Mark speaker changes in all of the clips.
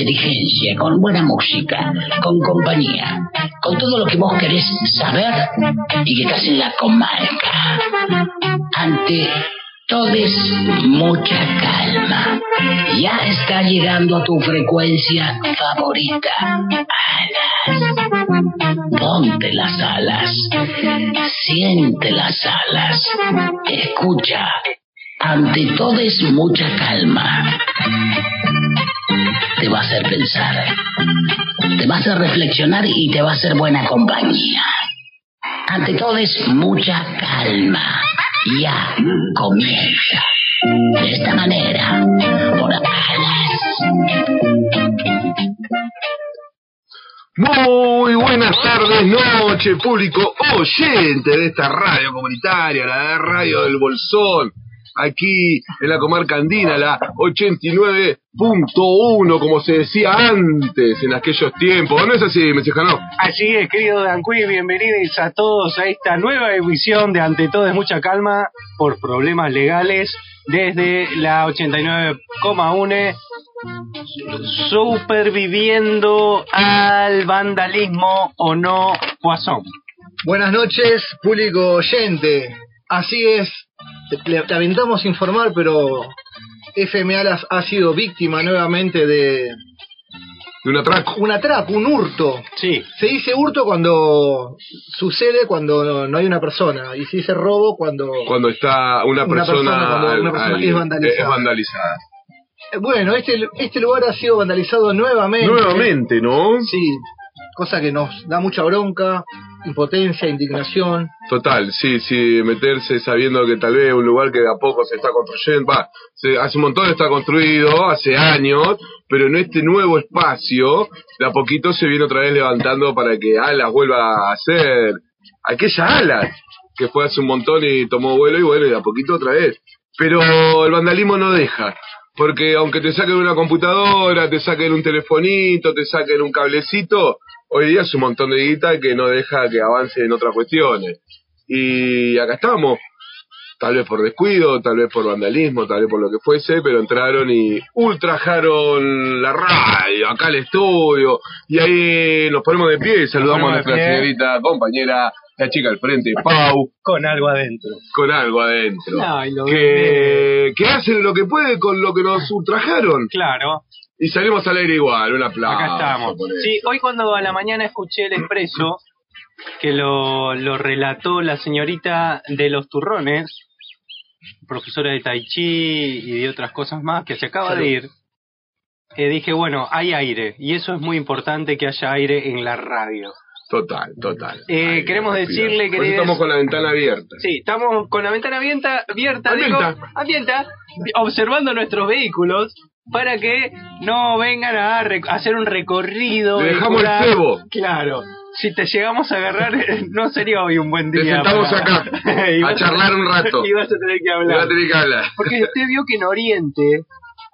Speaker 1: inteligencia, con buena música, con compañía, con todo lo que vos querés saber y que estás en la comarca. Ante todes mucha calma. Ya está llegando a tu frecuencia favorita. Alas. Ponte las alas. Siente las alas. Escucha. Ante todes mucha calma. Te va a hacer pensar. Te va a hacer reflexionar y te va a hacer buena compañía. Ante todes mucha calma ya comienza. De esta manera, por alas.
Speaker 2: Muy buenas tardes, noche, público oyente de esta radio comunitaria, la radio del Bolsón, aquí en la comarca andina, la 89.1, como se decía antes, en aquellos tiempos. ¿No es así, Mechijano?
Speaker 3: Así es, querido Dancuy, bienvenidos a todos a esta nueva emisión de Ante Todo es Mucha Calma por problemas legales desde la 89,1 superviviendo al vandalismo o no Poisson.
Speaker 4: Buenas noches, público oyente. Así es, le- lamentamos informar, pero FM Alas ha sido víctima nuevamente de
Speaker 2: De un atraco.
Speaker 4: un atraco, un hurto.
Speaker 3: Sí,
Speaker 4: Se dice hurto cuando sucede cuando no, no hay una persona, y se dice robo cuando...
Speaker 2: Cuando está una
Speaker 4: Una
Speaker 2: persona,
Speaker 4: persona, cuando una persona es vandalizada.
Speaker 2: es vandalizada.
Speaker 4: Eh, Bueno, este, este lugar ha sido vandalizado nuevamente.
Speaker 2: Nuevamente, ¿no?
Speaker 4: Sí, cosa que nos da mucha bronca, impotencia, indignación.
Speaker 2: Total, sí, sí, meterse sabiendo que tal vez un lugar que de a poco se está construyendo, va, se- hace un montón está construido, hace años, pero en este nuevo espacio, de a poquito se viene otra vez levantando para que Alas vuelva a ser aquella Alas que fue hace un montón y tomó vuelo y bueno, y de a poquito otra vez. Pero el vandalismo no deja. Porque aunque te saquen una computadora, te saquen un telefonito, te saquen un cablecito, hoy día es un montón de guita que no deja que avance en otras cuestiones. Y acá estamos. Tal vez por descuido, tal vez por vandalismo, tal vez por lo que fuese, pero entraron y ultrajaron la radio, acá el estudio, y ahí nos ponemos de pie y saludamos a
Speaker 3: ponemos de
Speaker 2: nuestra
Speaker 3: pie.
Speaker 2: señorita compañera, la chica al frente, Pau,
Speaker 3: con algo adentro.
Speaker 2: con algo adentro.
Speaker 3: No, y lo
Speaker 2: que, que hacen lo que puede con lo que nos ultrajaron.
Speaker 3: Claro,
Speaker 2: Y salimos al aire igual, un aplauso.
Speaker 3: Acá estamos.
Speaker 2: por eso.
Speaker 3: Sí, hoy cuando a la mañana escuché el expreso que lo, lo relató la señorita de los turrones, profesora de tai chi y de otras cosas más, que se acaba de ir, eh, dije, bueno, hay aire, y eso es muy importante que haya aire en la radio.
Speaker 2: Total, total.
Speaker 3: Eh,
Speaker 2: Ay,
Speaker 3: queremos
Speaker 2: Dios, Por
Speaker 3: decirle,
Speaker 2: eso
Speaker 3: queridos-
Speaker 2: estamos con la ventana abierta.
Speaker 3: Sí, estamos con la ventana abierta, abierta, digo,
Speaker 2: Abierta.
Speaker 3: abierta, observando nuestros vehículos para que no vengan a rec- hacer un recorrido.
Speaker 2: Le dejamos el
Speaker 3: vehicular.
Speaker 2: cebo.
Speaker 3: Claro. Si te llegamos a agarrar, no sería hoy un buen
Speaker 2: Te
Speaker 3: día.
Speaker 2: sentamos acá,
Speaker 3: Y
Speaker 2: a
Speaker 3: vas
Speaker 2: charlar
Speaker 3: tener-
Speaker 2: un rato.
Speaker 3: Y vas a tener que
Speaker 2: Le va a
Speaker 3: hablar.
Speaker 2: tener que hablar.
Speaker 3: Porque usted vio que en Oriente,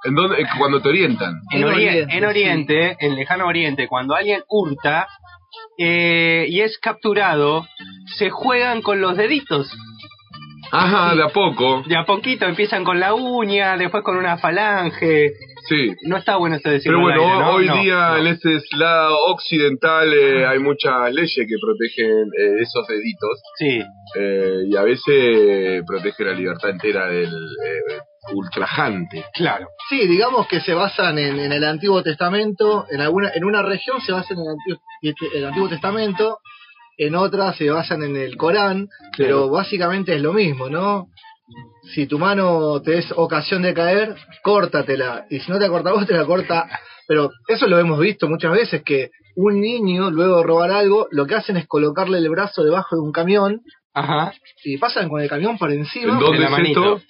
Speaker 2: ¿En dónde, eh, cuando te orientan.
Speaker 3: en,
Speaker 4: En
Speaker 3: Oriente,
Speaker 4: Oriente,
Speaker 3: en Oriente, en lejano Oriente, cuando alguien hurta eh, y es capturado, se juegan con los deditos.
Speaker 2: Ajá, de a poco.
Speaker 3: De a poquito empiezan con la uña, después con una falange.
Speaker 2: Sí.
Speaker 3: No está bueno esto de decirlo
Speaker 2: Pero bueno,
Speaker 3: al aire, ¿no?
Speaker 2: hoy
Speaker 3: No,
Speaker 2: día
Speaker 3: no.
Speaker 2: en este lado occidental eh, hay muchas leyes que protegen eh, esos deditos.
Speaker 3: Sí,
Speaker 2: eh, y a veces protege la libertad entera del eh, ultrajante.
Speaker 3: claro.
Speaker 4: Sí, digamos que se basan en, en el Antiguo Testamento, en alguna en una región se basan en el Antiguo, este, el Antiguo Testamento, en otra se basan en el Corán, pero básicamente es lo mismo, ¿no? Si tu mano te es ocasión de caer, córtatela, y si no te corta vos, te la corta... Pero eso lo hemos visto muchas veces, que un niño luego de robar algo, lo que hacen es colocarle el brazo debajo de un camión,
Speaker 3: Ajá.
Speaker 4: y pasan con el camión por encima.
Speaker 2: ¿En dónde
Speaker 3: la
Speaker 2: es
Speaker 3: manito.
Speaker 2: esto?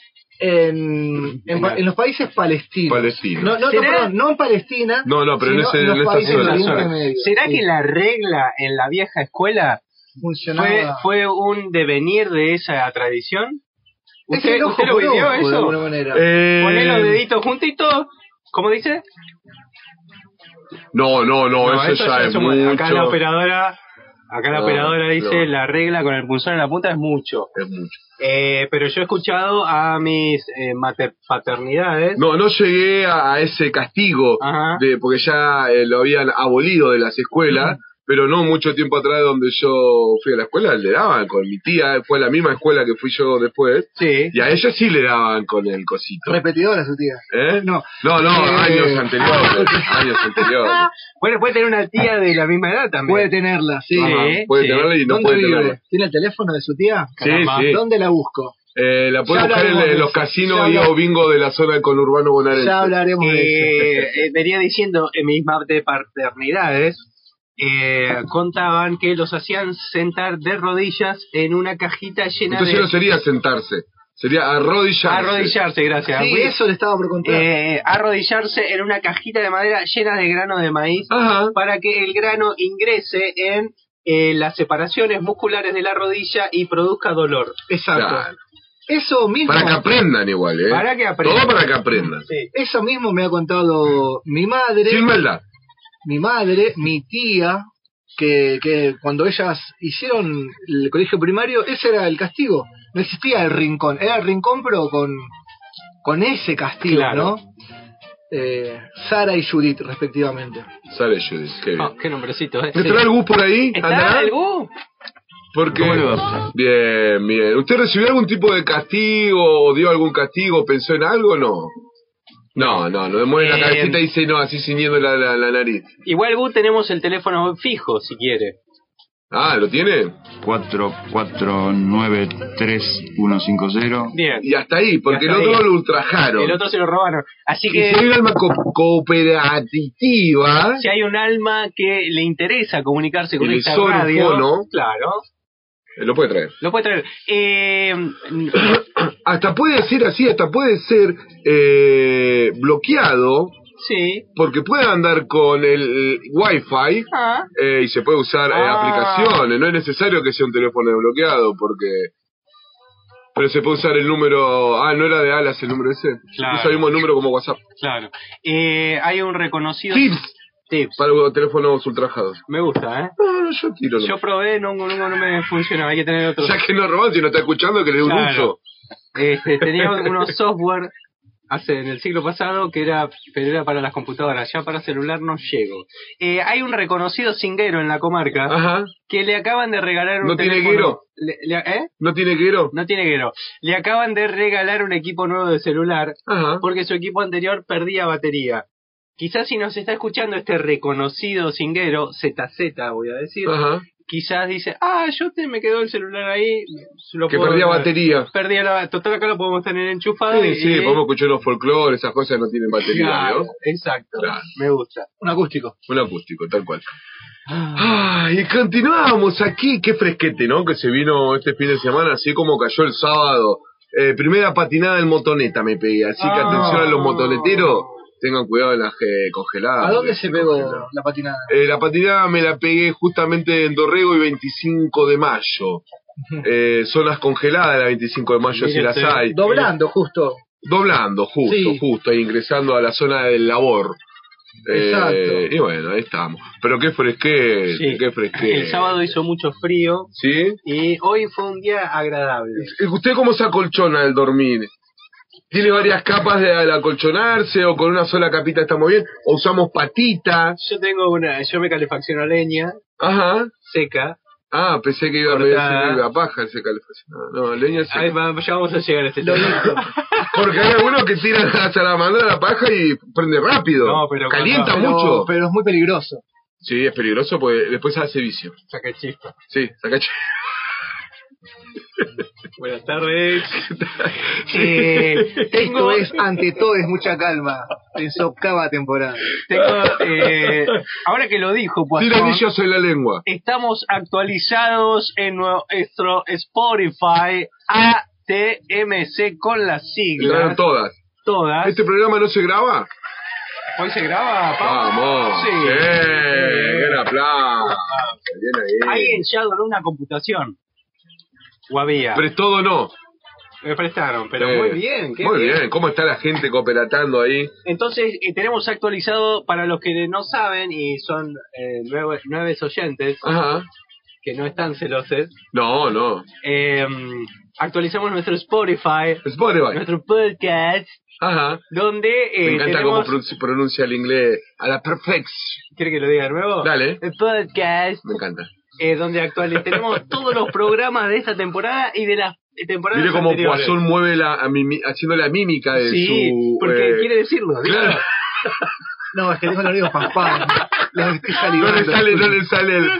Speaker 4: en, en, pa- en los países palestinos.
Speaker 2: Palestino.
Speaker 4: No, no, no,
Speaker 3: ¿Será?
Speaker 4: perdón, no en Palestina.
Speaker 2: No, no, pero en
Speaker 4: sino
Speaker 2: ese- en
Speaker 4: los
Speaker 2: esta
Speaker 4: países
Speaker 2: zona.
Speaker 4: de Oriente
Speaker 2: Zona.
Speaker 4: Medio.
Speaker 3: ¿Será
Speaker 4: Sí,
Speaker 3: que la regla en la vieja escuela fue,
Speaker 4: funcionaba?
Speaker 3: fue un devenir de esa tradición?
Speaker 4: Es
Speaker 3: ¿Usted,
Speaker 4: el ojo
Speaker 3: usted lo
Speaker 4: por
Speaker 3: vivió
Speaker 4: ojo, de alguna
Speaker 3: eso?
Speaker 4: manera.
Speaker 2: Eh,
Speaker 3: Poner los deditos juntitos, ¿cómo dice?
Speaker 2: No, no, no, eso, ya es
Speaker 3: un-
Speaker 2: mucho.
Speaker 3: Acá la operadora Acá la
Speaker 2: No,
Speaker 3: operadora
Speaker 2: no.
Speaker 3: dice la regla con el pulsar en la punta es mucho.
Speaker 2: Es mucho.
Speaker 3: Eh, pero yo he escuchado a mis eh, mater- paternidades.
Speaker 2: No, no llegué a, a ese castigo,
Speaker 3: Ajá.
Speaker 2: de, porque ya eh, lo habían abolido de las escuelas, pero no mucho tiempo atrás donde yo fui a la escuela, le daban con mi tía, fue a la misma escuela que fui yo después,
Speaker 3: Sí.
Speaker 2: y a ella sí le daban con el cosito.
Speaker 4: Repetidora su tía.
Speaker 2: ¿Eh?
Speaker 4: No.
Speaker 2: No, no,
Speaker 4: Eh.
Speaker 2: años anteriores, años anteriores.
Speaker 3: Bueno, puede tener una tía de la misma edad también.
Speaker 4: Puede tenerla, sí.
Speaker 2: Ajá,
Speaker 3: Sí,
Speaker 2: puede
Speaker 3: sí.
Speaker 2: tenerla y no
Speaker 4: ¿Dónde
Speaker 2: puede
Speaker 4: vive?
Speaker 2: tenerla.
Speaker 4: ¿Tiene el teléfono de su tía?
Speaker 2: Sí, sí.
Speaker 4: ¿Dónde la busco?
Speaker 2: Eh, la puede
Speaker 4: Ya
Speaker 2: buscar en,
Speaker 4: hablaremos
Speaker 2: en
Speaker 4: de
Speaker 2: los
Speaker 4: eso. Ya
Speaker 2: casinos y
Speaker 4: hablaremos.
Speaker 2: o bingo de la zona del conurbano bonaerense.
Speaker 4: Ya hablaremos de eso.
Speaker 3: Eh, eh, venía diciendo en mis maps de paternidades, eh, contaban que los hacían sentar de rodillas en una cajita llena
Speaker 2: Entonces no
Speaker 3: de...
Speaker 2: sería sentarse, sería arrodillarse.
Speaker 3: Arrodillarse, gracias.
Speaker 4: Sí,
Speaker 3: Muy bien.
Speaker 4: eso le estaba por contar.
Speaker 3: Eh, arrodillarse en una cajita de madera llena de granos de maíz
Speaker 2: Ajá.
Speaker 3: para que el grano ingrese en eh, las separaciones musculares de la rodilla y produzca dolor.
Speaker 4: Exacto.
Speaker 2: Claro.
Speaker 4: Eso mismo.
Speaker 2: Para que aprendan igual, ¿eh?
Speaker 3: Para que aprendan.
Speaker 2: Todo para que aprendan.
Speaker 3: Sí.
Speaker 4: Eso mismo me ha contado mi madre,
Speaker 2: Sin maldad.
Speaker 4: mi madre, mi tía, que, que cuando ellas hicieron el colegio primario, ese era el castigo. No existía el rincón. Era el rincón, pero con, con ese castigo,
Speaker 3: Claro.
Speaker 4: ¿no? Eh, Sara y Judith, respectivamente.
Speaker 2: Sale Judith, qué bien.
Speaker 3: Ah, qué nombrecito, eh.
Speaker 2: ¿Me trae el Gus por ahí?
Speaker 3: ¿Está
Speaker 2: ¿Andará?
Speaker 3: algo?
Speaker 2: Porque...
Speaker 5: ¿Cómo le va?
Speaker 2: Bien, bien. ¿Usted recibió algún tipo de castigo o dio algún castigo? ¿Pensó en algo o no? No, no, no. Mueve la
Speaker 3: Eh,
Speaker 2: cabecita y dice no, así ciñendo la, la, la nariz.
Speaker 3: Igual Gu tenemos el teléfono fijo, si quiere.
Speaker 2: Ah, ¿lo tiene?
Speaker 5: 4493150.
Speaker 3: Bien.
Speaker 2: Y hasta ahí, porque
Speaker 3: Y hasta
Speaker 2: el otro
Speaker 3: ahí.
Speaker 2: lo ultrajaron.
Speaker 3: El otro se lo robaron. Así
Speaker 2: Y
Speaker 3: que
Speaker 2: si hay un alma co- cooperativa,
Speaker 3: si hay un alma que le interesa comunicarse con
Speaker 2: Y le
Speaker 3: esta
Speaker 2: sobra un
Speaker 3: radio,
Speaker 2: fono.
Speaker 3: claro,
Speaker 2: eh, lo puede traer.
Speaker 3: lo puede traer. Eh,
Speaker 2: Hasta puede ser así, hasta puede ser eh, bloqueado,
Speaker 3: sí.
Speaker 2: porque puede andar con el wifi
Speaker 3: Ah,
Speaker 2: eh, y se puede usar eh,
Speaker 3: Ah.
Speaker 2: aplicaciones. No es necesario que sea un teléfono desbloqueado, porque... Pero se puede usar el número... Ah, no era de Alas el número ese.
Speaker 3: Claro.
Speaker 2: Usa el mismo número como WhatsApp.
Speaker 3: claro. Eh, hay un reconocido
Speaker 2: Tips
Speaker 3: tips.
Speaker 2: para teléfonos ultrajados.
Speaker 3: Me gusta, ¿eh?
Speaker 2: No, no, yo tiro. no.
Speaker 3: Yo probé, no, no, no me funcionaba. Hay que tener otro.
Speaker 2: Ya que no roban, si no está escuchando, que le dé un
Speaker 3: Claro.
Speaker 2: uso.
Speaker 3: Este, tenía unos software hace en el siglo pasado que era pero era para las computadoras. Ya para celular no llego. Eh, hay un reconocido cinguero en la comarca
Speaker 2: Ajá.
Speaker 3: que le acaban de regalar un
Speaker 2: ¿No tiene
Speaker 3: teléfono-
Speaker 2: guiro?
Speaker 3: Le- le- ¿Eh?
Speaker 2: ¿No tiene guero?
Speaker 3: No tiene guero. Le acaban de regalar un equipo nuevo de celular
Speaker 2: Ajá.
Speaker 3: porque su equipo anterior perdía batería. Quizás si nos está escuchando este reconocido cinguero, ZZ voy a decir,
Speaker 2: Ajá.
Speaker 3: quizás dice, ah, yo te, me quedó el celular ahí, se lo
Speaker 2: Que
Speaker 3: puedo
Speaker 2: perdía
Speaker 3: dar".
Speaker 2: batería.
Speaker 3: Perdía la total acá lo podemos tener enchufado
Speaker 2: Sí,
Speaker 3: y,
Speaker 2: sí, podemos escuchar los folclores, esas cosas no tienen batería,
Speaker 3: Claro,
Speaker 2: ¿no?
Speaker 3: exacto,
Speaker 2: Claro.
Speaker 3: me gusta.
Speaker 4: Un acústico.
Speaker 2: Un acústico, tal cual. Ah, y continuamos aquí. Qué fresquete, ¿no? Que se vino este fin de semana, así como cayó el sábado. Eh, primera patinada en motoneta me pegué, así que
Speaker 3: Ah.
Speaker 2: atención a los motoneteros, tengan cuidado en las eh, congeladas.
Speaker 4: ¿A dónde
Speaker 2: porque
Speaker 4: se
Speaker 2: se
Speaker 4: pegó
Speaker 2: congelan.
Speaker 4: la patinada?
Speaker 2: Eh, la patinada me la pegué justamente en Dorrego y 25 de mayo. Eh, zonas congeladas la 25 de mayo si
Speaker 3: Mire
Speaker 2: las
Speaker 3: usted.
Speaker 2: hay.
Speaker 4: Doblando, justo.
Speaker 2: Doblando, justo,
Speaker 4: Sí.
Speaker 2: justo, ahí ingresando a la zona del labor. Eh,
Speaker 4: Exacto.
Speaker 2: y bueno, ahí estamos. Pero qué fresquete,
Speaker 3: Sí.
Speaker 2: qué fresquete.
Speaker 3: El sábado hizo mucho frío
Speaker 2: ¿Sí?
Speaker 3: y hoy fue un día agradable.
Speaker 2: ¿Usted cómo se acolchona al dormir? ¿Tiene varias capas de al acolchonarse o con una sola capita estamos bien? ¿O usamos patitas?
Speaker 3: Yo tengo una, yo me calefacciono a leña
Speaker 2: Ajá.
Speaker 3: seca.
Speaker 2: Ah, pensé que iba a medir
Speaker 3: Cortada.
Speaker 2: la paja ese calefaccionado. No, leña seca.
Speaker 3: Ahí va- ya vamos a llegar a este
Speaker 4: Lo
Speaker 3: tema.
Speaker 4: dijo.
Speaker 2: Porque hay algunos que tiran la salamandra a la paja y prende rápido.
Speaker 3: No, pero
Speaker 2: Calienta
Speaker 3: cuando-
Speaker 2: mucho.
Speaker 4: Pero, pero es muy peligroso.
Speaker 2: Sí, es peligroso porque después hace vicio.
Speaker 3: Saca chispa.
Speaker 2: Sí, saca ch-
Speaker 3: Buenas tardes. Eh,
Speaker 4: Esto
Speaker 3: tengo,
Speaker 4: es, ante todo, es mucha calma. En su octava temporada.
Speaker 3: tengo, eh, ahora que lo dijo,
Speaker 2: Tira
Speaker 3: Poisson,
Speaker 2: anillos en la lengua.
Speaker 3: estamos actualizados en nuestro Spotify ATMC con las
Speaker 2: Entraron
Speaker 3: siglas
Speaker 2: todas.
Speaker 3: todas.
Speaker 2: ¿Este programa no se graba?
Speaker 3: Hoy se graba. Pablo?
Speaker 2: Vamos.
Speaker 3: Sí.
Speaker 2: Sí. Gran aplauso. Bien ahí.
Speaker 3: Alguien ya donó una computación. O había.
Speaker 2: Prestó o no.
Speaker 3: Me prestaron, pero
Speaker 2: Eh,
Speaker 3: muy bien. qué
Speaker 2: Muy bien. ¿Cómo está la gente cooperatando ahí?
Speaker 3: Entonces, eh, tenemos
Speaker 2: Ah.
Speaker 3: actualizado para los que no saben y son eh, nueve- nueve oyentes.
Speaker 2: Ajá.
Speaker 3: que no están celoses,
Speaker 2: No, no.
Speaker 3: eh, actualizamos nuestro Spotify,
Speaker 2: Spotify.
Speaker 3: nuestro podcast,
Speaker 2: Ajá.
Speaker 3: donde
Speaker 2: Me
Speaker 3: eh,
Speaker 2: encanta cómo
Speaker 3: tenemos...
Speaker 2: pronun- pronuncia el inglés a la perfección.
Speaker 3: ¿Quiere que lo diga de nuevo?
Speaker 2: Dale.
Speaker 3: El podcast,
Speaker 2: Me encanta.
Speaker 3: eh, donde actualizamos tenemos todos los programas de esta temporada y de las temporadas
Speaker 2: Mire cómo
Speaker 3: anteriores.
Speaker 2: Poisson mueve la, a mimi- haciendo la mímica de
Speaker 3: Sí,
Speaker 2: su.
Speaker 3: porque
Speaker 2: eh,
Speaker 3: quiere decirlo. ¿viste?
Speaker 2: Claro,
Speaker 4: No, es que tengo los amigos paspados. Los estoy
Speaker 2: no le
Speaker 4: salivando.
Speaker 2: sale, no le sale el.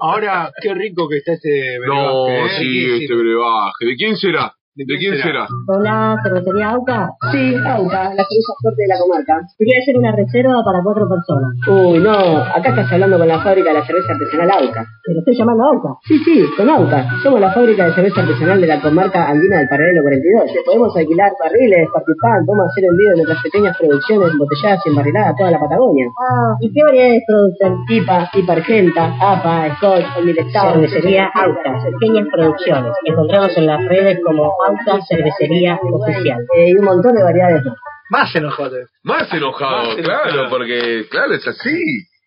Speaker 3: Ahora, qué rico que está ese
Speaker 2: No,
Speaker 3: brebaje, ¿eh?
Speaker 2: sí,
Speaker 3: Riquísimo.
Speaker 2: este brebaje. ¿De quién será? ¿De quién será?
Speaker 6: Hola, cervecería AUCA. Sí, AUCA, la cerveza fuerte de la comarca. Quería hacer una reserva para cuatro personas. Uy, no, acá estás hablando con la fábrica de la cerveza artesanal AUCA. ¿Pero estoy llamando a AUCA? Sí, sí, con AUCA. Somos la fábrica de cerveza artesanal de la comarca andina del Paralelo 42. Te podemos alquilar barriles, participar, podemos hacer envío de nuestras pequeñas producciones embotelladas y embarriladas a toda la Patagonia. Ah, ¿y qué variedades producen? IPA, IPA Argenta, APA, Scotch, Omnilectado. Cervecería AUCA, pequeñas producciones. Encontramos en las redes como AUCA Cervecería Oficial. y un montón de variedades más.
Speaker 4: Más enojotes.
Speaker 2: Más enojado,
Speaker 3: Más enojado.
Speaker 2: claro, porque, claro, es así.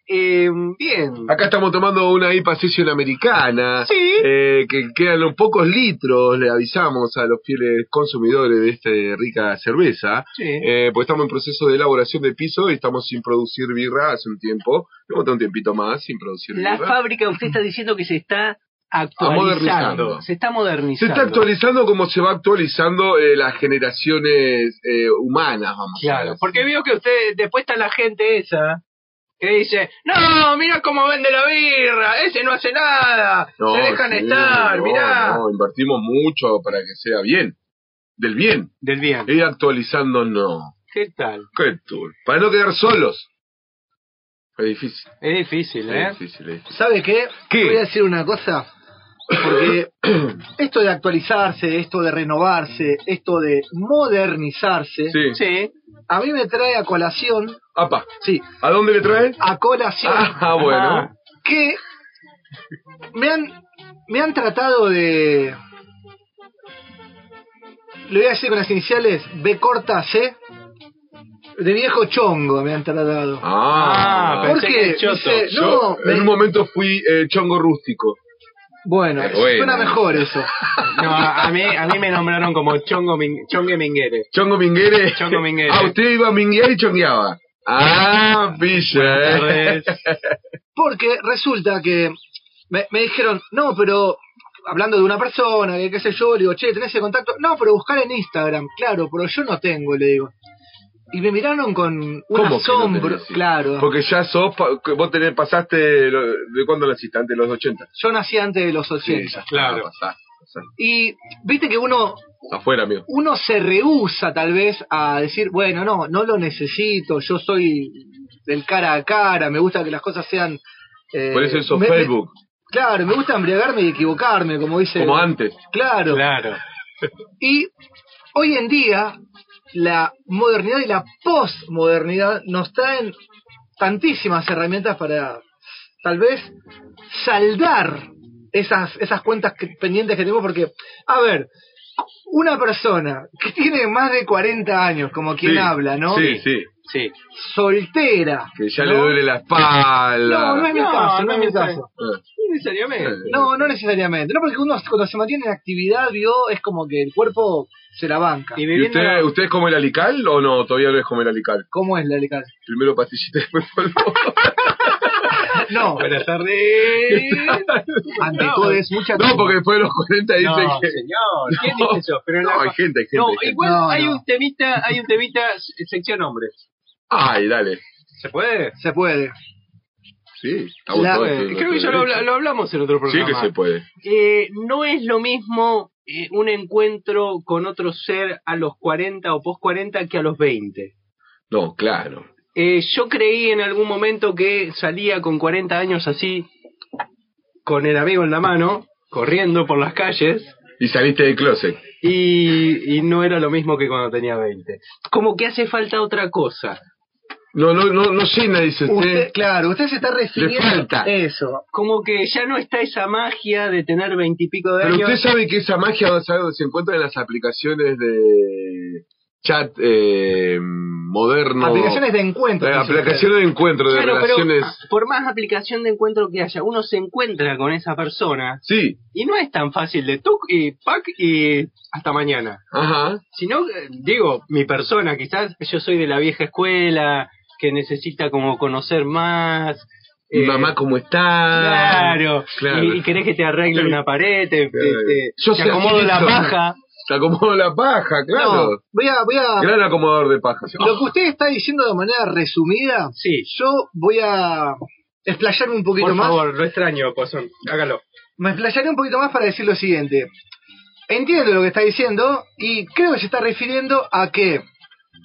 Speaker 3: Eh, bien.
Speaker 2: Acá estamos tomando una IPA Session americana.
Speaker 3: Sí.
Speaker 2: eh, que quedan los pocos litros, le avisamos a los fieles consumidores de esta rica cerveza.
Speaker 3: Sí.
Speaker 2: Eh, pues estamos en proceso de elaboración de piso y estamos sin producir birra hace un tiempo. Hemos estado un tiempito más sin producir
Speaker 3: La
Speaker 2: birra.
Speaker 3: fábrica, usted está diciendo que se está
Speaker 2: eh, modernizando.
Speaker 3: actualizando. Se está
Speaker 2: Se
Speaker 3: modernizando.
Speaker 2: está actualizando como se va actualizando eh, las generaciones eh, humanas, vamos. a
Speaker 3: Claro,
Speaker 2: decir.
Speaker 3: porque veo que usted, después está la gente esa que dice, no, mira cómo vende la birra, ese no hace nada,
Speaker 2: No,
Speaker 3: se dejan
Speaker 2: sí,
Speaker 3: estar,
Speaker 2: no,
Speaker 3: mirá.
Speaker 2: No, invertimos mucho para que sea bien. Del bien.
Speaker 3: Del bien.
Speaker 2: Y actualizando no.
Speaker 3: ¿Qué tal?
Speaker 2: Qué tour. Para no quedar solos. Es difícil.
Speaker 3: Es difícil, ¿eh?
Speaker 2: Es difícil, es difícil.
Speaker 4: ¿Sabe qué?
Speaker 2: ¿Qué?
Speaker 4: Voy a decir una cosa. Porque esto de actualizarse, esto de renovarse, esto de modernizarse,
Speaker 2: Sí.
Speaker 3: Sí.
Speaker 4: a mí me trae a colación,
Speaker 2: Apa,
Speaker 4: sí,
Speaker 2: ¿a dónde le trae?
Speaker 4: a colación
Speaker 2: Ah, bueno.
Speaker 4: que me han, me han tratado de... Lo voy a decir con las iniciales B corta C. De viejo chongo me han tratado.
Speaker 2: Ah,
Speaker 3: Ah,
Speaker 4: ¿Por
Speaker 3: pensé que
Speaker 4: qué?
Speaker 3: el choto.
Speaker 4: Dice, no,
Speaker 2: Yo en
Speaker 4: me-
Speaker 2: un momento fui eh, chongo rústico.
Speaker 4: bueno,
Speaker 2: Eh, bueno.
Speaker 4: suena mejor eso.
Speaker 3: No, a a mí, a mí me nombraron como Chongo Min- Chongue Minguere.
Speaker 2: Chongo Minguere.
Speaker 3: Chongo Minguere.
Speaker 2: Ah, usted iba a minguear y chongueaba. Ah, pilla, eh.
Speaker 3: Buenas tardes.
Speaker 4: Porque resulta que me, me dijeron, no, pero hablando de una persona, que qué sé yo, le digo, che, ¿tenés el contacto? No, pero buscar en Instagram, claro, pero yo no tengo, le digo. Y me miraron con un
Speaker 2: ¿Cómo que no
Speaker 4: asombro,
Speaker 2: tenés?
Speaker 4: claro.
Speaker 2: Porque ya sos, pa- que vos tenés, pasaste, lo- ¿de cuándo naciste? Antes de los 80.
Speaker 4: Yo nací antes de los 80.
Speaker 2: ya está,
Speaker 3: claro.
Speaker 2: pasaste, pasaste.
Speaker 4: Y viste que uno
Speaker 2: Afuera, amigo.
Speaker 4: uno se rehúsa tal vez a decir, bueno, no, no lo necesito, yo soy del cara a cara, me gusta que las cosas sean... eh,
Speaker 2: Por eso hizo
Speaker 4: me- me-
Speaker 2: Facebook,
Speaker 4: claro, me gusta embriagarme y equivocarme, como dice...
Speaker 2: como antes.
Speaker 4: Claro.
Speaker 3: Claro.
Speaker 4: Y hoy en día la modernidad y la posmodernidad nos traen tantísimas herramientas para tal vez saldar esas, esas cuentas que- pendientes que tenemos porque, a ver, una persona que tiene más de 40 años, como quien
Speaker 2: Sí,
Speaker 4: habla, ¿no?
Speaker 2: Sí, sí.
Speaker 3: Sí.
Speaker 4: Soltera.
Speaker 2: Que ya
Speaker 4: ¿no?
Speaker 2: le duele la espalda.
Speaker 4: No, no es mi
Speaker 3: No,
Speaker 4: caso, no
Speaker 3: no
Speaker 4: es mi
Speaker 3: me parece.
Speaker 4: caso.
Speaker 2: Ah,
Speaker 3: No necesariamente.
Speaker 2: eh,
Speaker 4: No, no necesariamente. No, porque uno cuando se mantiene en actividad, vio, es como que el cuerpo se la banca.
Speaker 3: Y
Speaker 2: ¿Y
Speaker 3: viviendo
Speaker 2: usted, usted es como el alical o no? Todavía no es como el alical.
Speaker 4: ¿Cómo es la legal?
Speaker 2: Primero pastillita, después polvo.
Speaker 4: No,
Speaker 3: Buenas tardes.
Speaker 4: ante
Speaker 3: No.
Speaker 4: todo es mucha
Speaker 2: no, porque después de los 40 dice
Speaker 3: No,
Speaker 2: que...
Speaker 3: señor, ¿quién
Speaker 2: No.
Speaker 3: dice eso? Pero en la-
Speaker 2: No, hay gente, hay gente.
Speaker 3: No,
Speaker 2: hay gente.
Speaker 3: igual
Speaker 4: No,
Speaker 3: hay
Speaker 4: no.
Speaker 3: un temita, hay un temita se- sección hombres.
Speaker 2: Ay, dale.
Speaker 3: ¿Se puede?
Speaker 4: se puede.
Speaker 2: Sí, está
Speaker 4: La-
Speaker 2: bueno.
Speaker 4: eh,
Speaker 2: Sí,
Speaker 3: Creo que ya lo, habla- lo hablamos en otro
Speaker 2: Sí
Speaker 3: programa.
Speaker 2: que se puede.
Speaker 3: Eh, no es lo mismo eh, un encuentro con otro ser a los 40 o post 40 que a los 20.
Speaker 2: No, claro.
Speaker 3: Eh, yo creí en algún momento que salía con 40 años así, con el amigo en la mano, corriendo por las calles,
Speaker 2: Y saliste del closet.
Speaker 3: y, y no era lo mismo que cuando tenía 20. Como que hace falta otra cosa.
Speaker 2: No, no, no, no llena, dice
Speaker 4: Usted,
Speaker 2: usted.
Speaker 4: claro, usted se está refiriendo
Speaker 2: Eh, Le falta.
Speaker 4: a eso.
Speaker 3: Como que ya no está esa magia de tener veintipico de
Speaker 2: Pero
Speaker 3: años.
Speaker 2: usted sabe que esa magia ¿sabe? se encuentra en las aplicaciones de chat eh, moderno.
Speaker 4: Aplicaciones de encuentro.
Speaker 2: Eh,
Speaker 4: dicen
Speaker 2: aplicaciones de encuentro, de
Speaker 3: Claro, pero
Speaker 2: relaciones.
Speaker 3: ah, por más aplicación de encuentro que haya, uno se encuentra con esa persona
Speaker 2: Sí,
Speaker 3: y no es tan fácil de tuc y pac y hasta mañana.
Speaker 2: ajá.
Speaker 3: Sino, eh, digo, mi persona, quizás yo soy de la vieja escuela que necesita como conocer más.
Speaker 2: ¿Y
Speaker 3: eh,
Speaker 2: mamá, ¿cómo está?
Speaker 3: Claro,
Speaker 2: Claro.
Speaker 3: Y, y querés que te arregle
Speaker 2: Sí.
Speaker 3: una pared, te, te-
Speaker 2: Claro.
Speaker 3: te-
Speaker 2: Yo
Speaker 3: te
Speaker 2: sé
Speaker 3: acomodo
Speaker 2: hacer
Speaker 3: la
Speaker 2: esto.
Speaker 3: paja.
Speaker 2: Te acomodo la paja,
Speaker 4: ustedes. No,
Speaker 2: claro.
Speaker 4: voy a, voy a
Speaker 2: Gran acomodador de pajas.
Speaker 4: Lo que usted está diciendo de manera resumida,
Speaker 3: Sí,
Speaker 4: yo voy a explayarme un poquito
Speaker 3: por
Speaker 4: más.
Speaker 3: favor, lo extraño, Pozón, hágalo.
Speaker 4: Me explayaré un poquito más para decir lo siguiente. Entiendo lo que está diciendo y creo que se está refiriendo a que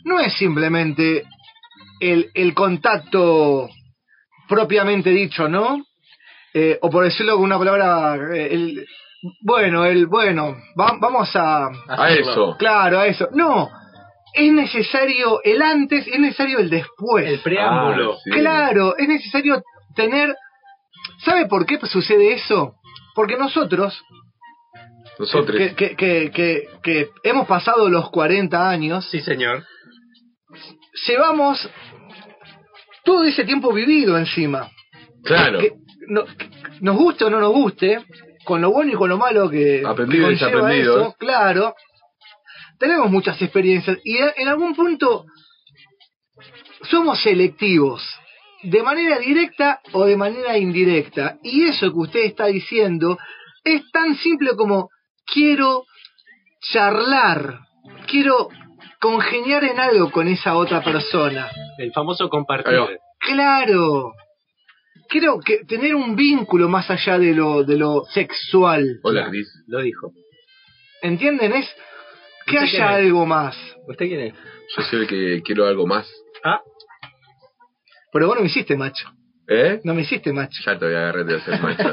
Speaker 4: no es simplemente el, el contacto propiamente dicho, ¿no? Eh, o por decirlo con una palabra, eh, el, bueno, el bueno, va- vamos a,
Speaker 2: Ah, A eso.
Speaker 4: Claro, a eso. No, es necesario el antes y es necesario el después.
Speaker 3: El preámbulo.
Speaker 2: Ah, sí.
Speaker 4: Claro, es necesario tener... ¿Sabe por qué sucede eso? Porque nosotros,
Speaker 2: Nosotros.
Speaker 4: que, que- que- que- que hemos pasado los 40
Speaker 2: Ah.
Speaker 4: años,
Speaker 3: Sí, señor.
Speaker 4: llevamos todo ese tiempo vivido encima.
Speaker 2: Claro.
Speaker 4: Que no- que nos guste o no nos guste, con lo bueno y con lo malo que
Speaker 2: Aprendido y
Speaker 4: que conlleva
Speaker 2: desaprendido,
Speaker 4: eso,
Speaker 2: ¿eh?
Speaker 4: claro, tenemos muchas experiencias y en en algún punto somos selectivos, de manera directa o de manera indirecta. Y eso que usted está diciendo es tan simple como quiero charlar, quiero congeniar en algo con esa otra persona.
Speaker 3: El famoso
Speaker 2: Ahí
Speaker 3: compartir.
Speaker 2: va.
Speaker 4: Claro. Creo que tener un vínculo más allá de lo, de lo sexual.
Speaker 2: Hola, Cris.
Speaker 3: Lo dijo.
Speaker 4: ¿Entienden? Es que
Speaker 3: ¿Usted quién
Speaker 4: haya
Speaker 3: es?
Speaker 4: algo más.
Speaker 3: ¿Usted quién es?
Speaker 2: Yo sé el que quiero algo más.
Speaker 3: Ah,
Speaker 4: Pero vos no me hiciste macho.
Speaker 2: ¿Eh?
Speaker 4: No me hiciste macho.
Speaker 2: Ya te voy a agarrar de hacer mancha.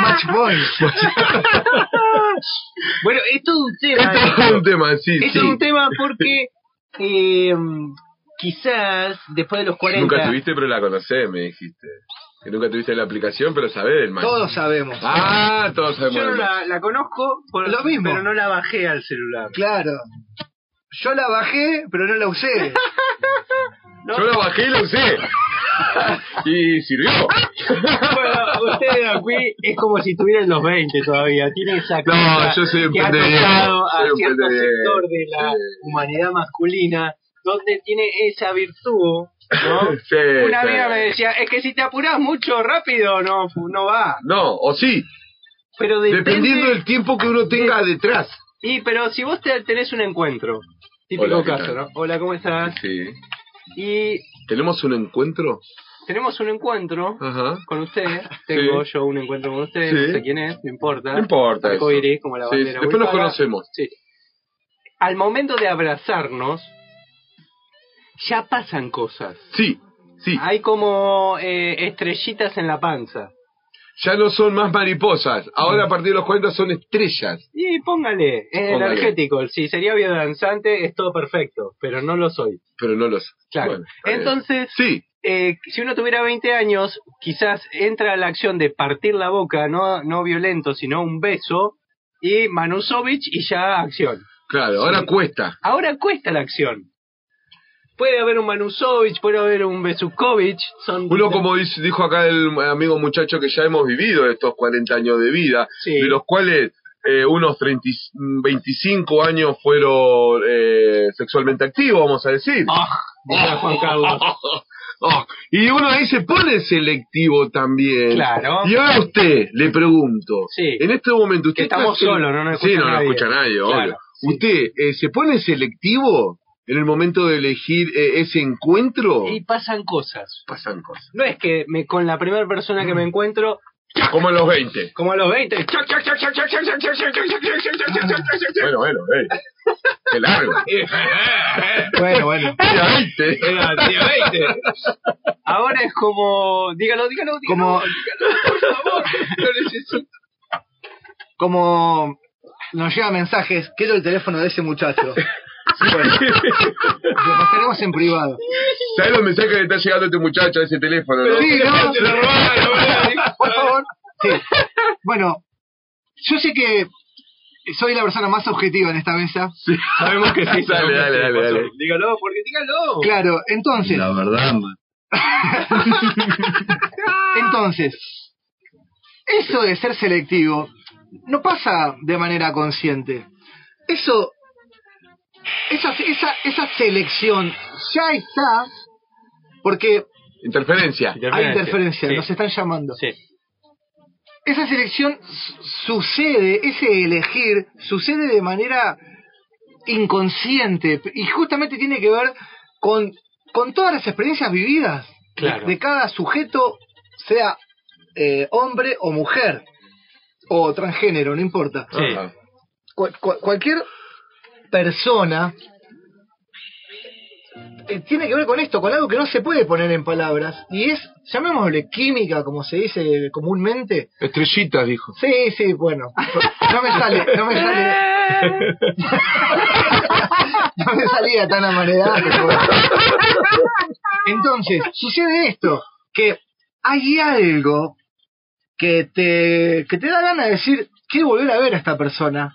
Speaker 4: Match boy.
Speaker 3: bueno, es todo un tema.
Speaker 2: Esto es un tema, sí,
Speaker 3: Ah, es
Speaker 2: sí.
Speaker 3: todo un tema porque eh, quizás después de los 40...
Speaker 2: Nunca tuviste, pero la conocés, me dijiste. Que nunca tuviste la aplicación, pero sabés del match.
Speaker 4: Todos sabemos.
Speaker 2: Ah, todos sabemos.
Speaker 3: Yo no
Speaker 2: del match.
Speaker 3: la, la conozco, por-
Speaker 4: Lo mismo.
Speaker 3: pero no la bajé al celular.
Speaker 4: Claro. Yo la bajé, pero no la usé.
Speaker 3: ¿no?
Speaker 2: Yo la bajé y la usé. y sirvió.
Speaker 3: Bueno, ustedes aquí es como si tuvieran los 20 todavía. Tiene esa cosa
Speaker 2: yo soy un
Speaker 3: que ha
Speaker 2: pendejo,
Speaker 3: tocado a
Speaker 2: soy un
Speaker 3: cierto
Speaker 2: pendejo.
Speaker 3: sector de la
Speaker 2: Sí.
Speaker 3: humanidad masculina, donde tiene esa virtud, ¿no?
Speaker 2: Sí,
Speaker 3: Una
Speaker 2: sí.
Speaker 3: amiga me decía, es que si te apurás mucho rápido, no, no va.
Speaker 2: No, o sí.
Speaker 3: Pero depende-
Speaker 2: Dependiendo del tiempo que uno tenga detrás.
Speaker 3: Y pero si vos te, tenés un encuentro, típico
Speaker 2: Hola, ¿qué
Speaker 3: caso,
Speaker 2: tal?
Speaker 3: ¿no? Hola, ¿cómo estás?
Speaker 2: Sí.
Speaker 3: Y
Speaker 2: ¿Tenemos un encuentro?
Speaker 3: tenemos un encuentro
Speaker 2: Ajá.
Speaker 3: con usted, tengo
Speaker 2: Ah, Sí.
Speaker 3: yo un encuentro con usted,
Speaker 2: Sí.
Speaker 3: no sé quién es, no importa.
Speaker 2: No importa. eso.
Speaker 3: Arcoiris, como la
Speaker 2: Sí,
Speaker 3: bandera
Speaker 2: Después nos
Speaker 3: búlgara.
Speaker 2: conocemos.
Speaker 3: Sí. Al momento de abrazarnos, ya pasan cosas.
Speaker 2: Sí, sí.
Speaker 3: Hay como eh, estrellitas en la panza.
Speaker 2: Ya no son más mariposas. Ahora a partir de los 40 son estrellas.
Speaker 3: Y póngale, es
Speaker 2: Póngale.
Speaker 3: energético. Si sería biodanzante, es todo perfecto, pero no lo soy.
Speaker 2: Pero no los.
Speaker 3: Claro.
Speaker 2: Bueno, está bien.
Speaker 3: Entonces,
Speaker 2: Sí,
Speaker 3: eh, si uno tuviera 20 años, quizás entra a la acción de partir la boca, no, no violento, sino un beso, y Manusovich y ya acción.
Speaker 2: claro. Ahora cuesta.
Speaker 3: Ahora cuesta la acción. Puede haber un Manusovich, puede haber un Besukovich. Son
Speaker 2: Uno, como dice- dijo acá el amigo muchacho, que ya hemos vivido estos 40 años de vida,
Speaker 3: Sí.
Speaker 2: de los cuales eh, unos 30, y- 25 años fueron eh, sexualmente activos, vamos a decir.
Speaker 3: Ah, decía Juan Carlos.
Speaker 2: Ah, y uno ahí se pone selectivo también.
Speaker 3: Claro.
Speaker 2: Y ahora a usted, le pregunto,
Speaker 3: Sí.
Speaker 2: en este momento usted...
Speaker 3: Que estamos
Speaker 2: está-
Speaker 3: solos, no nos
Speaker 2: Sí,
Speaker 3: escucha
Speaker 2: no nos
Speaker 3: nadie.
Speaker 2: escucha nadie,
Speaker 3: Claro,
Speaker 2: obvio.
Speaker 3: sí.
Speaker 2: ¿Usted eh, se pone selectivo en el momento de elegir eh, ese encuentro?
Speaker 3: Y pasan cosas.
Speaker 2: pasan cosas.
Speaker 3: No es que me, con la primera persona que me encuentro,
Speaker 2: Como en los 20.
Speaker 3: como a los 20,
Speaker 2: Bueno, bueno, eh. Qué largo.
Speaker 4: bueno, bueno.
Speaker 2: Era 20.
Speaker 3: Era, tenía 20. Ahora es como, dígalo, dígalo, dígalo.
Speaker 4: Como-
Speaker 3: dígalo, por favor, lo necesito.
Speaker 4: Como nos llegan mensajes, quiero el teléfono de ese muchacho. Bueno, lo pasaremos en privado.
Speaker 2: ¿Sabes los mensajes que le está llegando a este muchacho a ese teléfono? no?
Speaker 4: Sí, ¿no?
Speaker 2: Se lo
Speaker 4: ¿eh?
Speaker 2: robaron, ¿verdad?
Speaker 4: Por favor. Sí. Bueno, yo sé que soy la persona más objetiva en esta mesa.
Speaker 3: Sabemos que sí.
Speaker 2: Dale,
Speaker 3: sabemos
Speaker 2: dale,
Speaker 3: que sí,
Speaker 2: dale,
Speaker 3: por
Speaker 2: dale.
Speaker 3: favor. Dígalo, porque dígalo.
Speaker 4: Claro, entonces,
Speaker 5: La verdad, man.
Speaker 4: entonces, eso de ser selectivo no pasa de manera consciente. Eso, esa, esa, esa selección ya está porque
Speaker 2: Interferencia.
Speaker 4: hay interferencia,
Speaker 3: Sí,
Speaker 4: nos están llamando.
Speaker 3: sí.
Speaker 4: esa selección su- sucede, ese elegir, sucede de manera inconsciente p- y justamente tiene que ver con, con todas las experiencias vividas de-
Speaker 3: Claro.
Speaker 4: de, cada sujeto, sea eh, hombre o mujer, o transgénero, no importa.
Speaker 3: Sí.
Speaker 2: Ajá.
Speaker 4: Cual- cual- cualquier persona eh, tiene que ver con esto, con algo que no se puede poner en palabras y es, llamémosle química, como se dice comúnmente,
Speaker 2: Estrellitas, dijo.
Speaker 4: Sí, sí, bueno. No me sale, no me sale. No me salía tan amaredado. pero bueno. Entonces, sucede esto, que hay algo que te, que te da ganas de decir, quiero volver a ver a esta persona.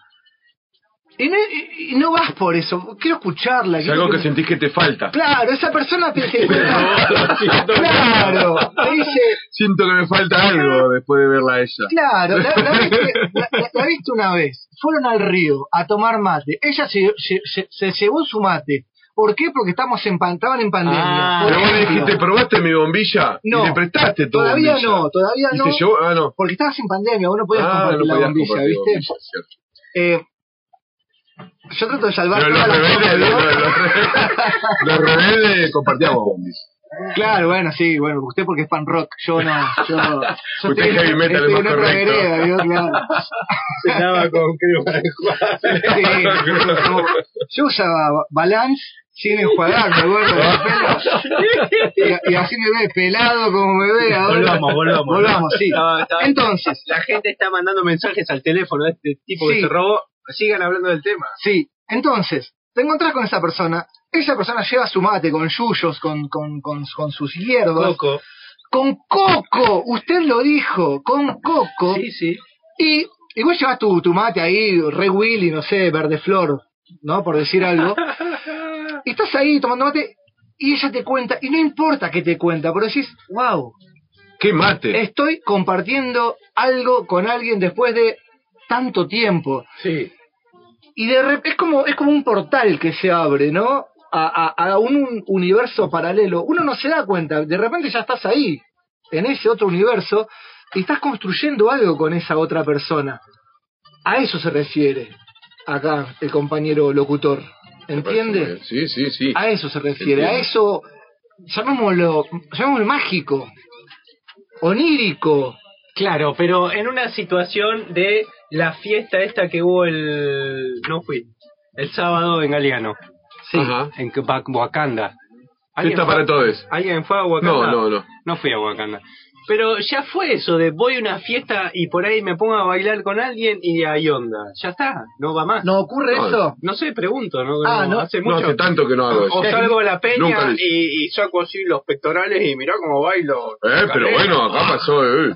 Speaker 4: Y no, y- y no vas por eso, quiero escucharla.
Speaker 2: Es
Speaker 4: quiero
Speaker 2: algo que
Speaker 4: me-
Speaker 2: sentís que te falta.
Speaker 4: Claro, esa persona te dice...
Speaker 2: siento,
Speaker 4: Claro, te dice...
Speaker 2: siento que me falta algo después de verla a ella.
Speaker 4: Claro, la, la viste, la- la- la viste una vez. Fueron al río a tomar mate. Ella se, se- se- se llevó su mate. ¿Por qué? Porque estamos en, pan- estaban en pandemia.
Speaker 3: Ah.
Speaker 4: Por
Speaker 2: Pero vos le
Speaker 4: ejemplo.
Speaker 2: dijiste, ¿probaste mi bombilla?
Speaker 4: No.
Speaker 2: Y le prestaste todo.
Speaker 4: todavía no, todavía
Speaker 2: Y
Speaker 4: no.
Speaker 2: se llevó, ah, no.
Speaker 4: Porque estabas en pandemia, vos no podías
Speaker 2: ah,
Speaker 4: compartir
Speaker 2: no
Speaker 4: la
Speaker 2: podías
Speaker 4: bombilla,
Speaker 2: compartir
Speaker 4: ¿viste?
Speaker 2: bombilla, cierto.
Speaker 4: Eh, yo trato de salvar
Speaker 2: Pero los
Speaker 4: todas las
Speaker 2: rebeldes,
Speaker 4: cosas,
Speaker 2: los,
Speaker 4: ¿no?
Speaker 2: los rebeldes, los rebeldes compartíamos bombis.
Speaker 4: Claro, bueno, sí, bueno, usted porque es pan rock, yo no, yo, yo
Speaker 2: Usted
Speaker 4: estoy-
Speaker 2: es heavy metal,
Speaker 4: estoy
Speaker 2: es
Speaker 4: en
Speaker 2: más
Speaker 4: otra
Speaker 2: correcto.
Speaker 4: vereda, ¿vio? claro.
Speaker 2: Cenaba con crema de
Speaker 4: Sí, yo, yo usaba balance sin enjuagarme, gordo. de pelo. Y, y así me ve pelado como me ve ahora.
Speaker 3: Volvamos, volvamos.
Speaker 4: Volvamos, sí.
Speaker 3: Estaba- estaba-
Speaker 4: Entonces,
Speaker 3: La gente está mandando mensajes al teléfono de este tipo
Speaker 4: Sí.
Speaker 3: que se robó. Sigan hablando del tema.
Speaker 4: sí, entonces, te encontrás con esa persona. Esa persona lleva su mate con yuyos, con, con, con, con sus hierbas.
Speaker 3: Coco.
Speaker 4: Con coco, usted lo dijo, con coco.
Speaker 3: Sí, sí.
Speaker 4: Y, y vos llevas tu, tu mate ahí, re Willy, no sé, verde flor, ¿no? Por decir algo. Y estás ahí tomando mate y ella te cuenta, y no importa qué te cuenta, pero decís, wow,
Speaker 2: ¿Qué mate?
Speaker 4: estoy compartiendo algo con alguien después de tanto tiempo.
Speaker 3: Sí.
Speaker 4: Y de rep- es como, es como un portal que se abre, ¿no? A, a- a un, un universo paralelo. Uno no se da cuenta, de repente ya estás ahí, en ese otro universo, y estás construyendo algo con esa otra persona. A eso se refiere acá el compañero locutor. ¿Entiende?
Speaker 2: Sí, sí, sí.
Speaker 4: A eso se refiere, a
Speaker 2: Entiendo.
Speaker 4: eso, llamémoslo, llamémoslo mágico, onírico.
Speaker 3: Claro, pero en una situación de la fiesta esta que hubo el... No fui. El sábado en Galeano.
Speaker 4: Sí.
Speaker 2: Ajá.
Speaker 3: En Ba- Wakanda. ¿Alguien
Speaker 2: Fiesta
Speaker 3: fue-
Speaker 2: para todos.
Speaker 3: ¿Alguien fue a Wakanda?
Speaker 2: No, no, no.
Speaker 3: No fui a Wakanda. Pero ya fue eso de voy a una fiesta y por ahí me pongo a bailar con alguien y hay onda. Ya está, no va más. No,
Speaker 4: ¿No ocurre
Speaker 2: No,
Speaker 4: eso?
Speaker 3: sé, pregunto, ¿no?
Speaker 4: Ah, no.
Speaker 3: hace
Speaker 2: No
Speaker 3: mucho.
Speaker 2: hace tanto que no hago eso.
Speaker 3: o salgo a la
Speaker 2: Nunca lo
Speaker 3: peña
Speaker 2: hice.
Speaker 3: y, y saco así los pectorales y mirá cómo bailo.
Speaker 2: Eh, pero bueno, acá pasó, eh.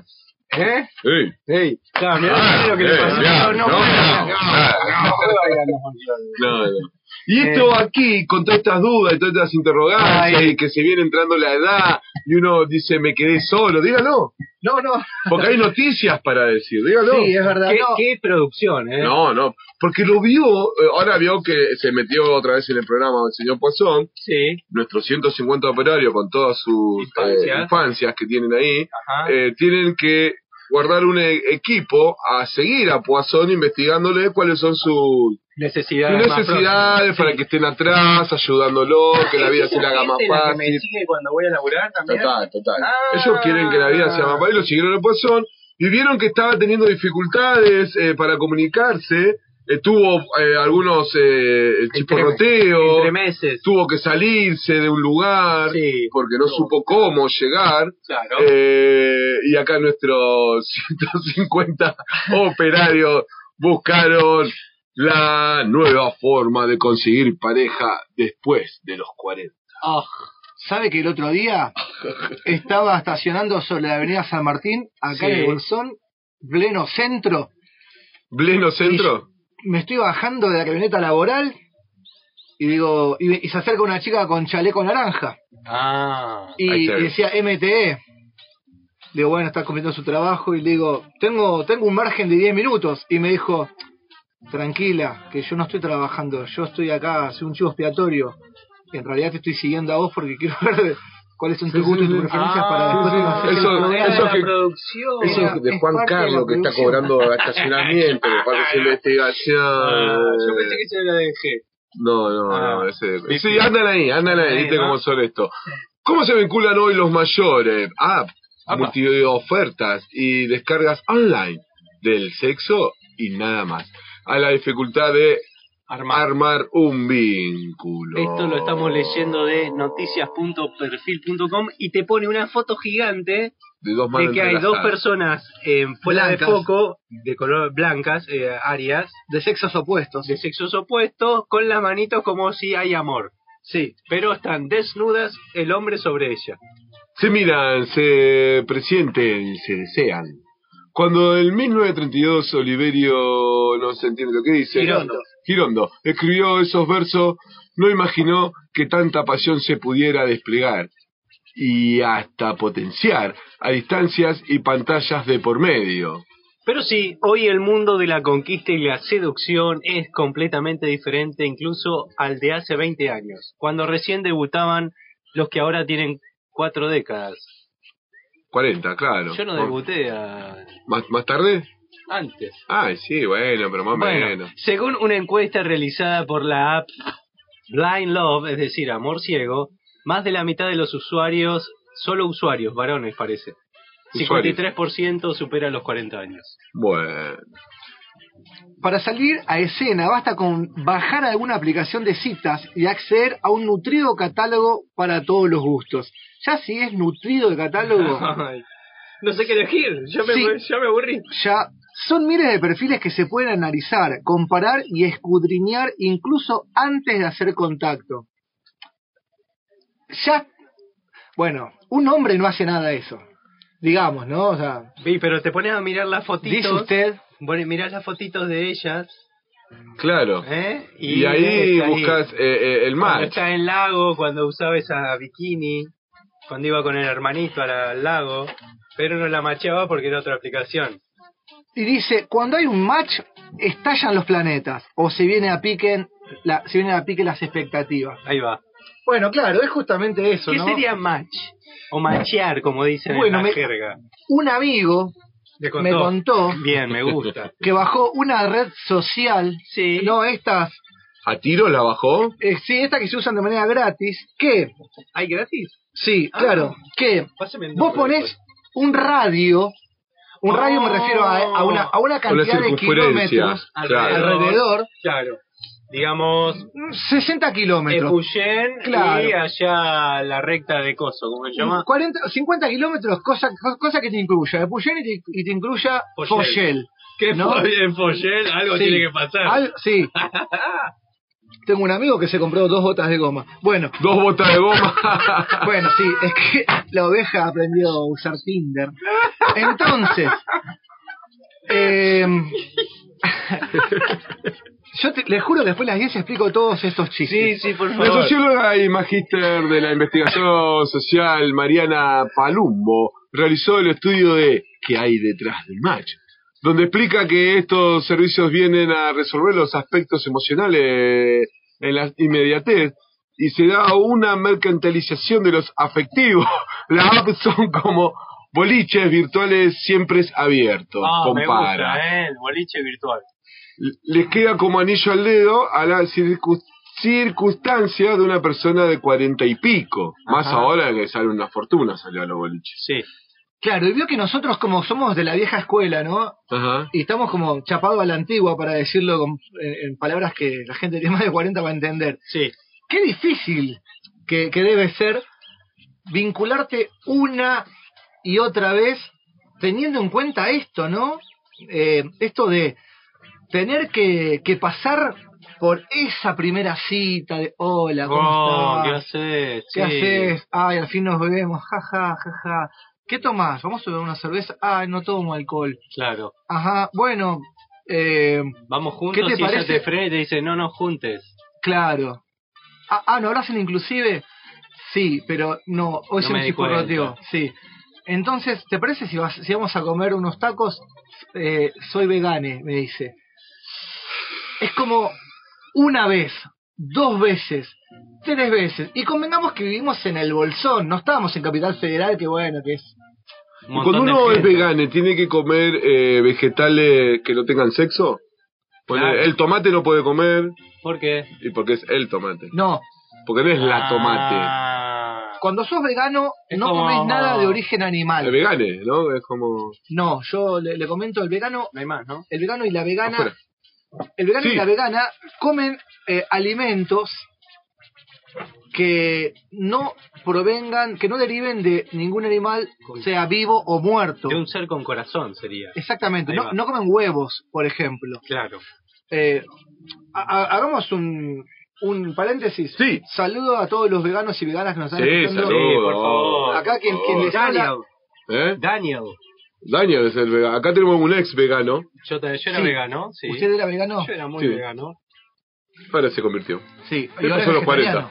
Speaker 3: ¿Eh?
Speaker 2: eh.
Speaker 3: Ey, claro, mirá
Speaker 2: Ah,
Speaker 3: lo que le
Speaker 2: eh,
Speaker 3: pasó.
Speaker 2: mirá,
Speaker 3: no, no,
Speaker 2: no,
Speaker 3: baila,
Speaker 2: no,
Speaker 3: no,
Speaker 2: nada.
Speaker 3: no puede bailar, no.
Speaker 2: No, no. Y esto aquí, con todas estas dudas y todas estas interrogantes, y que se viene entrando la edad, y uno dice, me quedé solo, dígalo.
Speaker 4: No, no.
Speaker 2: Porque hay noticias para decir, dígalo.
Speaker 4: Sí, es verdad.
Speaker 3: ¿Qué,
Speaker 4: no.
Speaker 3: qué producción, ¿eh?
Speaker 2: No, no, porque lo vio, eh, ahora vio que se metió otra vez en el programa del señor Poisson,
Speaker 3: Sí,
Speaker 2: nuestros 150 operarios con todas sus eh,
Speaker 3: Infancias.
Speaker 2: infancias que tienen ahí,
Speaker 3: ajá.
Speaker 2: eh, tienen que guardar un e- equipo a seguir a Poisson investigándole cuáles son sus
Speaker 3: necesidades.
Speaker 2: sus
Speaker 3: más
Speaker 2: necesidades
Speaker 3: próximas.
Speaker 2: para que estén atrás, ayudándolo, que la vida se le haga más
Speaker 3: Gente la que me
Speaker 2: fácil.
Speaker 3: sigue cuando voy a laburar también.
Speaker 2: Total, total.
Speaker 3: Ah.
Speaker 2: Ellos quieren que la vida sea más fácil, lo siguieron a Poisson y vieron que estaba teniendo dificultades eh, para comunicarse. eh, tuvo eh, algunos eh, chisporroteos,
Speaker 3: Entre meses.
Speaker 2: tuvo que salirse de un lugar
Speaker 3: Sí.
Speaker 2: porque no supo cómo llegar.
Speaker 3: Claro.
Speaker 2: Eh, y acá nuestros 150 operarios buscaron la nueva forma de conseguir pareja después de los 40.
Speaker 4: Ah, ¿Sabe que el otro día estaba estacionando sobre la avenida San Martín, acá en
Speaker 3: Sí.
Speaker 4: el Bolsón, pleno centro?
Speaker 2: ¿Bleno centro?
Speaker 4: me estoy bajando de la camioneta laboral y digo, y, y se acerca una chica con chaleco naranja
Speaker 3: Ah,
Speaker 4: y,
Speaker 2: Ahí está.
Speaker 4: y decía MTE. Digo, bueno, está cumpliendo su trabajo y le digo, tengo, tengo un margen de 10 minutos. Y me dijo, tranquila, que yo no estoy trabajando, yo estoy acá, soy un chivo expiatorio. En realidad te estoy siguiendo a vos porque quiero ver cuáles son tus gustos y tus preferencias para después
Speaker 2: Ah, sí,
Speaker 4: hacer
Speaker 2: eso-
Speaker 4: el programa.
Speaker 2: eso que-
Speaker 3: producción.
Speaker 2: Eso es de
Speaker 4: es
Speaker 2: Juan
Speaker 4: parte de la
Speaker 2: Carlos que está
Speaker 4: producción.
Speaker 2: cobrando estacionamiento, que falta
Speaker 3: Ah, yo pensé
Speaker 2: investigación.
Speaker 3: que se la dejé.
Speaker 2: No, no,
Speaker 3: Ah.
Speaker 2: no, ese.
Speaker 3: Sí,
Speaker 2: Sí,
Speaker 3: sí.
Speaker 2: andan ahí, andan ahí,
Speaker 3: Ahí,
Speaker 2: viste
Speaker 3: ¿no?
Speaker 2: cómo son esto. ¿Cómo se vinculan hoy los mayores? Ah,
Speaker 3: Apa.
Speaker 2: multiofertas y descargas online del sexo y nada más. A la dificultad de
Speaker 3: Armar.
Speaker 2: armar un vínculo.
Speaker 3: Esto lo estamos leyendo de noticias.perfil.com y te pone una foto gigante
Speaker 2: de, dos
Speaker 3: de
Speaker 2: manos
Speaker 3: que hay dos
Speaker 2: entrelazadas.
Speaker 3: personas eh, fuera de
Speaker 4: Blancas.
Speaker 3: foco, de color blancas, eh, áreas,
Speaker 4: De sexos opuestos.
Speaker 3: de sexos opuestos, con las manitos como si hay amor.
Speaker 4: Sí.
Speaker 3: Pero están desnudas el hombre sobre ella.
Speaker 2: Se miran, se presienten, se desean. Cuando en 1932 Oliverio no se entiende lo que dice,
Speaker 3: Girondo.
Speaker 2: Girondo escribió esos versos, no imaginó que tanta pasión se pudiera desplegar y hasta potenciar a distancias y pantallas de por medio.
Speaker 3: Pero sí, hoy el mundo de la conquista y la seducción es completamente diferente incluso al de hace 20 años, cuando recién debutaban los que ahora tienen cuatro décadas.
Speaker 2: 40, claro.
Speaker 3: Yo no
Speaker 2: Bueno,
Speaker 3: debuté a-
Speaker 2: ¿Más, más tarde?
Speaker 3: antes.
Speaker 2: Ay, sí, bueno, pero más o
Speaker 3: Bueno,
Speaker 2: menos.
Speaker 3: según una encuesta realizada por la app Blind Love, es decir, Amor Ciego, más de la mitad de los usuarios, solo usuarios, varones parece,
Speaker 2: Usuarios.
Speaker 3: 53% supera los 40 años.
Speaker 2: Bueno.
Speaker 4: Para salir a escena basta con bajar alguna aplicación de citas y acceder a un nutrido catálogo para todos los gustos. Ya si es nutrido el catálogo,
Speaker 3: Ay, no sé qué elegir, ya me,
Speaker 4: Sí.
Speaker 3: ya me aburrí.
Speaker 4: ya son miles de perfiles que se pueden analizar, comparar y escudriñar incluso antes de hacer contacto. Ya, bueno, un hombre no hace nada de eso, digamos, ¿no? O sea,
Speaker 3: Vi, pero te pones a mirar las
Speaker 4: dice
Speaker 3: fotitos,
Speaker 4: usted,
Speaker 3: bueno, mirás las fotitos de ellas,
Speaker 2: Claro.
Speaker 3: ¿eh?
Speaker 2: Y, ahí
Speaker 3: está
Speaker 2: buscas eh, eh, el
Speaker 3: Cuando
Speaker 2: match.
Speaker 3: está en lago, cuando usaba esa bikini, cuando iba con el hermanito al- al lago, pero no la macheaba porque era otra aplicación.
Speaker 4: y dice, cuando hay un match, estallan los planetas, o se viene a pique, la, se vienen a pique las expectativas.
Speaker 3: Ahí va.
Speaker 4: Bueno, claro, es justamente eso,
Speaker 3: ¿Qué
Speaker 4: ¿no?
Speaker 3: sería match? O machear, como dicen
Speaker 4: Bueno,
Speaker 3: en la
Speaker 4: me-
Speaker 3: jerga.
Speaker 4: Un amigo
Speaker 3: ¿Le
Speaker 4: me contó
Speaker 3: Bien, me gusta.
Speaker 4: que bajó una red social,
Speaker 3: Sí.
Speaker 4: no estas,
Speaker 2: ¿A tiro la bajó?
Speaker 4: eh, sí, estas que se usan de manera gratis, que,
Speaker 3: ¿Hay gratis?
Speaker 4: sí,
Speaker 3: Ah.
Speaker 4: claro, que
Speaker 3: Pásame el
Speaker 4: vos
Speaker 3: nombre
Speaker 4: ponés
Speaker 3: después.
Speaker 4: un radio, un
Speaker 3: Oh.
Speaker 4: radio me refiero a, a una, a una
Speaker 2: Con la
Speaker 4: cantidad de
Speaker 2: circunferencia.
Speaker 4: kilómetros
Speaker 2: Claro.
Speaker 4: alrededor,
Speaker 3: Claro. Digamos,
Speaker 4: mm, 60 kilómetros.
Speaker 3: Epuyén
Speaker 4: Claro.
Speaker 3: Eh, y allá la recta de Coso, ¿cómo se llama?
Speaker 4: 40, 50 kilómetros, cosa, co- cosa que te incluya Epuyén y te, y te incluya
Speaker 3: Foyel.
Speaker 4: Foyel.
Speaker 3: Que
Speaker 4: ¿No?
Speaker 3: en Foyel algo
Speaker 4: Sí.
Speaker 3: tiene que pasar.
Speaker 4: Al- sí. Tengo un amigo que se compró dos botas de goma. Bueno,
Speaker 2: Dos botas de goma.
Speaker 4: Bueno, sí, es que la oveja aprendió a usar Tinder. Entonces, eh, yo te- les juro que después de las 10 explico todos estos
Speaker 3: Sí,
Speaker 4: chistes.
Speaker 3: sí, por
Speaker 2: La
Speaker 3: favor.
Speaker 2: socióloga y magíster de la investigación social Mariana Palumbo realizó el estudio de ¿Qué hay detrás del match? Donde explica que estos servicios vienen a resolver los aspectos emocionales en la inmediatez y se da una mercantilización de los afectivos. Las apps son como boliches virtuales siempre abiertos.
Speaker 3: Ah, me
Speaker 2: compara.
Speaker 3: gusta, ¿eh? El boliche virtual.
Speaker 2: les queda como anillo al dedo a la circu- circunstancia de una persona de cuarenta y pico. Más
Speaker 3: Ajá.
Speaker 2: ahora que sale una fortuna salió a los boliches.
Speaker 3: Sí.
Speaker 4: Claro, y vio que nosotros como somos de la vieja escuela, ¿no?
Speaker 2: Ajá.
Speaker 4: Y estamos como chapados a la antigua, para decirlo con- en, en palabras que la gente tiene más de 40 va a entender.
Speaker 3: Sí.
Speaker 4: Qué difícil que, que debe ser vincularte una y otra vez teniendo en cuenta esto, ¿no? Eh, esto de tener que, que pasar por esa primera cita de hola, ¿cómo
Speaker 3: Oh, ¿qué
Speaker 4: estás?
Speaker 3: haces?
Speaker 4: ¿Qué haces? Ay, al fin nos bebemos, jaja, jaja. ¿Qué tomás? ¿Vamos a beber una cerveza? Ay, no tomo alcohol.
Speaker 3: Claro.
Speaker 4: Ajá, bueno, Eh,
Speaker 3: Vamos juntos
Speaker 4: ¿Qué te
Speaker 3: y ella
Speaker 4: parece?
Speaker 3: te frena y te dice, no nos juntes.
Speaker 4: claro. Ah, ah, ¿no lo hacen inclusive? Sí, pero no, hoy
Speaker 3: No
Speaker 4: se
Speaker 3: me
Speaker 4: me
Speaker 3: di cuenta.
Speaker 4: chisporroteó, sí. Entonces, ¿te parece si, vas- si vamos a comer unos tacos? Eh, soy vegane, me dice. Es como una vez, dos veces, tres veces. Y convengamos que vivimos en el Bolsón, no estábamos en Capital Federal, que bueno, que es...
Speaker 3: Un
Speaker 2: Y cuando
Speaker 3: montón de
Speaker 2: uno es
Speaker 3: gente.
Speaker 2: vegano, ¿tiene que comer eh, vegetales que no tengan sexo? Porque
Speaker 3: Claro.
Speaker 2: El tomate no puede comer,
Speaker 3: ¿Por qué?
Speaker 2: y porque es el tomate.
Speaker 4: No,
Speaker 2: Porque no es la tomate.
Speaker 3: Ah.
Speaker 4: cuando sos vegano
Speaker 3: Es
Speaker 4: no
Speaker 3: como-
Speaker 4: comés nada de origen
Speaker 2: El
Speaker 4: animal.
Speaker 2: vegane, ¿no? Es como...
Speaker 4: No, yo le, le comento, el vegano
Speaker 3: No hay más, ¿no?
Speaker 4: el vegano y la vegana,
Speaker 2: Afuera.
Speaker 4: el vegano
Speaker 2: Sí.
Speaker 4: y la vegana comen eh, alimentos que no provengan, que no deriven de ningún animal, sea vivo o muerto.
Speaker 3: De un ser con corazón sería.
Speaker 4: Exactamente,
Speaker 3: Ahí
Speaker 4: no,
Speaker 3: va.
Speaker 4: no comen huevos, por ejemplo.
Speaker 3: Claro.
Speaker 4: Eh, ha- ha- hagamos un, un paréntesis.
Speaker 2: Sí.
Speaker 4: Saludo a todos los veganos y veganas que nos están
Speaker 2: Sí,
Speaker 4: escuchando.
Speaker 2: saludo.
Speaker 3: por favor.
Speaker 4: Acá quien, quien les habla,
Speaker 3: Daniel,
Speaker 2: ¿Eh?
Speaker 3: Daniel.
Speaker 2: Daniel es el vegano. Acá tenemos un ex vegano,
Speaker 3: Yo, ta- yo era
Speaker 4: Sí.
Speaker 3: vegano, sí.
Speaker 4: ¿usted era vegano?
Speaker 3: Yo era muy
Speaker 2: Sí.
Speaker 3: vegano.
Speaker 2: pero se convirtió.
Speaker 4: Sí.
Speaker 2: ¿Qué
Speaker 4: y ahora
Speaker 2: pasó a los
Speaker 4: es
Speaker 2: 40?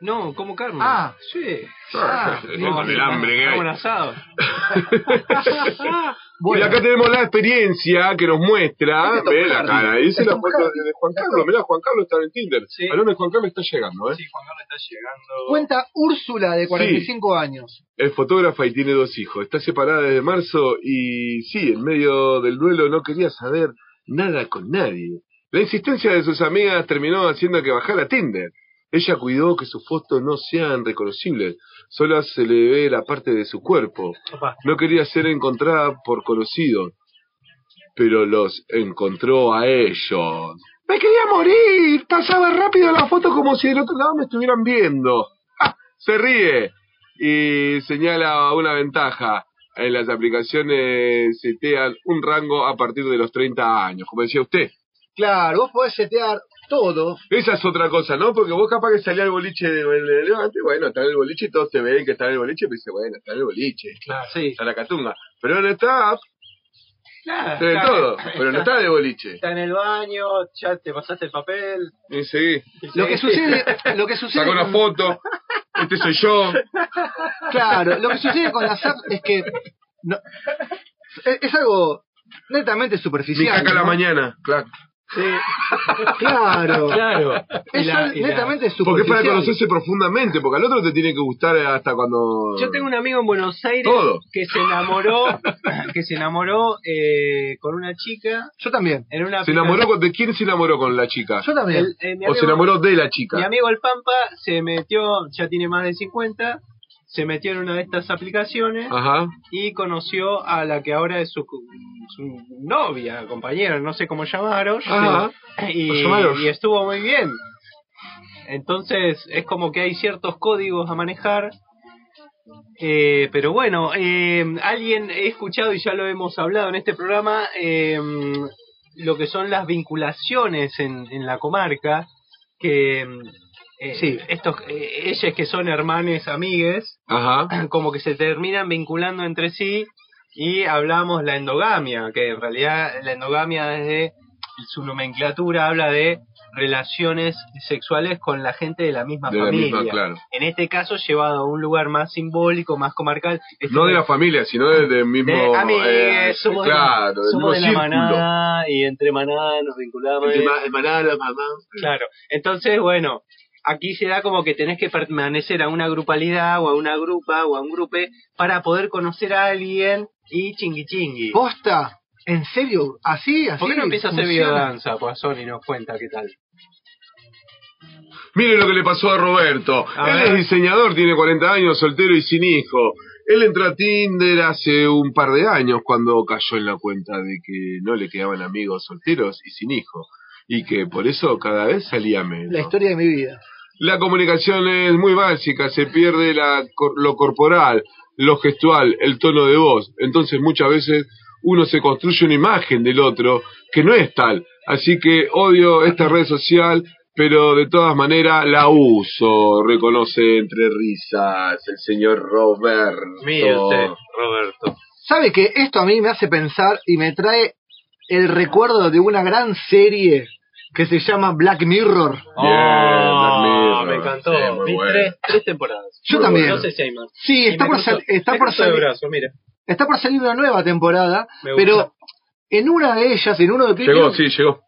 Speaker 3: No, como carne.
Speaker 4: Ah.
Speaker 3: sí.
Speaker 4: Ah,
Speaker 2: Con el hambre que hay.
Speaker 3: Como un asado.
Speaker 2: Y acá tenemos la experiencia que nos muestra,
Speaker 4: Esto es
Speaker 2: ve la
Speaker 4: Carlos.
Speaker 2: cara, dice
Speaker 4: Esto
Speaker 2: la
Speaker 4: es
Speaker 2: muestra
Speaker 4: Carlos.
Speaker 2: de Juan Carlos, mirá, Juan Carlos está en Tinder.
Speaker 3: Sí.
Speaker 2: A lo mejor Juan Carlos está llegando, ¿eh?
Speaker 3: Sí, Juan Carlos está llegando.
Speaker 4: Cuenta Úrsula de 45 años.
Speaker 2: Es fotógrafa y tiene dos hijos. Está separada desde marzo y sí, en medio del duelo no quería saber nada con nadie. La insistencia de sus amigas terminó haciendo que bajara Tinder. Ella cuidó que sus fotos no sean reconocibles, solo se le ve la parte de su cuerpo.
Speaker 3: Papá.
Speaker 2: No quería ser encontrada por conocidos, pero los encontró a ellos. Me quería morir, pasaba rápido la foto como si del otro lado me estuvieran viendo. ¡Ja! Se ríe y señala una ventaja. En las aplicaciones setean un rango a partir de los 30 años, como decía usted.
Speaker 4: Claro, vos podés setear todo.
Speaker 2: Esa es otra cosa, ¿no? Porque vos capaz que salía al boliche de de Levante, bueno, está en el boliche y todos te ven que está en el boliche, pero dice, bueno, está en el boliche,
Speaker 3: Sí.
Speaker 2: está en la catunga. Pero en esta app
Speaker 3: Nada,
Speaker 2: se ve
Speaker 3: está-
Speaker 2: todo, pero no está de boliche.
Speaker 3: Está en el baño, ya te pasaste el papel.
Speaker 2: Y seguí,
Speaker 4: Lo que
Speaker 3: Sí.
Speaker 4: sucede, lo que sucede,
Speaker 2: saca una
Speaker 4: con-
Speaker 2: foto, este soy yo.
Speaker 4: claro, lo que sucede con las apps es que no- es, es algo netamente
Speaker 2: Mi
Speaker 4: superficial.
Speaker 2: caca a la
Speaker 4: ¿no?
Speaker 2: mañana, claro.
Speaker 4: Claro,
Speaker 3: Claro. Y
Speaker 4: es
Speaker 3: la-
Speaker 4: algo
Speaker 3: y la-
Speaker 4: netamente
Speaker 2: Porque es para
Speaker 4: superficial.
Speaker 2: conocerse profundamente, porque al otro te tiene que gustar hasta cuando...
Speaker 3: Yo tengo un amigo en Buenos Aires
Speaker 2: Todo.
Speaker 3: que se enamoró, que se enamoró eh, con una chica
Speaker 4: Yo también,
Speaker 3: en una
Speaker 2: ¿Se enamoró con- de quién se enamoró con la chica?
Speaker 4: yo también.
Speaker 3: El- eh, mi
Speaker 2: ¿O
Speaker 3: amigo-
Speaker 2: se enamoró de la
Speaker 3: Mi
Speaker 2: chica?
Speaker 3: amigo el Pampa se metió, ya tiene más de 50, se metió en una de estas aplicaciones
Speaker 2: Ajá.
Speaker 3: y conoció a la que ahora es su, su novia, compañera, no sé cómo llamaron,
Speaker 2: Ajá.
Speaker 3: y,
Speaker 2: Los llamaron.
Speaker 3: y estuvo muy bien. Entonces es como que hay ciertos códigos a manejar. eh, pero bueno, eh, alguien he escuchado y ya lo hemos hablado en este programa, eh, lo que son las vinculaciones en, en la comarca, que eh,
Speaker 4: Sí.
Speaker 3: estos, eh, ellas que son hermanes, amigues,
Speaker 2: Ajá.
Speaker 3: como que se terminan vinculando entre sí y hablamos la endogamia, que en realidad la endogamia desde su nomenclatura habla de relaciones sexuales con la gente de la misma
Speaker 2: De la
Speaker 3: familia.
Speaker 2: misma, claro.
Speaker 3: En este caso llevado a un lugar más simbólico, más comarcal. Este
Speaker 2: No de la familia, sino de- del mismo...
Speaker 3: de amigues,
Speaker 2: eh,
Speaker 3: somos de-
Speaker 2: claro, del mismo
Speaker 3: somos de la
Speaker 2: círculo.
Speaker 3: manada y entre manada nos vinculamos.
Speaker 2: Entre ma- hermanada, la mamá.
Speaker 4: Mm.
Speaker 3: Claro. Entonces, bueno, aquí se da como que tenés que permanecer a una grupalidad o a una grupa o a un grupe para poder conocer a alguien y chingui chingui.
Speaker 4: Posta, en serio, así, así.
Speaker 3: ¿Por qué no empieza a hacer
Speaker 4: funciona?
Speaker 3: biodanza, Poazón, y nos cuenta qué tal?
Speaker 2: Miren lo que le pasó a Roberto.
Speaker 3: A
Speaker 2: Él
Speaker 3: ver.
Speaker 2: es diseñador, tiene 40 años, soltero y sin hijo. Él entró a Tinder hace un par de años cuando cayó en la cuenta de que no le quedaban amigos solteros y sin hijo. Y que por eso cada vez salía menos.
Speaker 4: La historia de mi vida.
Speaker 2: La comunicación es muy básica, se pierde la cor- lo corporal, lo gestual, el tono de voz. Entonces muchas veces uno se construye una imagen del otro que no es tal. Así que odio esta red social, pero de todas maneras la uso, reconoce entre risas el señor Roberto.
Speaker 4: Oh.
Speaker 3: Mire usted, Roberto.
Speaker 4: ¿Sabe que esto a mí me hace pensar y me trae el recuerdo de una gran serie que se llama Black Mirror.
Speaker 2: Bien, Black
Speaker 3: Oh,
Speaker 2: Mirror.
Speaker 3: me encantó.
Speaker 2: Sí, muy
Speaker 3: Vi
Speaker 2: bueno.
Speaker 3: tres, tres temporadas.
Speaker 4: Yo
Speaker 3: Muy
Speaker 4: también.
Speaker 3: No sé si hay más.
Speaker 4: Sí,
Speaker 3: Y
Speaker 4: está
Speaker 3: me
Speaker 4: por,
Speaker 3: cortó-
Speaker 4: sal- está
Speaker 3: me
Speaker 4: por
Speaker 3: cortó el
Speaker 4: salir.
Speaker 3: brazo, mira.
Speaker 4: Está por salir una nueva temporada,
Speaker 3: Me gusta.
Speaker 4: pero en una de ellas, en uno de
Speaker 2: Llegó, sí, llegó.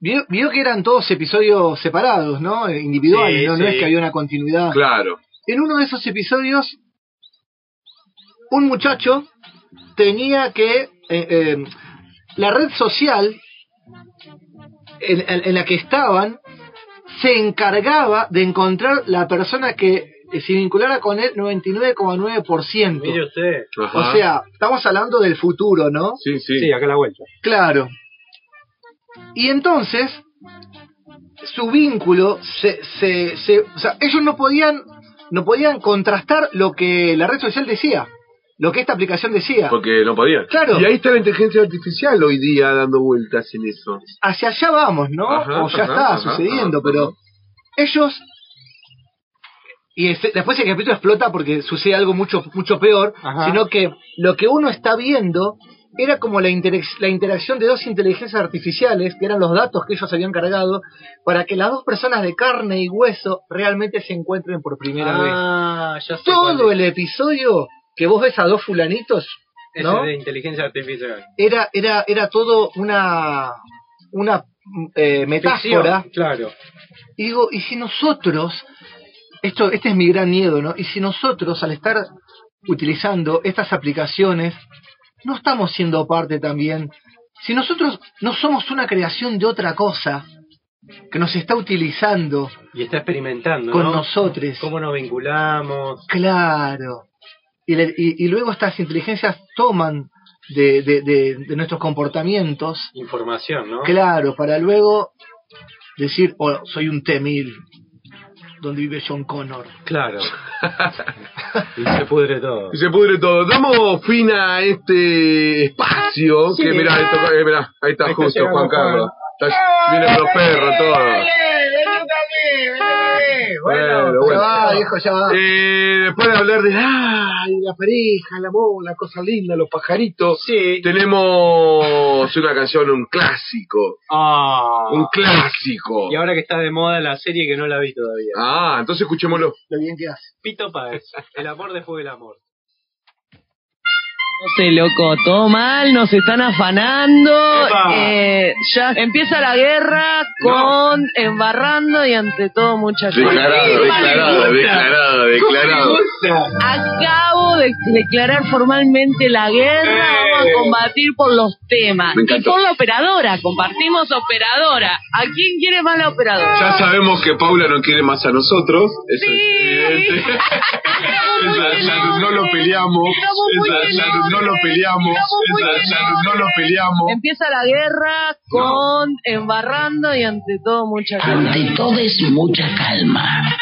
Speaker 4: vio, vio que eran todos episodios separados, ¿no? Eh, Individuales,
Speaker 3: Sí,
Speaker 4: ¿no? No
Speaker 3: sí.
Speaker 4: es que había una continuidad.
Speaker 2: Claro.
Speaker 4: En uno de esos episodios, un muchacho tenía que... eh, eh, la red social en, en- en la que estaban se encargaba de encontrar la persona que eh, se vinculara con él 99,9%.
Speaker 3: Mire usted.
Speaker 2: Ajá.
Speaker 4: O sea, estamos hablando del futuro, ¿no?
Speaker 2: Sí, sí.
Speaker 3: Sí, acá a la vuelta.
Speaker 4: Claro. Y entonces, su vínculo se, se, se- o sea, ellos no podían, no podían contrastar lo que la red social decía, lo que esta aplicación decía.
Speaker 2: Porque no podía.
Speaker 4: Claro.
Speaker 2: Y ahí está la inteligencia artificial hoy día dando vueltas en eso.
Speaker 4: Hacia allá vamos, ¿no?
Speaker 2: Ajá,
Speaker 4: o ya
Speaker 2: ajá,
Speaker 4: está
Speaker 2: ajá,
Speaker 4: sucediendo,
Speaker 2: ajá.
Speaker 4: pero ellos y ese- después el capítulo explota porque sucede algo mucho mucho peor,
Speaker 3: Ajá.
Speaker 4: sino que lo que uno está viendo era como la, interex- la interacción de dos inteligencias artificiales, que eran los datos que ellos habían cargado, para que las dos personas de carne y hueso realmente se encuentren por primera vez.
Speaker 3: Ah, ya sé.
Speaker 4: Todo
Speaker 3: cuál
Speaker 4: el episodio que vos ves a dos fulanitos,
Speaker 3: es.
Speaker 4: ¿no?
Speaker 3: Ese de inteligencia artificial.
Speaker 4: Era era era todo una una mm, eh, metáfora
Speaker 3: Ficción, Claro.
Speaker 4: y digo, ¿y si nosotros, esto, este es mi gran miedo, ¿no? ¿Y si nosotros al estar utilizando estas aplicaciones, no estamos siendo parte también? Si nosotros no somos una creación de otra cosa que nos está utilizando
Speaker 3: Y está experimentando,
Speaker 4: con
Speaker 3: ¿no?
Speaker 4: nosotros.
Speaker 3: Cómo nos vinculamos.
Speaker 4: Claro. Y, le- y- y luego estas inteligencias toman de, de- de- de nuestros comportamientos,
Speaker 3: Información, ¿no?
Speaker 4: claro, para luego decir, oh, soy un temil, donde vive John Connor.
Speaker 3: Claro. y se pudre todo.
Speaker 2: Y se pudre todo. Damos fin a este espacio.
Speaker 3: Ah, Sí.
Speaker 2: Que mirá, le tocó- eh, mirá, ahí está
Speaker 3: Ahí está
Speaker 2: justo
Speaker 3: llegando
Speaker 2: Juan Carlos.
Speaker 3: Juan. ¡Eh,
Speaker 2: Está- viene con los perros,
Speaker 3: Ah.
Speaker 2: todo. Bueno, Ah. bueno.
Speaker 4: Ya va, Ah, viejo, ya va.
Speaker 2: Eh, después de hablar de ay, la pareja, el amor, la cosa linda, los pajaritos,
Speaker 3: Sí.
Speaker 2: tenemos una canción, un clásico.
Speaker 3: Ah.
Speaker 2: Un clásico.
Speaker 3: Y ahora que está de moda la serie que no la vi todavía.
Speaker 2: Ah, entonces escuchémoslo.
Speaker 4: Lo bien que hace.
Speaker 3: Pito Páez. El amor después del amor.
Speaker 7: No sé, loco, todo mal, nos están afanando.
Speaker 3: ¡Epa!
Speaker 7: eh, ya empieza la guerra con embarrando y ante todo mucha
Speaker 2: Declarado, declarado, declarado, declarado.
Speaker 7: Acabo de declarar formalmente la guerra,
Speaker 1: Eh.
Speaker 7: vamos a combatir por los temas. Y
Speaker 2: Me encantó.
Speaker 7: por la operadora, compartimos operadora. ¿A quién quiere más la operadora?
Speaker 2: Ya sabemos que Paula no quiere más a nosotros. Eso
Speaker 7: Sí.
Speaker 2: es evidente.
Speaker 7: Estamos muy
Speaker 2: Esa- ya
Speaker 7: veloces.
Speaker 2: no lo peleamos.
Speaker 7: Estamos muy
Speaker 2: Esa- ya no lo
Speaker 7: veloces.
Speaker 2: peleamos.
Speaker 7: Estamos muy
Speaker 2: Esa- ya no lo
Speaker 7: veloces.
Speaker 2: peleamos.
Speaker 7: Empieza la guerra
Speaker 6: Em-
Speaker 7: con embarrando y ante todo mucha calma.
Speaker 1: Ante todo es mucha calma.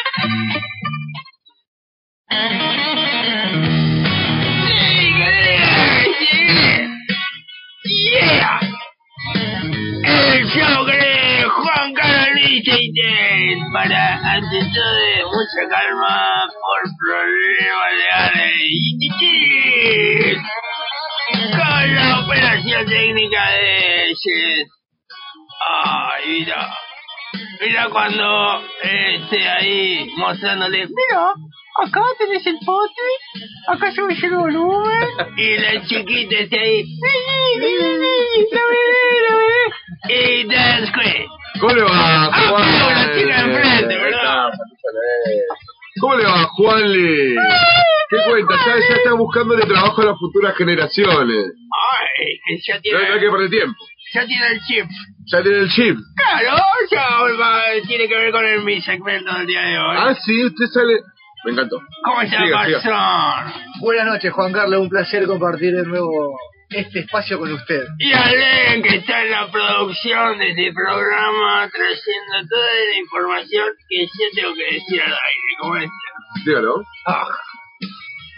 Speaker 8: El show de Juan Carlos Lichtenstein para ante todo de mucha calma por problemas legales. Con la operación técnica de Jet. Ay, mira. Mira cuando esté ahí mostrándole. Mira, acá tenés el pote. Acá yo me llevo el Uber. Y la chiquita este, esté ahí. La bebé, la bebé. Y that's great.
Speaker 2: ¿Cómo le va,
Speaker 8: Ah,
Speaker 2: Juan?
Speaker 8: la tiene enfrente, ¿verdad?
Speaker 2: ¿Cómo le va, Juanle? ¿Qué cuenta? Ya, ya está buscándole trabajo a las futuras generaciones.
Speaker 8: Ay, que ya
Speaker 2: No,
Speaker 8: tiene,
Speaker 2: no hay que perder tiempo.
Speaker 8: ya tiene el chip.
Speaker 2: Ya tiene el chip.
Speaker 8: Claro, ya va- tiene que ver con el, mi segmento del día de hoy.
Speaker 2: Ah, sí, usted sale. Me encantó.
Speaker 8: ¿Cómo está,
Speaker 2: siga, siga.
Speaker 8: Garzón?
Speaker 4: Buenas noches, Juan Carlos. Un placer compartir de nuevo este espacio con usted.
Speaker 8: Y a Len, que está en la producción de este programa, trayendo toda la información que yo tengo que decir al aire. ¿Cómo está?
Speaker 2: Dígalo.
Speaker 8: Ah,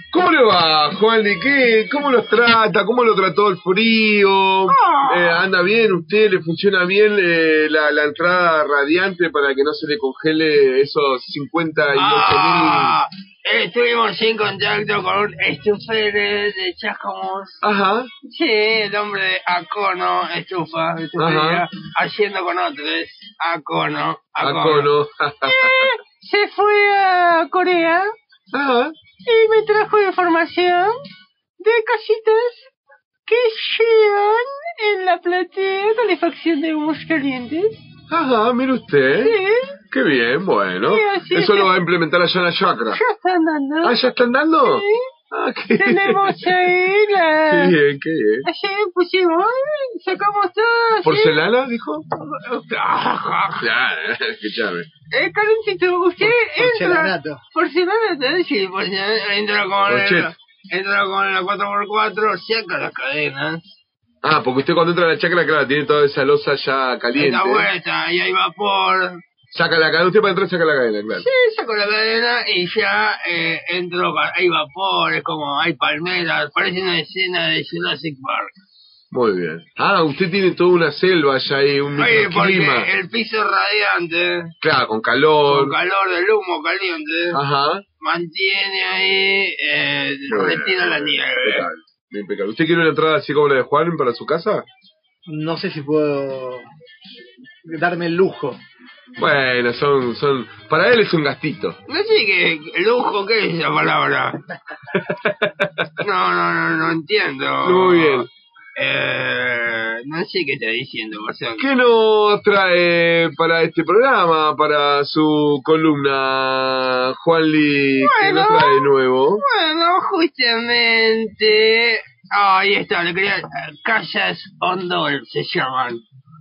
Speaker 2: ¿Cómo le va, Juan de qué? ¿Cómo los trata? ¿Cómo lo trató el frío?
Speaker 8: Ah.
Speaker 2: Eh, ¿Anda bien usted? ¿Le funciona bien eh, la, la entrada radiante para que no se le congele esos 58 mil?
Speaker 8: Ah, estuvimos en contacto con un estufe de, de Chascomús.
Speaker 2: Ajá.
Speaker 8: Sí, el hombre de Acono, estufa, estufa,
Speaker 2: Ajá.
Speaker 8: haciendo con otros. Acono,
Speaker 2: Ah,
Speaker 8: Acono.
Speaker 2: Acono.
Speaker 8: Se fue a Corea
Speaker 2: Ajá.
Speaker 8: y me trajo información de casitas que llevan en la platea calefacción de humos calientes.
Speaker 2: Ajá, mire usted.
Speaker 8: Sí.
Speaker 2: Qué bien, bueno.
Speaker 8: Sí, así
Speaker 2: Eso
Speaker 8: es.
Speaker 2: lo va a implementar allá en la chacra.
Speaker 8: Ya están dando.
Speaker 2: Ah, ¿ya están dando? Ah, qué
Speaker 8: Tenemos ahí la... pues,
Speaker 2: Qué bien, qué bien.
Speaker 8: Ayer pusimos, sacamos todo. así.
Speaker 2: ¿Porcelana, dijo? Claro, escuchame.
Speaker 8: Eh, Karencito, usted entra.
Speaker 4: Porcelanato.
Speaker 8: Porcelana, ¿eh? Sí, porcelana. Entra con, el,
Speaker 2: Porchet.
Speaker 8: entra con la 4x4, saca las cadenas.
Speaker 2: Ah, porque usted cuando entra a la chacra, claro, tiene toda esa losa ya
Speaker 8: le da
Speaker 2: caliente.
Speaker 8: vuelta y hay vapor.
Speaker 2: Saca la cadena, usted para entrar saca la cadena, claro.
Speaker 8: Sí, saco la cadena y ya eh, entro. con- Hay vapor, es como hay palmeras. Parece una escena de Jurassic Park.
Speaker 2: Muy bien. Ah, usted tiene toda una selva allá ahí, un
Speaker 8: Oye,
Speaker 2: microclima.
Speaker 8: porque el piso radiante,
Speaker 2: Claro, con calor.
Speaker 8: con Eh. calor del humo caliente,
Speaker 2: Ajá.
Speaker 8: mantiene ahí, eh,
Speaker 2: Muy bien.
Speaker 8: retira la nieve.
Speaker 2: Impecable, impecable. ¿Usted quiere una entrada así como la de Juan para su casa?
Speaker 4: No sé si puedo darme el lujo.
Speaker 2: Bueno, son, son, para él es un gastito.
Speaker 8: No sé qué lujo, ¿qué es esa palabra? No, no, no, no entiendo.
Speaker 2: Muy bien.
Speaker 8: Eh, no sé qué está diciendo, Marcelo.
Speaker 2: ¿Qué nos trae para este programa, para su columna, Juan Lee? ¿Qué nos
Speaker 8: Bueno.
Speaker 2: trae de nuevo?
Speaker 8: Bueno, justamente... ah, ahí está, le quería... Casas Ondol se llaman.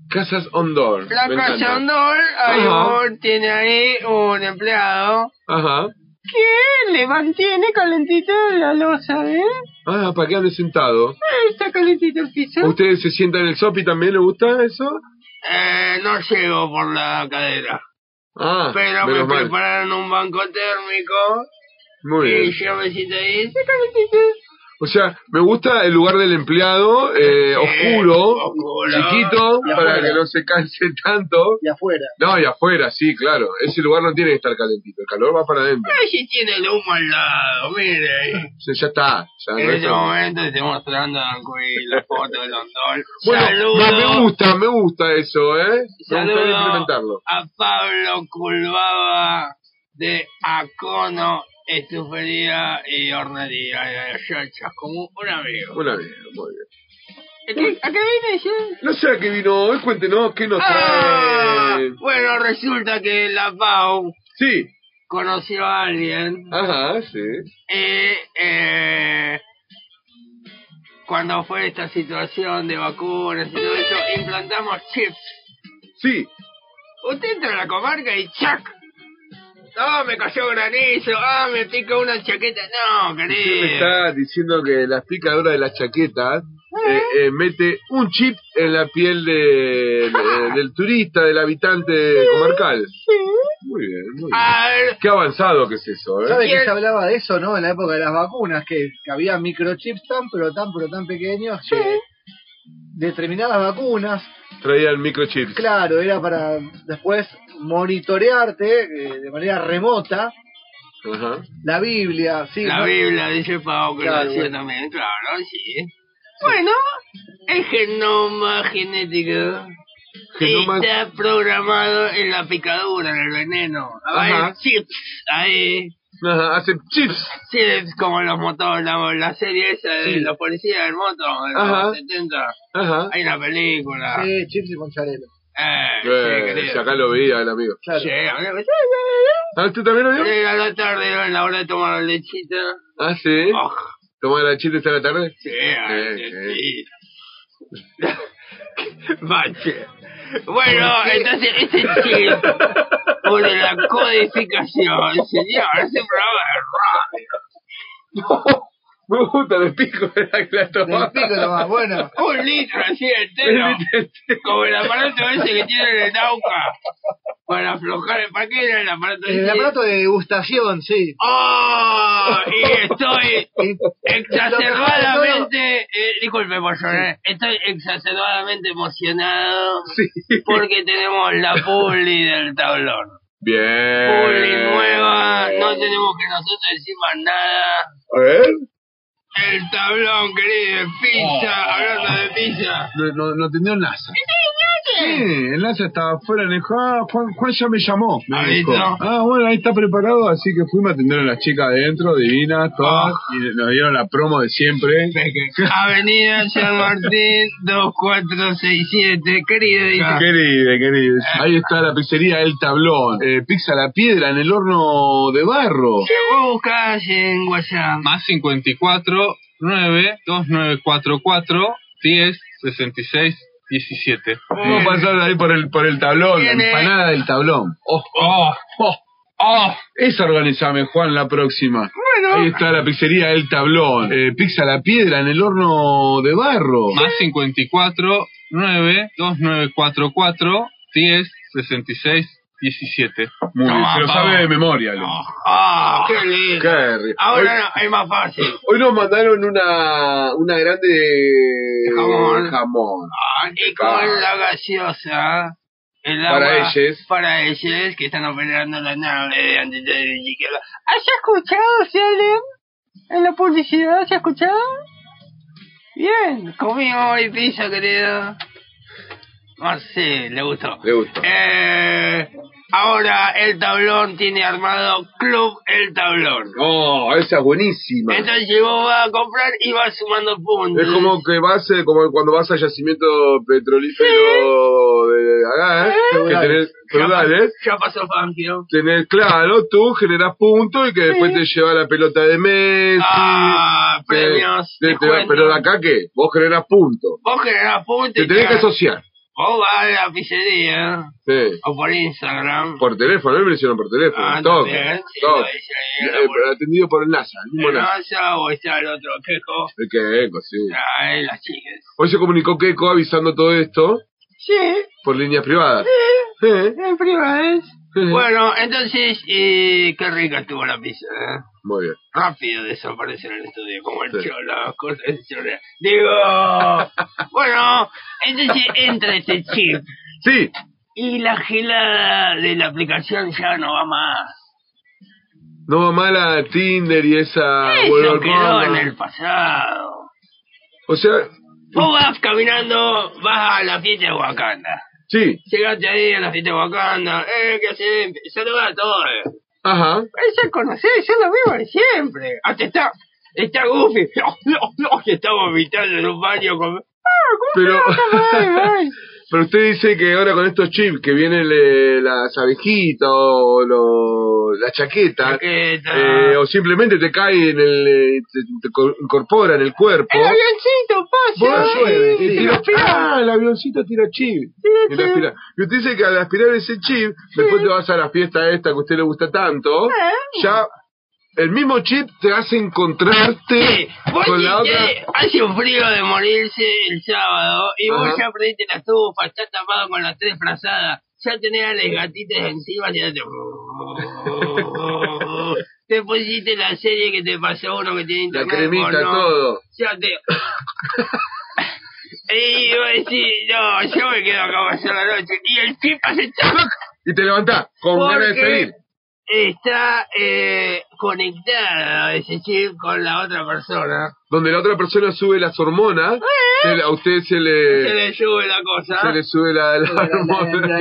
Speaker 2: Casas on Door.
Speaker 8: La
Speaker 2: me
Speaker 8: Casa
Speaker 2: encanta.
Speaker 8: Ondol, ahí
Speaker 2: Ajá.
Speaker 8: vos tiene ahí un empleado
Speaker 2: Ajá.
Speaker 8: que le mantiene calentita la losa, ¿eh?
Speaker 2: Ah, ¿para qué ande sentado?
Speaker 8: Ahí Está calentito el piso.
Speaker 2: ¿Ustedes se sientan en el sopi también? ¿Le gusta eso?
Speaker 8: Eh, no llego por la cadera.
Speaker 2: Ah,
Speaker 8: Pero me
Speaker 2: menos mal.
Speaker 8: prepararon un banco térmico
Speaker 2: Muy
Speaker 8: y
Speaker 2: bien.
Speaker 8: yo me siento ahí. "Sí, calentito".
Speaker 2: O sea, me gusta el lugar del empleado, eh, oscuro,
Speaker 8: oscuro.
Speaker 2: chiquito,
Speaker 4: Y
Speaker 2: para
Speaker 4: afuera.
Speaker 2: que no se canse tanto.
Speaker 4: Y afuera.
Speaker 2: No, y afuera, sí, claro. Ese lugar no tiene que estar calentito. El calor va para adentro.
Speaker 8: Pero si tiene el humo al lado, mire.
Speaker 2: O sea, ya está. Ya Ah, no
Speaker 8: En
Speaker 2: es
Speaker 8: este
Speaker 2: tan-
Speaker 8: momento estoy mostrando Dancuy la foto de Londón.
Speaker 2: Bueno,
Speaker 8: Saludo.
Speaker 2: no, me gusta, me gusta eso, ¿eh? Me gustaría
Speaker 8: saludo
Speaker 2: implementarlo.
Speaker 8: a Pablo Culbaba de Acono, Estufería y Hornería de Ayachas, como un amigo.
Speaker 2: Una bien, muy bien.
Speaker 8: ¿A qué, a qué viene yo?
Speaker 2: No sé a qué vino hoy, cuéntenos, ¿qué nos
Speaker 8: Ah,
Speaker 2: trae?
Speaker 8: bueno, resulta que la Pau
Speaker 2: Sí,
Speaker 8: conoció a alguien
Speaker 2: ajá, sí.
Speaker 8: eh, eh, cuando fue esta situación de vacunas y todo eso, implantamos chips.
Speaker 2: Sí,
Speaker 8: Usted entra a la comarca y ¡chac! ¡Ah, me cayó granizo! ¡Ah, me pica una chaqueta! ¡No,
Speaker 2: usted me
Speaker 8: querido!
Speaker 2: está diciendo que la picadura de las chaquetas eh, eh, mete un chip en la piel de, de- del turista, del habitante comarcal. Muy bien, muy bien.
Speaker 8: A ver,
Speaker 2: Qué avanzado que es eso, ¿eh?
Speaker 4: ¿Sabe que
Speaker 8: ¿Quién?
Speaker 4: se hablaba de eso, no? En la época de las vacunas, que, que había microchips tan, pero tan, pero tan pequeños que determinadas vacunas,
Speaker 2: Traían microchips.
Speaker 4: claro, era para después monitorearte eh, de manera remota
Speaker 2: Ajá.
Speaker 4: la Biblia, sí.
Speaker 8: la
Speaker 4: ¿no?
Speaker 8: Biblia dice Pau que
Speaker 4: Claro,
Speaker 8: lo hacía
Speaker 4: bueno.
Speaker 8: también, claro, sí. Bueno, el genoma genético
Speaker 2: Genoma-
Speaker 8: está programado en la picadura, en el veneno. Hay
Speaker 2: Ajá.
Speaker 8: chips ahí.
Speaker 2: Ajá, hace chips.
Speaker 8: Chips como los motores, la, la serie esa de
Speaker 2: Sí.
Speaker 8: los policías del moto, de
Speaker 2: Ajá.
Speaker 8: los 70.
Speaker 2: Ajá.
Speaker 8: Hay una película.
Speaker 4: Sí, chips y mozzarella.
Speaker 8: Eh, sí,
Speaker 2: Eh,
Speaker 8: querido.
Speaker 2: si acá lo veía el amigo.
Speaker 4: Claro.
Speaker 8: Sí, a mí me-
Speaker 2: ¿Ah, ¿Usted también lo vio?
Speaker 8: Sí, a la tarde, a la hora de tomar la lechita.
Speaker 2: Ah, sí.
Speaker 8: Oh,
Speaker 2: ¿Tomar la chita esta la tarde?
Speaker 8: sí, a
Speaker 2: Sí,
Speaker 8: veces sí. Bache. Bueno, entonces este chip por la codificación, señor, ese programa es rápido.
Speaker 2: Me gusta el pico de la que la
Speaker 4: Del
Speaker 2: tomaba.
Speaker 4: pico nomás, bueno. eh,
Speaker 8: Un litro así entero, como el aparato ese que tiene en el Nauca. Para aflojar el paquete, el aparato.
Speaker 4: El
Speaker 8: ese.
Speaker 4: aparato de degustación, sí.
Speaker 8: ¡Oh! Y estoy exacerbadamente. eh, disculpe por llorar. Estoy exacerbadamente emocionado
Speaker 2: Sí.
Speaker 8: porque tenemos la puli del tablón.
Speaker 2: Bien.
Speaker 8: Puli nueva, no tenemos que nosotros decir más nada.
Speaker 2: A ver.
Speaker 8: El tablón, querido, de pizza, hablando de pizza.
Speaker 2: No, no, no atendió el NASA. Sí, el NASA estaba afuera en el ah, Juan, Juan ya me llamó. me
Speaker 8: Ahí
Speaker 2: dijo.
Speaker 8: está.
Speaker 2: Ah, bueno, ahí está preparado, así que fuimos a atender a las chicas adentro, divinas, todas,
Speaker 8: Ah.
Speaker 2: y nos dieron la promo de siempre.
Speaker 8: Avenida San Martín 2467, querido, dice.
Speaker 2: Querida, querida. Ahí está la pizzería El Tablón. Eh, pizza a la piedra en el horno de barro.
Speaker 8: ¿Qué buscas en WhatsApp?
Speaker 9: Más 54 9 2944 10 66 17.
Speaker 2: Vamos a pasar ahí por el, por el tablón, la empanada del tablón.
Speaker 9: ¡Oh! ¡Oh! ¡Oh! oh.
Speaker 2: Esa organizame, Juan, la próxima. Ahí está la pizzería El Tablón. Eh, pizza a la piedra en el horno de barro.
Speaker 9: Más 54 9 2944 10 66 17.
Speaker 2: Muy bien,
Speaker 8: No,
Speaker 2: se lo
Speaker 8: vamos.
Speaker 2: sabe de memoria. Lu.
Speaker 8: Ah, qué lindo.
Speaker 2: Qué rico.
Speaker 8: Ahora no, es más fácil.
Speaker 2: Hoy, hoy nos mandaron una, una grande de
Speaker 8: Jamón.
Speaker 2: jamón.
Speaker 8: Ah, y con la gaseosa. El agua
Speaker 2: Para ellas.
Speaker 8: Para ellas que están operando la nave de antiterrorista. ¿Has escuchado, Salem? En la publicidad, ¿has escuchado? Bien, comimos hoy pizza, querido. No sé, Ah, le gustó.
Speaker 2: Le gustó.
Speaker 8: Eh, ahora el tablón tiene armado Club El Tablón.
Speaker 2: Oh, esa es buenísima.
Speaker 8: Entonces vos vas a comprar y vas sumando puntos.
Speaker 2: Es como que vas, eh, como cuando vas al yacimiento petrolífero de acá, ¿eh? que tenés
Speaker 8: ya, pa-
Speaker 2: feudales,
Speaker 8: ya pasó Fangio.
Speaker 2: tenés claro, tú generás puntos y que después te lleva la pelota de Messi.
Speaker 8: Ah,
Speaker 2: te-
Speaker 8: premios.
Speaker 2: te- te-
Speaker 8: descuento.
Speaker 2: pero de acá, ¿qué? Vos generás puntos.
Speaker 8: Vos generás puntos.
Speaker 2: Te
Speaker 8: y
Speaker 2: tenés que
Speaker 8: ya.
Speaker 2: asociar.
Speaker 8: Vos vas a la pizzería
Speaker 2: Sí.
Speaker 8: o por Instagram.
Speaker 2: Por teléfono, él me lo hicieron por teléfono.
Speaker 8: Ah,
Speaker 2: toque,
Speaker 8: también, sí,
Speaker 2: toque.
Speaker 8: lo hice ahí,
Speaker 2: Eh,
Speaker 8: la
Speaker 2: pero atendido por el NASA, el mismo
Speaker 8: El
Speaker 2: NASA.
Speaker 8: NASA o está el otro quejo.
Speaker 2: El Queco, sí.
Speaker 8: Ay, las chicas.
Speaker 2: Hoy se comunicó Queco avisando todo esto
Speaker 8: Sí,
Speaker 2: por líneas privadas. Eh,
Speaker 8: en privado
Speaker 2: eh.
Speaker 8: Bueno, entonces, eh, qué rica estuvo la pizza. ¿eh?
Speaker 2: Muy bien.
Speaker 8: rápido desaparecer en el estudio, como el
Speaker 2: Sí.
Speaker 8: cholo, cosas del cholo. Digo, bueno, entonces entra este chip
Speaker 2: Sí,
Speaker 8: y la gelada de la aplicación ya no va más.
Speaker 2: No va mal a Tinder y esa
Speaker 8: Eso
Speaker 2: World
Speaker 8: quedó en
Speaker 2: Cup.
Speaker 8: el pasado.
Speaker 2: O sea,
Speaker 8: Vos vas caminando, vas a la fiesta de Wakanda.
Speaker 2: sí,
Speaker 8: Llegaste ahí a la fiesta de Wakanda, eh, ¿qué hacés? Saluda a todos.
Speaker 2: ajá.
Speaker 8: Ahí ya conocés, es lo mismo de siempre. Hasta está, está Goofy, no, no, no, que está vomitando en un baño con... Ah,
Speaker 2: Pero, pero usted dice que ahora con estos chips que vienen le- las abejitas o lo- la chaqueta,
Speaker 8: Chaqueta.
Speaker 2: eh, o simplemente te cae en el. eh, te, te co- incorpora en el cuerpo.
Speaker 8: El avioncito
Speaker 2: Vos-
Speaker 8: pasa.
Speaker 2: y
Speaker 8: y
Speaker 2: tira-
Speaker 8: lo aspira.
Speaker 2: ah, el avioncito tira chip. Y, la aspira. Y usted dice que al aspirar ese chip, después te vas a la fiesta esta que a usted le gusta tanto, ya el mismo chip te hace encontrarte
Speaker 8: Sí, vos
Speaker 2: con la
Speaker 8: sí
Speaker 2: otra.
Speaker 8: que hace un frío de morirse el sábado y vos
Speaker 2: Ajá.
Speaker 8: ya prendiste la estufa, estás tapado con las tres frazadas, ya tenés a las gatitas encima y ya te... te pusiste la serie que te pasó uno que tiene
Speaker 2: La
Speaker 8: internet.
Speaker 2: cremita,
Speaker 8: o no.
Speaker 2: todo.
Speaker 8: Ya te... y vos decís, no, yo me quedo acá pasar la noche. Y el chip hace... ¡tac!
Speaker 2: Y te levantás con ganas de
Speaker 8: Porque
Speaker 2: salir.
Speaker 8: Está eh, conectada ese chip con la otra persona.
Speaker 2: Donde la otra persona sube las hormonas, se le- a usted se
Speaker 8: Se
Speaker 2: le,
Speaker 8: le sube la cosa.
Speaker 2: se le sube la, la
Speaker 4: La, la-
Speaker 2: hormona,
Speaker 4: la- la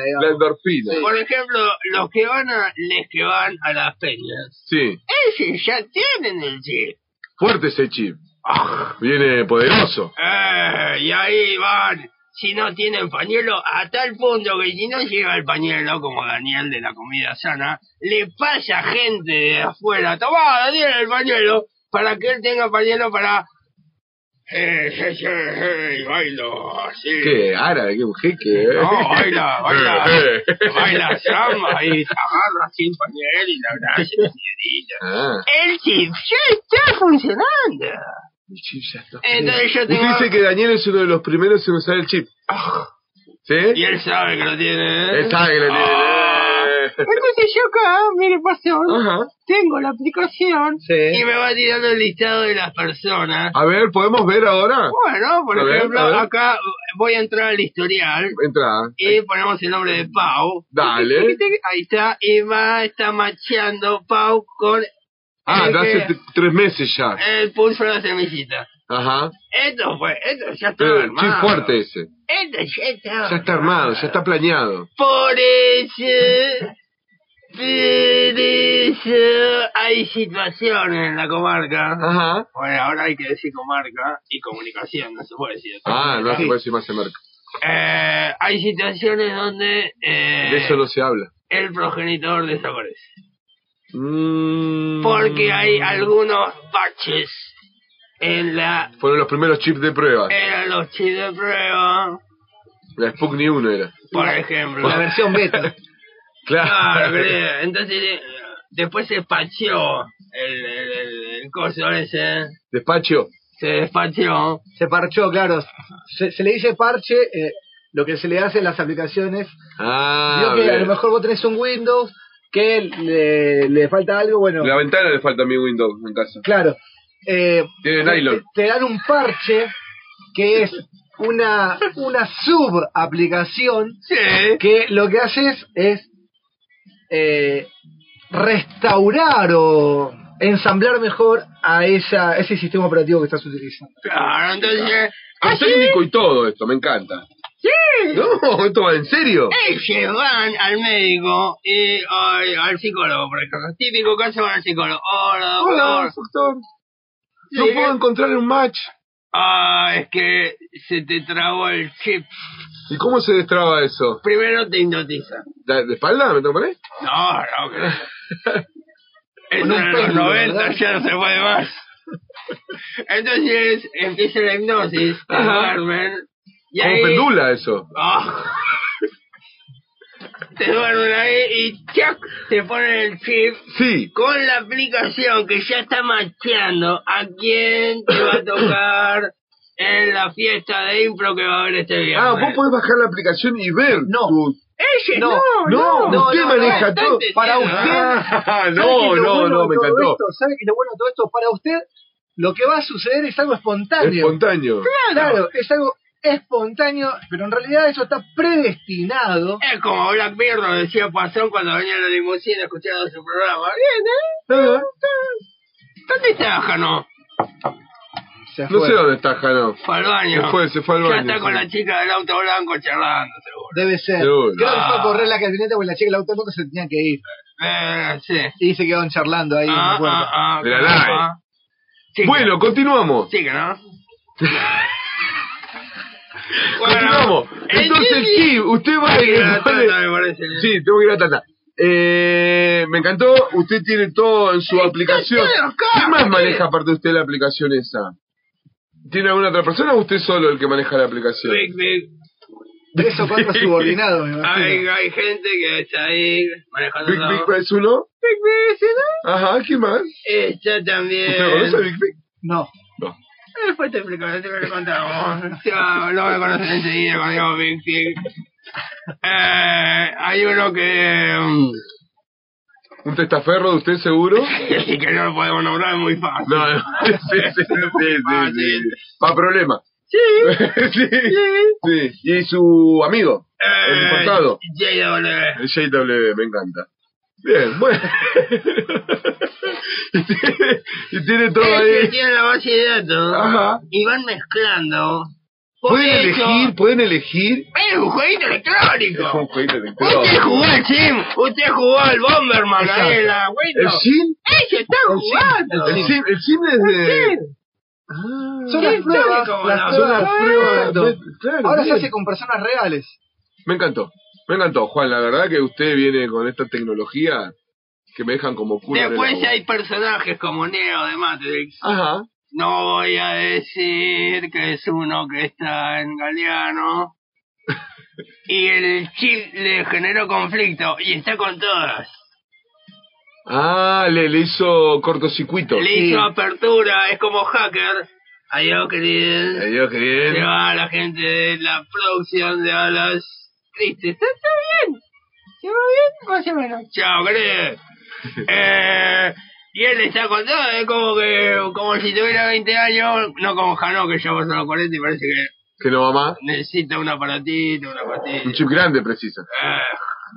Speaker 2: la
Speaker 4: digamos.
Speaker 2: endorfina.
Speaker 8: Por ejemplo, los que van a les que van a las peñas.
Speaker 2: Sí,
Speaker 8: Ellos ya tienen el chip.
Speaker 2: fuerte ese chip. Ah, viene poderoso.
Speaker 8: Eh, y ahí van. Si no tienen pañuelo, a tal punto que si no lleva el pañuelo, como Daniel de la comida sana, le pasa gente de afuera. Tomá, Daniel, el pañuelo, para que él tenga pañuelo para... Eh, eh, eh, eh, bailo, así.
Speaker 2: Qué árabe, qué mujeque. ¿eh?
Speaker 8: No, baila, baila,
Speaker 2: Eh, eh.
Speaker 8: baila samba y te agarra sin pañuelo y la abraza, señorita.
Speaker 2: Ah.
Speaker 8: El chip ya está funcionando.
Speaker 2: El chip ya está.
Speaker 8: Entonces Eh, yo
Speaker 2: Usted
Speaker 8: tengo...
Speaker 2: dice que Daniel es uno de los primeros en usar el chip. Ah. ¿Sí?
Speaker 8: Y él sabe que lo tiene, ¿eh?
Speaker 2: Él sabe que lo tiene.
Speaker 10: Entonces yo acá, mire, pasión,
Speaker 2: Ajá.
Speaker 10: tengo la aplicación.
Speaker 8: Y me va tirando el listado de las personas.
Speaker 2: A ver, ¿podemos ver ahora?
Speaker 8: Bueno, por
Speaker 2: A ver,
Speaker 8: ejemplo,
Speaker 2: a ver.
Speaker 8: acá voy a entrar al historial
Speaker 2: Entra.
Speaker 8: y ponemos el nombre de Pau. este
Speaker 2: Dale.
Speaker 8: Ahí está, y va, está macheando Pau con
Speaker 2: Ah,
Speaker 8: el,
Speaker 2: de hace
Speaker 8: Eh, que- Eh,
Speaker 2: t- tres meses ya.
Speaker 8: el pulso de la semillita.
Speaker 2: Ajá.
Speaker 8: Esto fue, esto ya está
Speaker 2: Pero, Eh, sí,
Speaker 8: armado.
Speaker 2: fuerte ese.
Speaker 8: Esto ya está,
Speaker 2: Ya está armado, ya está planeado.
Speaker 8: Por eso, por eso hay situaciones en la comarca.
Speaker 2: Ajá.
Speaker 8: Bueno, ahora hay que decir comarca y comunicación, no se puede decir. eso.
Speaker 2: Ah, no se puede decir más en marca.
Speaker 8: Eh, hay situaciones donde eh,
Speaker 2: De eso no se habla.
Speaker 8: el progenitor desaparece.
Speaker 2: Mm.
Speaker 8: Porque hay algunos baches en la
Speaker 2: Fueron los primeros chips de prueba.
Speaker 8: en los chips de prueba,
Speaker 2: La Sputnik 1 era.
Speaker 8: por ejemplo.
Speaker 4: La versión beta.
Speaker 8: Claro,
Speaker 2: Claro.
Speaker 8: creo. entonces eh, después se pacheó el, el, el- el coso ese,
Speaker 2: Despacho.
Speaker 8: se despacheó.
Speaker 4: Se parchó, claro. Se, se le dice parche eh, lo que se le hace en las aplicaciones.
Speaker 2: Ah,
Speaker 4: Vio que a
Speaker 2: bien.
Speaker 4: lo mejor vos tenés un Windows que le, le falta algo, bueno,
Speaker 2: La ventana le falta a mi Windows en casa.
Speaker 4: claro. Eh,
Speaker 2: Tiene nylon.
Speaker 4: Te, te dan un parche que es una, una subaplicación
Speaker 8: Sí.
Speaker 4: que lo que haces es eh, restaurar o ensamblar mejor a esa, ese sistema operativo que estás utilizando.
Speaker 8: Claro, entonces
Speaker 2: Con técnico y todo esto, me encanta. Sí. No, esto va en serio.
Speaker 8: ellos van al médico y ay, al psicólogo, por ejemplo. Típico caso van al psicólogo. Hola,
Speaker 2: Hola,
Speaker 8: doctor.
Speaker 2: doctor. Ah, No
Speaker 8: Sí.
Speaker 2: puedo encontrar un match.
Speaker 8: Ah, es que se te trabó el chip.
Speaker 2: ¿Y cómo se destraba eso?
Speaker 8: Primero te hipnotiza.
Speaker 2: ¿De, de espalda? ¿Me tengo que poner?
Speaker 8: No, no, que no. Eso
Speaker 2: Ah,
Speaker 4: Con un
Speaker 8: en los
Speaker 4: péndulo,
Speaker 8: 90
Speaker 4: ¿verdad?
Speaker 8: ya no se puede más. Entonces empieza la hipnosis, te
Speaker 2: Ajá.
Speaker 8: duermen. Y
Speaker 2: ¿Cómo
Speaker 8: ahí,
Speaker 2: pendula eso?
Speaker 8: Ah. te duermen ahí y ¡chac! te ponen el chip
Speaker 2: Sí.
Speaker 8: con la aplicación que ya está macheando a quién te va a tocar en la fiesta de impro que va a haber este viernes.
Speaker 2: Ah, vos podés bajar la aplicación y ver.
Speaker 4: No.
Speaker 2: tu-
Speaker 8: Ese no,
Speaker 2: no, usted maneja
Speaker 8: está
Speaker 2: todo.
Speaker 8: entendido.
Speaker 4: Para usted,
Speaker 2: Ah,
Speaker 4: ¿Sabe
Speaker 2: no,
Speaker 4: qué es lo
Speaker 2: no,
Speaker 4: bueno
Speaker 2: no,
Speaker 4: de
Speaker 2: me
Speaker 4: todo
Speaker 2: encantó.
Speaker 4: esto? ¿Sabe qué es lo bueno de todo esto? Para usted, lo que va a suceder es algo espontáneo.
Speaker 2: Espontáneo.
Speaker 4: Claro, es algo espontáneo, pero en realidad eso está predestinado.
Speaker 2: Eh,
Speaker 8: Es como Black Mirror decía Pasón cuando venía en la limusina escuchando su programa. ¿eh?
Speaker 2: Ah,
Speaker 8: ¿Dónde está Jano?
Speaker 4: Se
Speaker 2: No
Speaker 4: fue.
Speaker 2: sé dónde está Jano.
Speaker 8: Fue al baño.
Speaker 2: Se fue, se fue al
Speaker 8: Ya
Speaker 2: baño,
Speaker 8: está con
Speaker 2: sí.
Speaker 8: la chica del auto blanco charlando, seguro.
Speaker 4: Debe ser.
Speaker 2: Seguro.
Speaker 4: Creo que fue
Speaker 8: Ah.
Speaker 4: a correr la camioneta porque la chica del auto loco se tenía que ir.
Speaker 8: Eh, sí.
Speaker 4: Y se quedaron charlando ahí en
Speaker 8: Ah,
Speaker 4: la puerta.
Speaker 8: ah, ah,
Speaker 2: De la
Speaker 8: claro,
Speaker 2: nave.
Speaker 8: ah. Chica.
Speaker 2: Bueno, continuamos.
Speaker 8: Chica, ¿no?
Speaker 2: Continuamos. Entonces, sí, usted va
Speaker 8: Hay que ir a
Speaker 2: a
Speaker 8: la tanda, me parece.
Speaker 2: Sí, tengo que ir a Tata. Eh, me encantó, usted tiene todo en su aplicación.
Speaker 8: todo,
Speaker 2: ¿Quién más
Speaker 8: claro,
Speaker 2: maneja aparte de usted la aplicación esa? ¿Tiene alguna otra persona o usted solo el que maneja la aplicación?
Speaker 8: Big, big.
Speaker 4: Tres o cuatro subordinados, me imagino.
Speaker 8: Hay, hay gente que está ahí manejando
Speaker 2: Big Big
Speaker 8: todo.
Speaker 2: es uno. Ajá, ¿quién más?
Speaker 8: Está también.
Speaker 2: ¿Usted lo conoce a Big Big?
Speaker 4: No.
Speaker 2: No.
Speaker 8: Después te explico, te voy a contar vos. Ya, no me conoces enseguida cuando digo Big Big. Eh, hay uno que. mm,
Speaker 2: ¿Un testaferro de usted seguro?
Speaker 8: que no lo podemos nombrar, es muy fácil.
Speaker 2: No, no. Sí, sí, sí, sí, sí, sí. Pa' problema. sí. sí. Y su amigo, el
Speaker 8: Eh,
Speaker 2: importado.
Speaker 8: JW.
Speaker 2: El JW, me encanta. Bien, bueno. y, tiene, y tiene todo
Speaker 8: Es que
Speaker 2: ahí.
Speaker 8: tiene la base de datos
Speaker 2: Ajá.
Speaker 8: y van mezclando. Por
Speaker 2: Pueden
Speaker 8: eso-
Speaker 2: elegir, pueden elegir.
Speaker 8: ¡Es un jueguito
Speaker 2: Es un
Speaker 8: electrónico!
Speaker 2: jueguito electrónico.
Speaker 8: Usted jugó al Sim, usted jugó al Bomberman ahí en la
Speaker 2: ¿El
Speaker 8: Windows.
Speaker 2: SIM?
Speaker 8: ¡Ella está jugando!
Speaker 2: El SIM, el SIM es de.
Speaker 4: Eh, ah, Son las pruebas.
Speaker 8: tónico,
Speaker 4: Las
Speaker 8: la-
Speaker 2: Son
Speaker 4: pruebas.
Speaker 2: las pruebas.
Speaker 4: Exacto.
Speaker 2: de- claro,
Speaker 4: Ahora se
Speaker 2: bien.
Speaker 4: hace con personas reales.
Speaker 2: Me encantó. Me encantó, Juan. La verdad que usted viene con esta tecnología que me dejan como culo. en el
Speaker 8: Después
Speaker 2: agua.
Speaker 8: hay personajes como Neo de Matrix.
Speaker 2: Ajá.
Speaker 8: No voy a decir que es uno que está en Galeano. Y el chip le generó conflicto y está con todas.
Speaker 2: Ah, le, le hizo cortocircuito.
Speaker 8: Le hizo apertura, es como hacker. Adiós, querido.
Speaker 2: Adiós, querido.
Speaker 8: Se va la gente de la producción de Olas Tristes. Está todo bien. ¿Se va bien? Más o menos. Chao, querido. eh, y él está contado, es como que, como si tuviera 20 años, no como Jano, que ya pasó los 40 y parece que
Speaker 2: Que no va más.
Speaker 8: necesita un aparatito, una pastilla.
Speaker 2: Un chip grande precisa.
Speaker 8: Ah,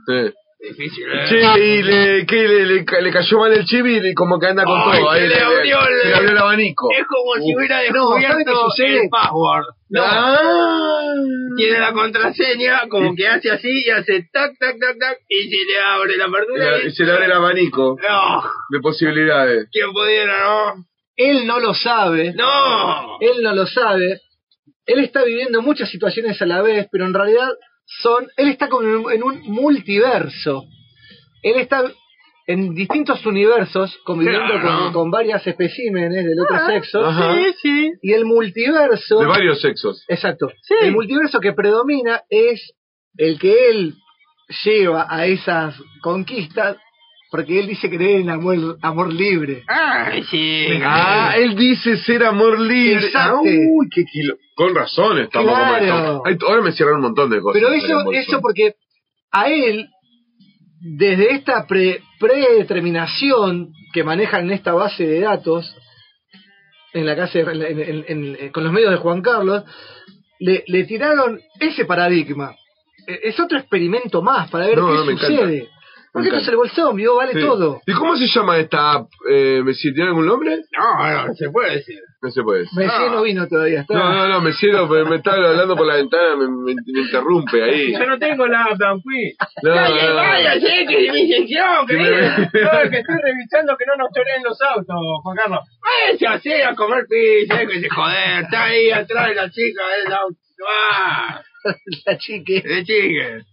Speaker 2: Sí.
Speaker 8: difícil, ¿eh?
Speaker 2: Che, y le, que le, le, ca- le cayó mal el chip y le- como que anda con
Speaker 8: Ay,
Speaker 2: todo.
Speaker 8: se
Speaker 2: Ahí
Speaker 8: le abrió el-
Speaker 2: se le abrió el abanico.
Speaker 8: Es como si
Speaker 2: Uh.
Speaker 8: hubiera
Speaker 4: No, ¿sabe qué
Speaker 8: descubierto
Speaker 4: sucede?
Speaker 8: el password. No.
Speaker 2: Ah.
Speaker 8: Tiene la contraseña, como que hace así y hace tac, tac, tac, tac, y se le abre la apertura.
Speaker 2: Se le abre el abanico
Speaker 8: No,
Speaker 2: de posibilidades.
Speaker 8: quien pudiera, ¿no?
Speaker 4: Él no lo sabe.
Speaker 8: No.
Speaker 4: Él no lo sabe. Él está viviendo muchas situaciones a la vez, pero en realidad son. Él está como en un- en un multiverso. Él está en distintos universos conviviendo
Speaker 8: Claro. Ah.
Speaker 4: con, con varias especímenes del otro sexo.
Speaker 2: Ajá.
Speaker 10: Sí, sí.
Speaker 4: Y el multiverso.
Speaker 2: De varios sexos.
Speaker 4: Exacto.
Speaker 10: Sí.
Speaker 4: El multiverso que predomina es el que él lleva a esas conquistas, porque él dice creer en amor, amor libre.
Speaker 8: Ay, sí.
Speaker 2: Ah, él dice ser amor libre.
Speaker 4: Exacto.
Speaker 2: Ah, uy, qué kilo. Con razón estamos como
Speaker 4: Claro.
Speaker 2: estamos. Ay, Ahora me cierran un montón de cosas.
Speaker 4: Pero
Speaker 2: Estaría
Speaker 4: eso,
Speaker 2: muy
Speaker 4: eso
Speaker 2: bueno.
Speaker 4: porque a él, desde esta pre- predeterminación que manejan en esta base de datos, en la casa de- en- en- en- en- con los medios de Juan Carlos, le, le tiraron ese paradigma. E- Es otro experimento más para ver
Speaker 2: No,
Speaker 4: qué
Speaker 2: no, me encanta.
Speaker 4: sucede. Porque
Speaker 2: encanta.
Speaker 4: esto es el bolsón, ¿vio? vale
Speaker 2: Sí.
Speaker 4: todo.
Speaker 2: ¿Y cómo se llama esta app? Eh, Messi, ¿tiene algún nombre?
Speaker 8: No, no, se puede decir.
Speaker 2: No se puede. decir.
Speaker 4: Messi no vino todavía. está-
Speaker 2: No, no, no, me siento, me, me está hablando por la ventana, me, me- me interrumpe ahí.
Speaker 10: Yo no tengo la Danqui.
Speaker 2: No, no,
Speaker 8: Vaya,
Speaker 2: no.
Speaker 8: vaya, sí, que es mi sección, querido.
Speaker 10: No, que estoy revisando que no nos choreen los autos, Juan Carlos.
Speaker 8: Váyase así a comer pizza, eh, que se joder. Está ahí atrás de la chica, es la... Ah,
Speaker 4: La chique.
Speaker 8: de chica.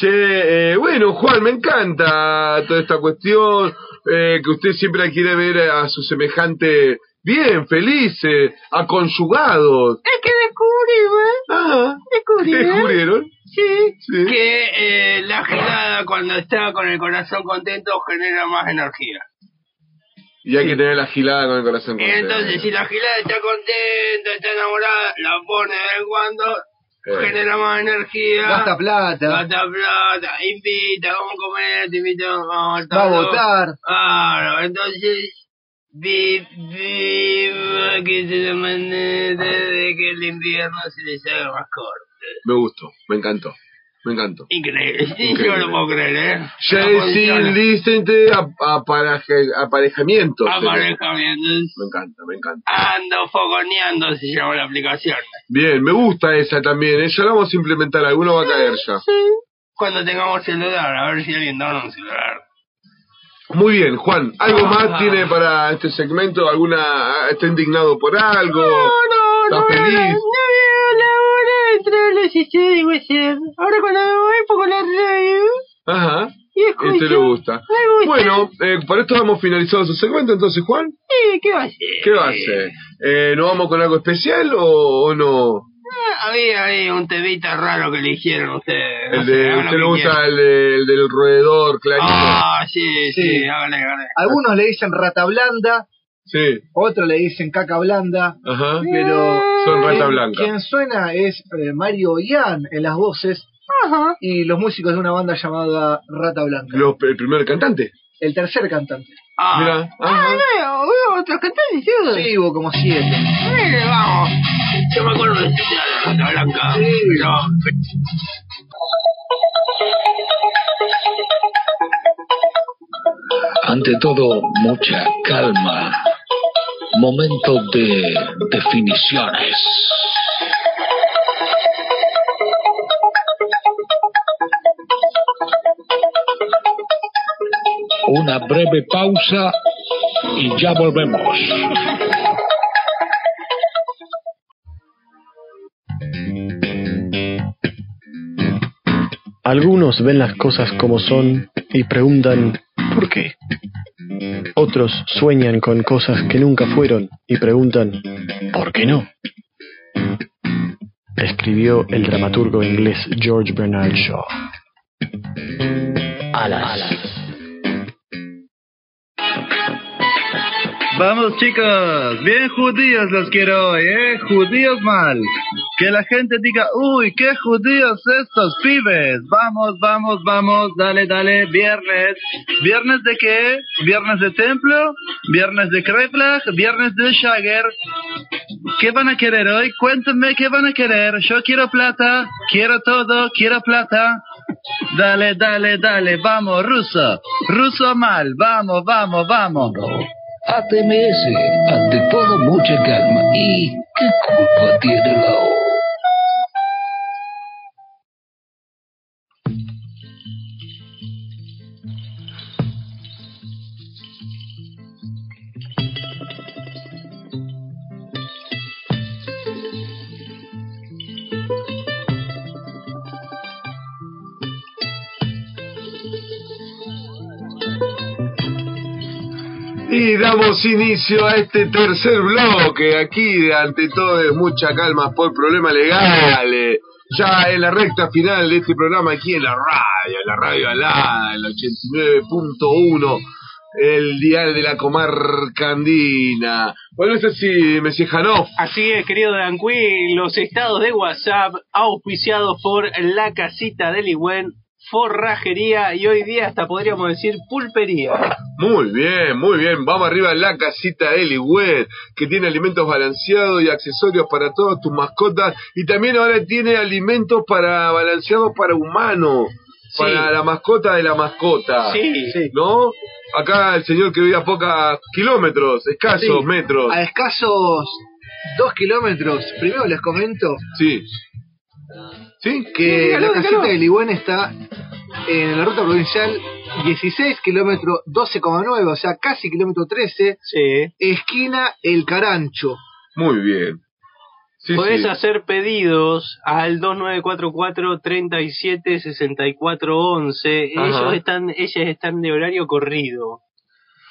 Speaker 2: Che, eh, bueno, Juan, me encanta toda esta cuestión, eh, que usted siempre quiere ver a su semejante bien, eh, felices, a conjugados.
Speaker 10: Es que descubrí, ¿eh?
Speaker 2: Ah, ¿qué
Speaker 10: Descubrí, ¿eh?
Speaker 2: descubrieron?
Speaker 10: Sí.
Speaker 2: Sí.
Speaker 8: que eh, la gelada cuando está con el corazón contento genera más energía.
Speaker 2: Y hay que tener la gilada con el corazón
Speaker 8: Y entonces si la gelada está contenta, está enamorada, la pone de vez en cuando,
Speaker 2: Eh.
Speaker 8: genera más energía.
Speaker 4: Gasta plata.
Speaker 8: Gasta plata, invita, vamos a comer, te invita vamos
Speaker 4: Va a
Speaker 8: todo.
Speaker 4: votar.
Speaker 8: Claro, entonces... vi- vi- que se la manera de que el invierno se les haga más corto.
Speaker 2: Me gustó, me encantó, me encantó.
Speaker 8: Increíble, sí, yo
Speaker 2: Increíble.
Speaker 8: no puedo creer, ¿eh?
Speaker 2: Jason Listen de
Speaker 10: Ah,
Speaker 2: aparejamiento.
Speaker 8: Aparejamientos.
Speaker 2: Me encanta, me encanta.
Speaker 8: Ando fogoneando se llama la aplicación.
Speaker 2: Bien, me gusta esa también. ¿eh? Ya la vamos a implementar, alguno va a caer ya.
Speaker 8: Cuando tengamos celular, a ver si alguien dona un celular.
Speaker 2: Muy bien, Juan, ¿algo
Speaker 8: Ah.
Speaker 2: más tiene para este segmento? ¿Alguna está indignado por algo?
Speaker 10: No, no, no.
Speaker 2: ¿Estás
Speaker 10: No
Speaker 2: feliz?
Speaker 10: veo la hora de entrar a la sesión de WhatsApp. Ahora cuando me voy pongo la radio
Speaker 2: Ajá.
Speaker 10: y escucho.
Speaker 2: Este le gusta.
Speaker 10: Me gusta.
Speaker 2: Bueno, eh, para esto hemos finalizado su segmento, entonces, Juan,
Speaker 10: Sí, ¿qué va a ser?
Speaker 2: ¿qué va a hacer? Eh, ¿No vamos con algo especial o, o no?
Speaker 8: Ah, había ahí un temita raro que eligieron ustedes.
Speaker 2: El de,
Speaker 8: Hagan lo
Speaker 2: ¿Usted
Speaker 8: que
Speaker 2: le
Speaker 8: quieran.
Speaker 2: gusta el, de- el del roedor, clarito?
Speaker 8: Ah, sí, sí,
Speaker 4: Sí.
Speaker 8: háganle, háganle.
Speaker 4: Algunos le dicen rata blanda,
Speaker 2: Sí,
Speaker 4: otros le dicen caca blanda.
Speaker 2: ajá.
Speaker 4: pero
Speaker 2: Eh, Son rata
Speaker 4: quien-
Speaker 2: blanca.
Speaker 4: Quien suena es eh, Mario Ian en las voces
Speaker 10: Ajá.
Speaker 4: y los músicos de una banda llamada Rata Blanca.
Speaker 2: Los- el primer cantante.
Speaker 4: El tercer cantante.
Speaker 8: Ah,
Speaker 2: Mira,
Speaker 10: Ah,
Speaker 2: ajá.
Speaker 10: veo, veo otros cantantes, yo.
Speaker 4: Sí, hubo como siete.
Speaker 8: mire, vamos. Yo me acuerdo de la Rata blanca. No,
Speaker 11: Ante todo, mucha calma. Momento de definiciones. Una breve pausa y ya volvemos.
Speaker 12: Algunos ven las cosas como son y preguntan ¿por qué? Otros sueñan con cosas que nunca fueron y preguntan ¿por qué no? Escribió el dramaturgo inglés George Bernard Shaw.
Speaker 11: Alas.
Speaker 13: Vamos chicos, bien judíos los quiero hoy, ¿eh? Judíos mal. Que la gente diga, uy, qué judíos estos pibes. Vamos, vamos, vamos, dale, dale, viernes. ¿Viernes de qué? ¿Viernes de templo? ¿Viernes de Kreplach? ¿Viernes de Shager? ¿Qué van a querer hoy? Cuéntenme qué van a querer. Yo quiero plata, quiero todo, quiero plata. Dale, dale, dale, vamos, ruso. Ruso mal, vamos, vamos, vamos.
Speaker 14: ATMS, ante todo mucha calma. ¿Y qué culpa tiene la O?
Speaker 2: Y damos inicio a este tercer bloque. Aquí, de ante todo, es mucha calma por problemas legales. Ya en la recta final de este programa, aquí en la radio, en la radio Alada, el 89.1, el dial de la comarca andina. Bueno, es así, Messi Janov.
Speaker 3: Así es, querido Danqui, los estados de WhatsApp auspiciados por la casita del Ligüen, forrajería y hoy día hasta podríamos decir pulpería.
Speaker 2: Muy bien, muy bien. Vamos arriba a la casita Eli Web, que tiene alimentos balanceados y accesorios para todas tus mascotas. Y también ahora tiene alimentos para balanceados para humanos. Para la mascota de la mascota.
Speaker 4: Sí. Sí.
Speaker 2: ¿No? Acá el señor que vive a pocos kilómetros, escasos
Speaker 4: Sí.
Speaker 2: metros.
Speaker 4: A escasos dos kilómetros, primero les comento
Speaker 2: Sí. ¿Sí?
Speaker 4: que
Speaker 2: Sí, dígalo,
Speaker 4: Eh, la casita
Speaker 2: dígalo.
Speaker 4: de Ligüen está en la ruta provincial 16 kilómetro 12,9, o sea, casi kilómetro 13, esquina El Carancho.
Speaker 2: Muy bien. Sí,
Speaker 3: Podés
Speaker 2: sí.
Speaker 3: hacer pedidos al 2944-376411.
Speaker 2: Ajá.
Speaker 3: Ellos están, ellas están de horario corrido.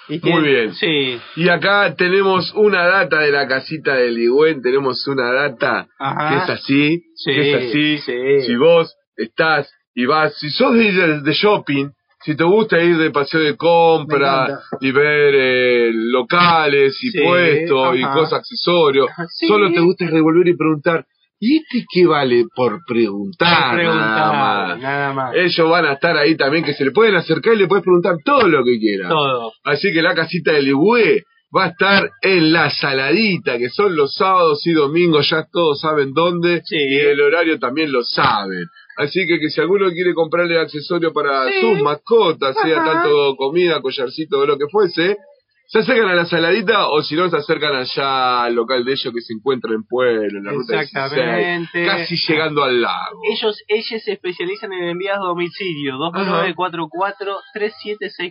Speaker 3: Y
Speaker 2: Muy
Speaker 3: tienen-
Speaker 2: bien.
Speaker 3: Sí.
Speaker 2: Y acá tenemos una data de la casita del Ligüen, tenemos una data
Speaker 3: Ajá.
Speaker 2: que es así,
Speaker 3: Ah, Sí,
Speaker 2: que es así.
Speaker 3: sí.
Speaker 2: Si vos estás y vas, si sos de, ir de shopping, si te gusta ir de paseo de
Speaker 3: Me
Speaker 2: compra
Speaker 3: encanta.
Speaker 2: y ver eh, locales y
Speaker 3: Sí,
Speaker 2: puestos y
Speaker 3: ajá.
Speaker 2: cosas accesorios,
Speaker 3: Sí.
Speaker 2: solo te gusta revolver y preguntar, ¿y este qué vale por preguntar?
Speaker 3: Preguntar,
Speaker 2: nada más? Eh,
Speaker 3: nada más.
Speaker 2: Ellos van a estar ahí también, que se le pueden acercar y le puedes preguntar todo lo que quieran.
Speaker 3: Todo.
Speaker 2: Así que la casita del Ligüe va a estar en la saladita, que son los sábados y domingos, ya todos saben dónde, y el horario también lo saben. Así que, que si alguno quiere comprarle accesorio para
Speaker 15: Sí.
Speaker 2: sus mascotas, sea
Speaker 15: Ajá.
Speaker 2: tanto comida, collarcito o lo que fuese, se acercan a la saladita o si no se acercan allá al local de ellos que se encuentra en Pueblo, en la ruta 16,
Speaker 3: Exactamente.
Speaker 2: casi llegando al lago.
Speaker 3: Ellos, ellas se especializan en envíos a domicilio,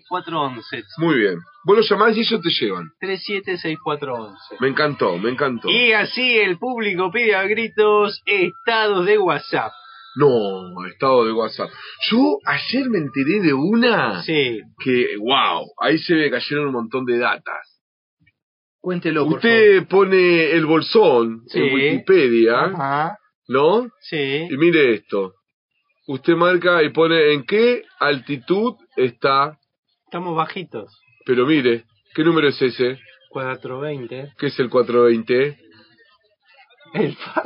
Speaker 3: 2944-376411.
Speaker 2: Muy bien. Vos los llamás y ellos te llevan.
Speaker 3: 376411.
Speaker 2: Me encantó, me encantó.
Speaker 3: Y así el público pide a gritos estados de WhatsApp.
Speaker 2: No, estado de WhatsApp. Yo ayer me enteré de una que, wow, ahí se me cayeron un montón de datas.
Speaker 4: Cuéntelo, por
Speaker 2: Usted pone el bolsón
Speaker 4: Sí.
Speaker 2: en Wikipedia, ¿no?
Speaker 3: Sí.
Speaker 2: Y mire esto. Usted marca y pone en qué altitud está,
Speaker 3: Estamos bajitos.
Speaker 2: pero mire, ¿qué número es ese?
Speaker 3: 420.
Speaker 2: ¿Qué es el 420?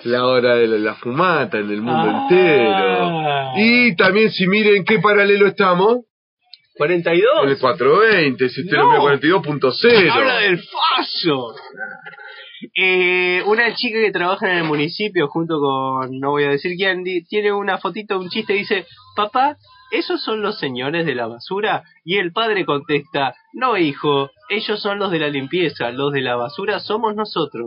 Speaker 2: La hora de la, la fumata en el
Speaker 3: Ah.
Speaker 2: mundo
Speaker 4: Ah.
Speaker 2: entero. Y también si miren en qué paralelo estamos.
Speaker 3: 42.
Speaker 2: En el 420, si usted
Speaker 3: No.
Speaker 2: lo mira, 42.0.
Speaker 3: Habla del falso. Eh, una chica que trabaja en el municipio junto con, no voy a decir quién, di- tiene una fotito, un chiste, dice, papá, ¿esos son los señores de la basura? Y el padre contesta, no hijo, ellos son los de la limpieza, los de la basura somos nosotros.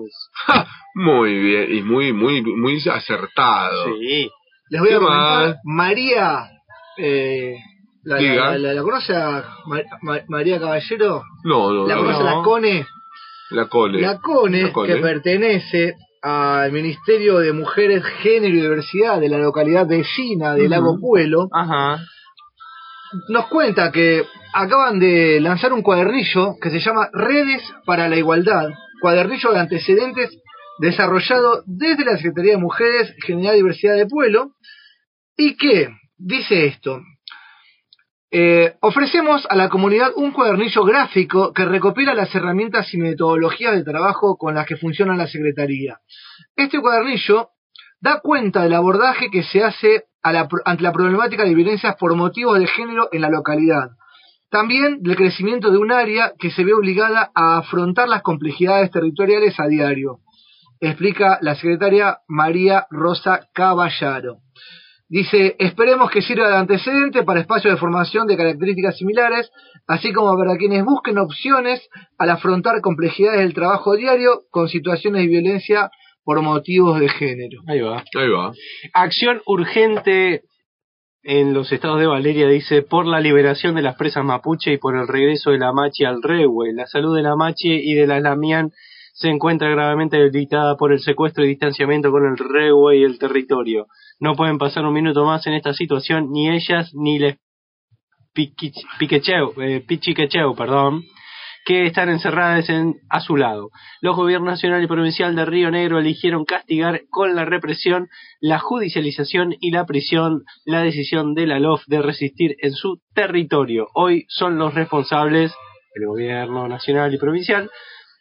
Speaker 2: Muy bien, y muy, muy, muy acertado.
Speaker 3: Sí.
Speaker 4: Les voy a
Speaker 2: ¿Qué
Speaker 4: comentar,
Speaker 2: más?
Speaker 4: María, eh, la, la,
Speaker 2: Diga.
Speaker 4: la- la- la conoce a Ma- Ma- María Caballero?
Speaker 2: No, no,
Speaker 4: ¿La
Speaker 2: no,
Speaker 4: conoce
Speaker 2: no.
Speaker 4: la Cone?
Speaker 2: La cole.
Speaker 4: La CONE,
Speaker 2: La Cone.
Speaker 4: que pertenece al Ministerio de Mujeres, Género y Diversidad de la localidad vecina de Lago
Speaker 3: Ujú.
Speaker 4: Puelo,
Speaker 3: Ajá.
Speaker 4: nos cuenta que acaban de lanzar un cuadernillo que se llama Redes para la Igualdad, cuadernillo de antecedentes desarrollado desde la Secretaría de Mujeres, General Diversidad de Pueblo, y que dice esto, Eh, ofrecemos a la comunidad un cuadernillo gráfico que recopila las herramientas y metodologías de trabajo con las que funciona la Secretaría. Este cuadernillo da cuenta del abordaje que se hace a la pro- ante la problemática de violencias por motivos de género en la localidad. También del crecimiento de un área que se ve obligada a afrontar las complejidades territoriales a diario, explica la secretaria María Rosa Caballaro. Dice, esperemos que sirva de antecedente para espacios de formación de características similares, así como para quienes busquen opciones al afrontar complejidades del trabajo diario con situaciones de violencia por motivos de género.
Speaker 3: Ahí va.
Speaker 2: Ahí va.
Speaker 3: Acción urgente en los estados de Valeria dice por la liberación de las presas mapuche y por el regreso de la machi al rehue. La salud de la machi y de la lamián se encuentra gravemente debilitada por el secuestro y distanciamiento con el rehue y el territorio. No pueden pasar un minuto más en esta situación ni ellas ni les piquich- piquecheu, eh, pichiquecheu, perdón, que están encerradas en, a su lado. Los gobiernos nacional y provincial de Río Negro eligieron castigar con la represión, la judicialización y la prisión la decisión de la LOF de resistir en su territorio. Hoy son los responsables, el gobierno nacional y provincial,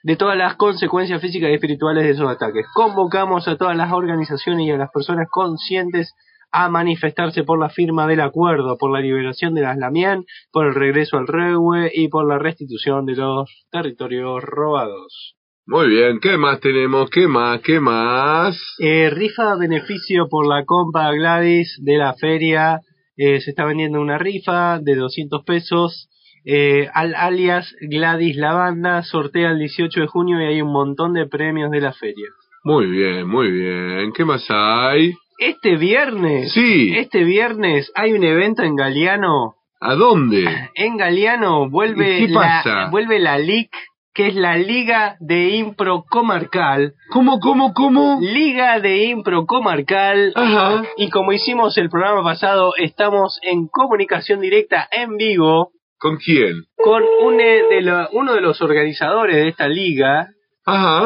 Speaker 3: de todas las consecuencias físicas y espirituales de esos ataques. Convocamos a todas las organizaciones y a las personas conscientes a manifestarse por la firma del acuerdo, por la liberación de las Lamián, por el regreso al Rehue y por la restitución de los territorios robados.
Speaker 2: Muy bien, ¿qué más tenemos? ¿Qué más? ¿Qué más?
Speaker 3: Eh, rifa beneficio por la compa Gladys de la feria. Eh, se está vendiendo una rifa de 200 pesos. Eh, al alias Gladys La Banda sortea el 18 de junio y hay un montón de premios de la feria.
Speaker 2: Muy bien, muy bien. ¿Qué más hay?
Speaker 3: Este viernes,
Speaker 2: Sí.
Speaker 3: este viernes hay un evento en Galeano.
Speaker 2: ¿A dónde?
Speaker 3: En Galeano vuelve
Speaker 2: ¿Y qué pasa?
Speaker 3: la vuelve la LIC, que es la Liga de Impro Comarcal.
Speaker 2: ¿Cómo, cómo, cómo?
Speaker 3: Liga de Impro Comarcal.
Speaker 2: Ajá.
Speaker 3: Y como hicimos el programa pasado, estamos en comunicación directa en vivo
Speaker 2: ¿Con quién?
Speaker 3: con un, eh, de la- uno de los organizadores de esta liga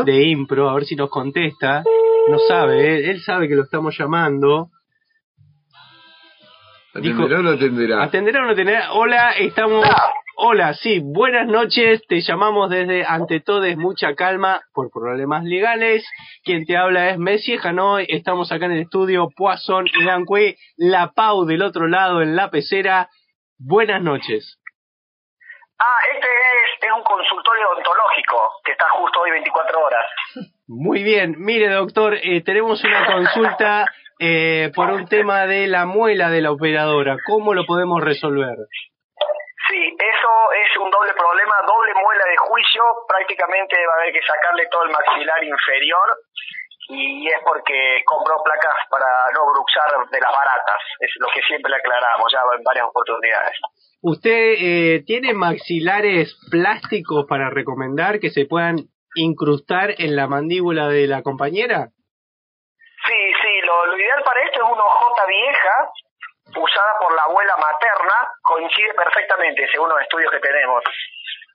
Speaker 3: de impro, a ver si nos contesta. No sabe, él, él sabe que lo estamos llamando. Dijo-
Speaker 2: ¿Atenderá o no atenderá?
Speaker 3: ¿Atenderá o no atenderá? Hola, estamos... Hola, sí, buenas noches, te llamamos desde Ante Todes Mucha Calma por problemas legales. Quien te habla es Messi Hanoi, estamos acá en el estudio Poisson y Danque, La Pau del otro lado en la pecera. Buenas noches.
Speaker 8: Ah, este es, es un consultorio odontológico que está justo hoy 24 horas.
Speaker 3: Muy bien, mire doctor, eh, tenemos una consulta eh, por un tema de la muela de la operadora. ¿Cómo lo podemos resolver?
Speaker 8: Sí, eso es un doble problema, doble muela de juicio. Prácticamente va a haber que sacarle todo el maxilar inferior y es porque compró placas para no bruxar de las baratas. Es lo que siempre le aclaramos ya en varias oportunidades.
Speaker 3: ¿Usted eh, tiene maxilares plásticos para recomendar que se puedan incrustar en la mandíbula de la compañera?
Speaker 8: Sí, sí, lo, lo ideal para esto es una hojota vieja usada por la abuela materna. Coincide perfectamente según los estudios que tenemos.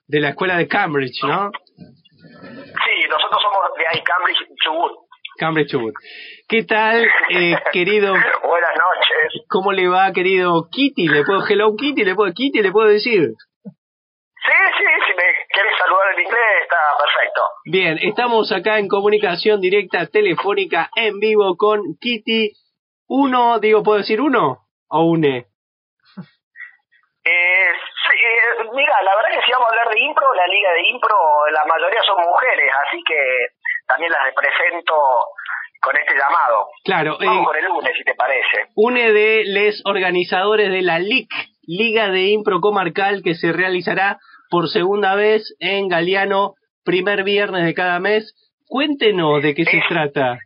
Speaker 3: De la escuela de Cambridge, ¿no?
Speaker 8: Sí, nosotros somos de ahí, Cambridge, Chubut.
Speaker 3: Cambridge Chubut. ¿Qué tal, eh, querido?
Speaker 8: Buenas noches.
Speaker 3: ¿Cómo le va, querido Kitty? ¿Le puedo, hello Kitty, le puedo, Kitty, le puedo decir?
Speaker 8: Sí, sí, si me quieres saludar en inglés está perfecto.
Speaker 3: Bien, estamos acá en comunicación directa telefónica en vivo con Kitty. Uno, digo, ¿puedo decir uno? ¿O une?
Speaker 8: Eh, sí, eh, mira, la verdad que si vamos a hablar de impro, la liga de impro, la mayoría son mujeres, así que también las represento con este llamado.
Speaker 3: Claro, eh,
Speaker 8: Vamos con el lunes, si te parece.
Speaker 3: une de los organizadores de la LIC, Liga de Impro Comarcal, que se realizará por segunda vez en Galeano, primer viernes de cada mes. Cuéntenos de qué se trata.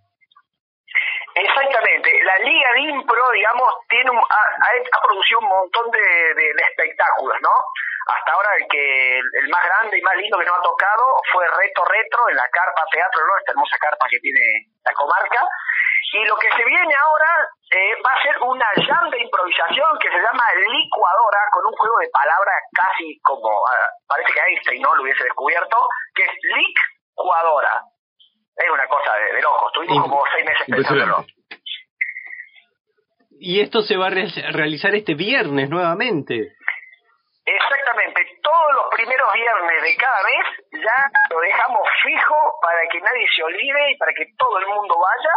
Speaker 8: Exactamente, la liga de impro, digamos, tiene un- ha, ha- ha producido un montón de, de- de espectáculos, ¿no? Hasta ahora el que el más grande y más lindo que nos ha tocado fue Reto Retro en la Carpa Teatro, ¿no? Esta hermosa carpa que tiene la comarca. Y lo que se viene ahora eh, va a ser una jam de improvisación que se llama licuadora, con un juego de palabras casi como, ah, parece que Einstein no lo hubiese descubierto, que es licuadora. Es una cosa de, de locos, estuvimos como seis meses pensándolo.
Speaker 3: Y esto se va a re- realizar este viernes nuevamente.
Speaker 8: Exactamente, todos los primeros viernes de cada mes ya lo dejamos fijo para que nadie se olvide y para que todo el mundo vaya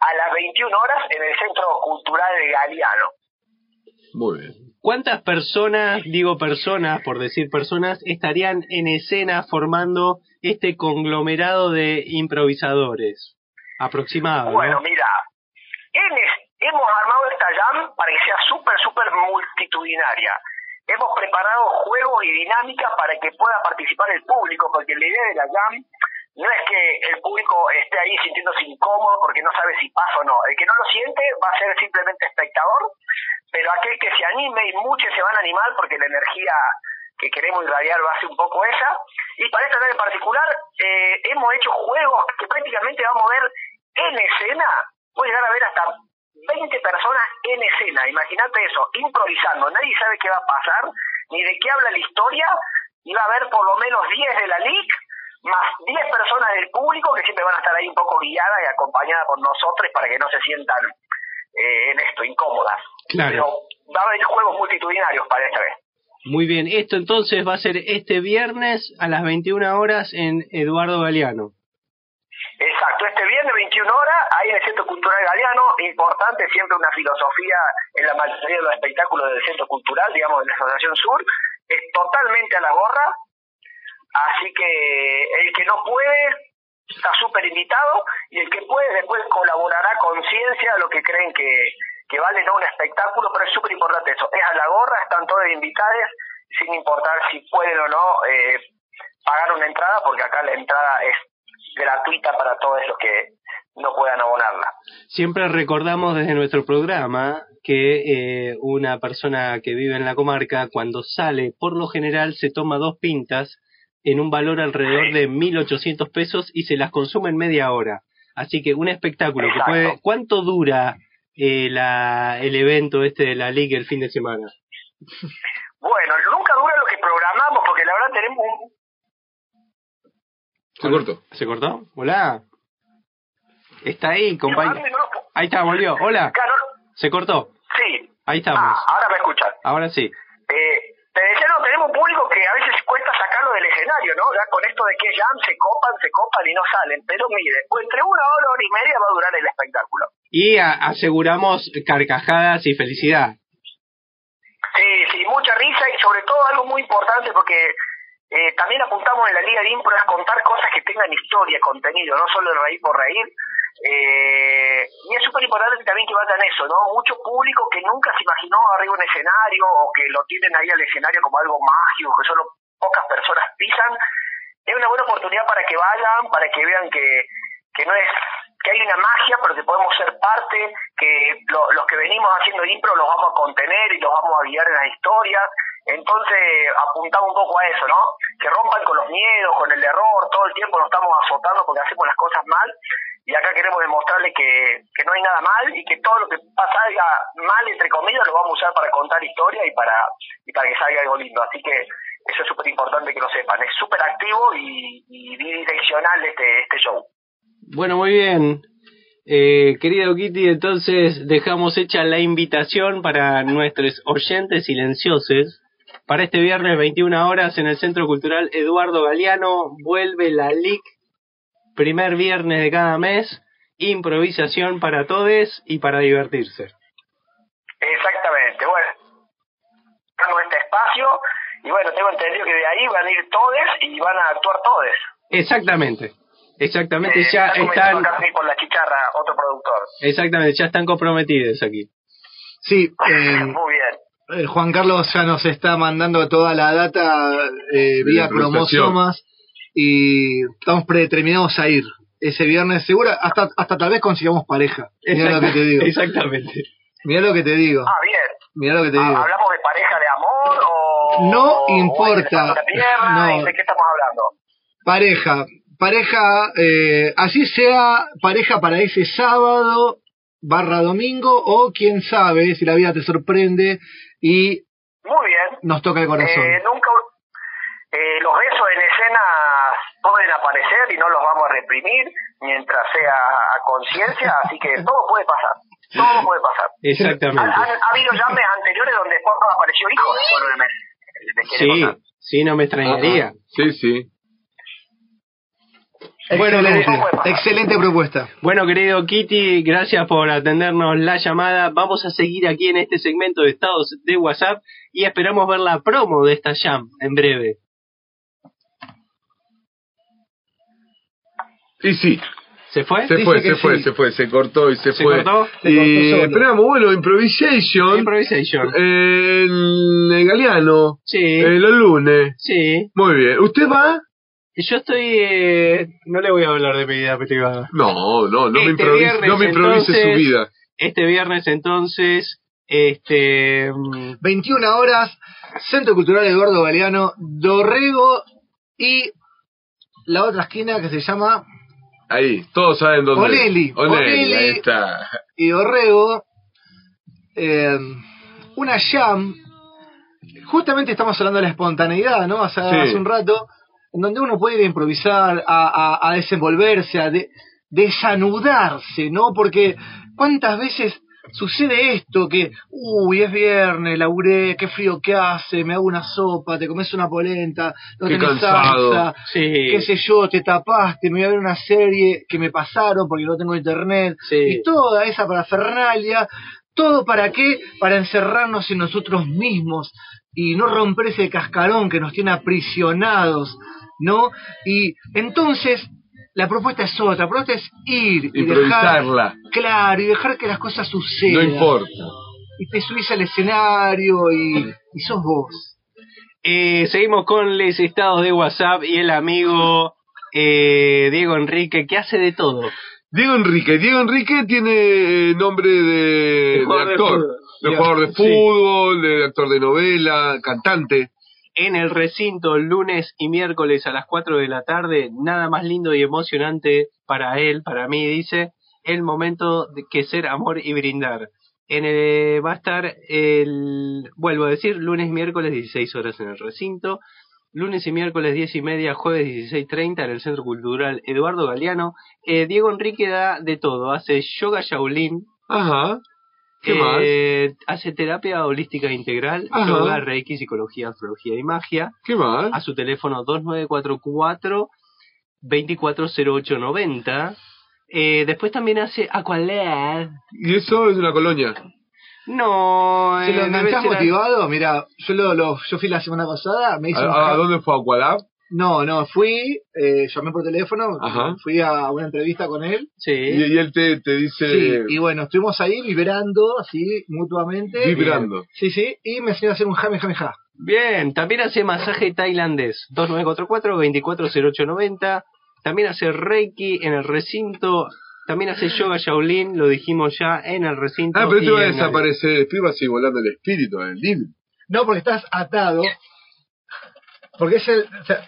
Speaker 8: a las 21 horas en el Centro Cultural Galeano.
Speaker 2: Muy bien.
Speaker 3: ¿Cuántas personas, digo personas, por decir personas, estarían en escena formando este conglomerado de improvisadores? Aproximado. ¿no?
Speaker 8: Bueno, mira, en es- hemos armado esta jam para que sea súper, súper multitudinaria. Hemos preparado juegos y dinámicas para que pueda participar el público, porque la idea de la jam no es que el público esté ahí sintiéndose incómodo porque no sabe si pasa o no. El que no lo siente va a ser simplemente espectador, pero aquel que se anime, y muchos se van a animar porque la energía que queremos irradiar va a ser un poco esa. Y para esta tarde en particular, eh, hemos hecho juegos que prácticamente vamos a ver en escena. Puede llegar a ver hasta 20 personas en escena. Imagínate eso, improvisando. Nadie sabe qué va a pasar, ni de qué habla la historia. Y va a haber por lo menos 10 de la LIC, más 10 personas del público que siempre van a estar ahí un poco guiadas y acompañadas por nosotros para que no se sientan eh, en esto incómodas.
Speaker 3: Claro.
Speaker 8: Pero va a haber juegos multitudinarios para esta vez.
Speaker 3: Muy bien, esto entonces va a ser este viernes a las 21 horas en Eduardo Galeano.
Speaker 8: Exacto, este viernes 21 horas, ahí en el Centro Cultural Galeano, importante siempre una filosofía en la mayoría de los espectáculos del Centro Cultural, digamos, de la Asociación Sur, es totalmente a la gorra, así que el que no puede está súper invitado y el que puede después colaborará con ciencia lo que creen que, que vale, no un espectáculo, pero es súper importante eso, es a la gorra, están todos invitados, sin importar si pueden o no eh, pagar una entrada, porque acá la entrada es gratuita para todos los que no puedan abonarla.
Speaker 3: Siempre recordamos desde nuestro programa que eh, una persona que vive en la comarca, cuando sale, por lo general se toma dos pintas en un valor alrededor de 1.800 pesos y se las consume en media hora. Así que un espectáculo. Que puede, ¿Cuánto dura eh, la, el evento este de la liga el fin de semana?
Speaker 8: Bueno, nunca dura lo que programamos, porque la verdad tenemos un...
Speaker 2: Se cortó.
Speaker 3: ¿Se cortó? Hola. Está ahí, compañero.
Speaker 8: Mande, no lo po-
Speaker 3: Ahí está, volvió. Hola.
Speaker 8: Claro,
Speaker 3: Se cortó.
Speaker 8: sí, Ah,
Speaker 3: Ahí Ah. estamos.
Speaker 8: ahora me escuchan.
Speaker 3: Ahora sí.
Speaker 8: Eh, te decía, no, tenemos un público que a veces cuesta sacarlo del escenario, ¿no? Ya con esto de que ya se copan, se copan y no salen. Pero mire, entre una hora, hora y media va a durar el espectáculo.
Speaker 3: Y a- aseguramos carcajadas y felicidad.
Speaker 8: Sí, sí, mucha risa y sobre todo algo muy importante porque eh, también apuntamos en la Liga de Impro es contar cosas que tengan historia, contenido, no solo reír por reír. Eh, y es súper importante también que vayan eso, ¿no? Mucho público que nunca se imaginó arriba de un escenario o que lo tienen ahí al escenario como algo mágico, que solo pocas personas pisan. Es una buena oportunidad para que vayan, para que vean que, que no es que hay una magia, pero que podemos ser parte, que lo- los que venimos haciendo impro los vamos a contener y los vamos a guiar en las historias. Entonces, apuntamos un poco a eso, ¿no? Que rompan con los miedos, con el error, todo el tiempo nos estamos azotando porque hacemos las cosas mal. Y acá queremos demostrarles que, que no hay nada mal y que todo lo que salga mal, entre comillas, lo vamos a usar para contar historias y para, y para que salga algo lindo. Así que eso es súper importante que lo sepan. Es súper activo y, y bidireccional este, este show.
Speaker 3: Bueno, muy bien. Eh, querido Kitty, entonces dejamos hecha la invitación para nuestros oyentes silenciosos. Para este viernes 21 horas en el Centro Cultural Eduardo Galeano vuelve la LIC, primer viernes de cada mes, improvisación para todos y para divertirse.
Speaker 8: Exactamente, bueno. Tengo este espacio y bueno, tengo entendido que de ahí van a ir todes y van a actuar todes.
Speaker 3: Exactamente, exactamente,
Speaker 8: Eh,
Speaker 3: ya
Speaker 8: está comentando
Speaker 3: están,
Speaker 8: acá así por la chicharra otro productor.
Speaker 3: exactamente, ya están comprometidos aquí.
Speaker 4: Sí, eh,
Speaker 8: Muy bien.
Speaker 4: el Juan Carlos ya nos está mandando toda la data
Speaker 2: De la
Speaker 4: eh, vía
Speaker 2: pronunciación.
Speaker 4: cromosomas y estamos predeterminados a ir ese viernes. Seguro, hasta, hasta tal vez consigamos pareja. Mira lo que te digo.
Speaker 3: Exactamente.
Speaker 4: Mira lo que te digo.
Speaker 8: Ah, bien.
Speaker 4: Mira lo que te
Speaker 8: Ah,
Speaker 4: digo.
Speaker 8: ¿Hablamos de pareja de amor o.?
Speaker 4: No
Speaker 8: o
Speaker 4: importa.
Speaker 8: de la tierra?
Speaker 4: No.
Speaker 8: ¿De qué estamos hablando?
Speaker 4: Pareja, pareja, eh, así sea pareja para ese sábado barra domingo o quién sabe si la vida te sorprende y
Speaker 8: Muy bien.
Speaker 4: nos toca el corazón.
Speaker 8: Eh, nunca. eh, los besos en escena pueden aparecer y no los vamos a reprimir mientras sea a conciencia, así que todo puede pasar. Todo puede pasar.
Speaker 3: Exactamente.
Speaker 8: Ah, Ha, ha- ha habido llames anteriores donde después apareció hijos. Bueno,
Speaker 15: de
Speaker 3: Sí, sí, no me extrañaría.
Speaker 2: Sí, sí.
Speaker 3: Bueno,
Speaker 4: excelente,
Speaker 3: le-
Speaker 4: excelente propuesta.
Speaker 3: Bueno, querido Kitty, gracias por atendernos la llamada. Vamos a seguir aquí en este segmento de estados de WhatsApp y esperamos ver la promo de esta jam en breve.
Speaker 2: Y sí.
Speaker 3: ¿Se fue?
Speaker 2: Se
Speaker 3: Dice
Speaker 2: fue,
Speaker 3: que
Speaker 2: se fue,
Speaker 3: sí.
Speaker 2: se fue, se cortó y se,
Speaker 3: ¿Se
Speaker 2: fue.
Speaker 3: cortó? Se cortó
Speaker 2: Y
Speaker 3: solo.
Speaker 2: esperamos, bueno, Improvisation.
Speaker 3: Improvisation.
Speaker 2: En el Galeano.
Speaker 3: Sí.
Speaker 2: Eh, los lunes.
Speaker 3: Sí.
Speaker 2: Muy bien. ¿Usted va?
Speaker 3: Yo estoy... eh, no le voy a hablar de mi vida privada.
Speaker 2: No, no, no me
Speaker 3: Este
Speaker 2: improvise,
Speaker 3: viernes,
Speaker 2: no me improvise
Speaker 3: entonces,
Speaker 2: su vida.
Speaker 3: Este viernes entonces, este... mm,
Speaker 4: 21 horas, Centro Cultural Eduardo Galeano, Dorrego y la otra esquina que se llama
Speaker 2: Ahí, todos saben dónde.
Speaker 4: Onelli,
Speaker 2: es. Onelli,
Speaker 4: Onelli.
Speaker 2: ahí está.
Speaker 4: y Dorrego, eh, una jam. Justamente estamos hablando de la espontaneidad, ¿no? Hace,
Speaker 2: Sí.
Speaker 4: hace un rato, en donde uno puede ir a improvisar, a, a- a desenvolverse, a de- desanudarse, ¿no? Porque cuántas veces sucede esto que, uy, es viernes, laburé, qué frío que hace, me hago una sopa, te comes una polenta, no
Speaker 2: Qué
Speaker 4: tenés
Speaker 2: cansado.
Speaker 4: salsa,
Speaker 3: Sí.
Speaker 4: qué sé yo, te tapaste, me voy a ver una serie que me pasaron porque no tengo internet,
Speaker 3: Sí.
Speaker 4: y toda esa parafernalia, todo para qué, para encerrarnos en nosotros mismos y no romper ese cascarón que nos tiene aprisionados, ¿no? Y entonces la propuesta es otra, la propuesta es ir y dejar,
Speaker 2: Improvisarla.
Speaker 4: claro, y dejar que las cosas sucedan.
Speaker 2: No importa.
Speaker 4: Y te subís al escenario y, y sos vos.
Speaker 3: Eh, seguimos con los estados de WhatsApp y el amigo eh, Diego Enrique, que hace de todo.
Speaker 2: Diego Enrique. Diego Enrique tiene eh, nombre Eh, de, de
Speaker 3: jugador de
Speaker 2: actor.
Speaker 3: fútbol.
Speaker 2: De
Speaker 3: Ya.
Speaker 2: jugador de
Speaker 3: Sí.
Speaker 2: fútbol, de actor de novela, cantante.
Speaker 3: En el recinto, lunes y miércoles a las 4 de la tarde, nada más lindo y emocionante para él, para mí, dice, el momento de que ser amor y brindar. En el- va a estar el, vuelvo a decir, lunes y miércoles 16 horas en el recinto, lunes y miércoles 10 y media, jueves 16.30 en el Centro Cultural Eduardo Galeano. Eh, Diego Enrique da de todo, hace yoga Shaolin,
Speaker 2: Ajá. ¿Qué
Speaker 3: eh, hace terapia holística integral,
Speaker 2: Ajá.
Speaker 3: yoga, reiki, psicología, astrología y magia.
Speaker 2: ¿Qué más?
Speaker 3: A su teléfono 2944 240890. Eh, después también hace Aqualad.
Speaker 2: Y eso es una colonia.
Speaker 3: No,
Speaker 4: Si
Speaker 3: eh,
Speaker 4: lo
Speaker 3: debe
Speaker 4: enganchás
Speaker 3: ser a-
Speaker 4: motivado, mira, yo lo, lo- yo fui la semana pasada, me hice un
Speaker 2: ¿A, a
Speaker 4: hack-
Speaker 2: dónde fue? ¿A Kuala?
Speaker 4: No, no, fui, eh, llamé por teléfono,
Speaker 2: Ajá.
Speaker 4: fui a una entrevista con él.
Speaker 2: Y,
Speaker 3: Sí.
Speaker 2: y él te, te dice...
Speaker 4: Sí, y bueno, estuvimos ahí vibrando, así, mutuamente. Eh,
Speaker 2: Vibrando.
Speaker 4: Sí, sí, y me enseñó a hacer un jame, jame, ja.
Speaker 3: Bien, también hace masaje tailandés 2944 240890. También hace Reiki en el recinto. También hace yoga Shaolin, lo dijimos ya, en el recinto.
Speaker 2: Ah, pero
Speaker 3: y
Speaker 2: te va a
Speaker 3: en el-
Speaker 2: desaparecer el espíritu, así volando el espíritu, el libro.
Speaker 4: No, porque estás atado. Porque es el. o sea,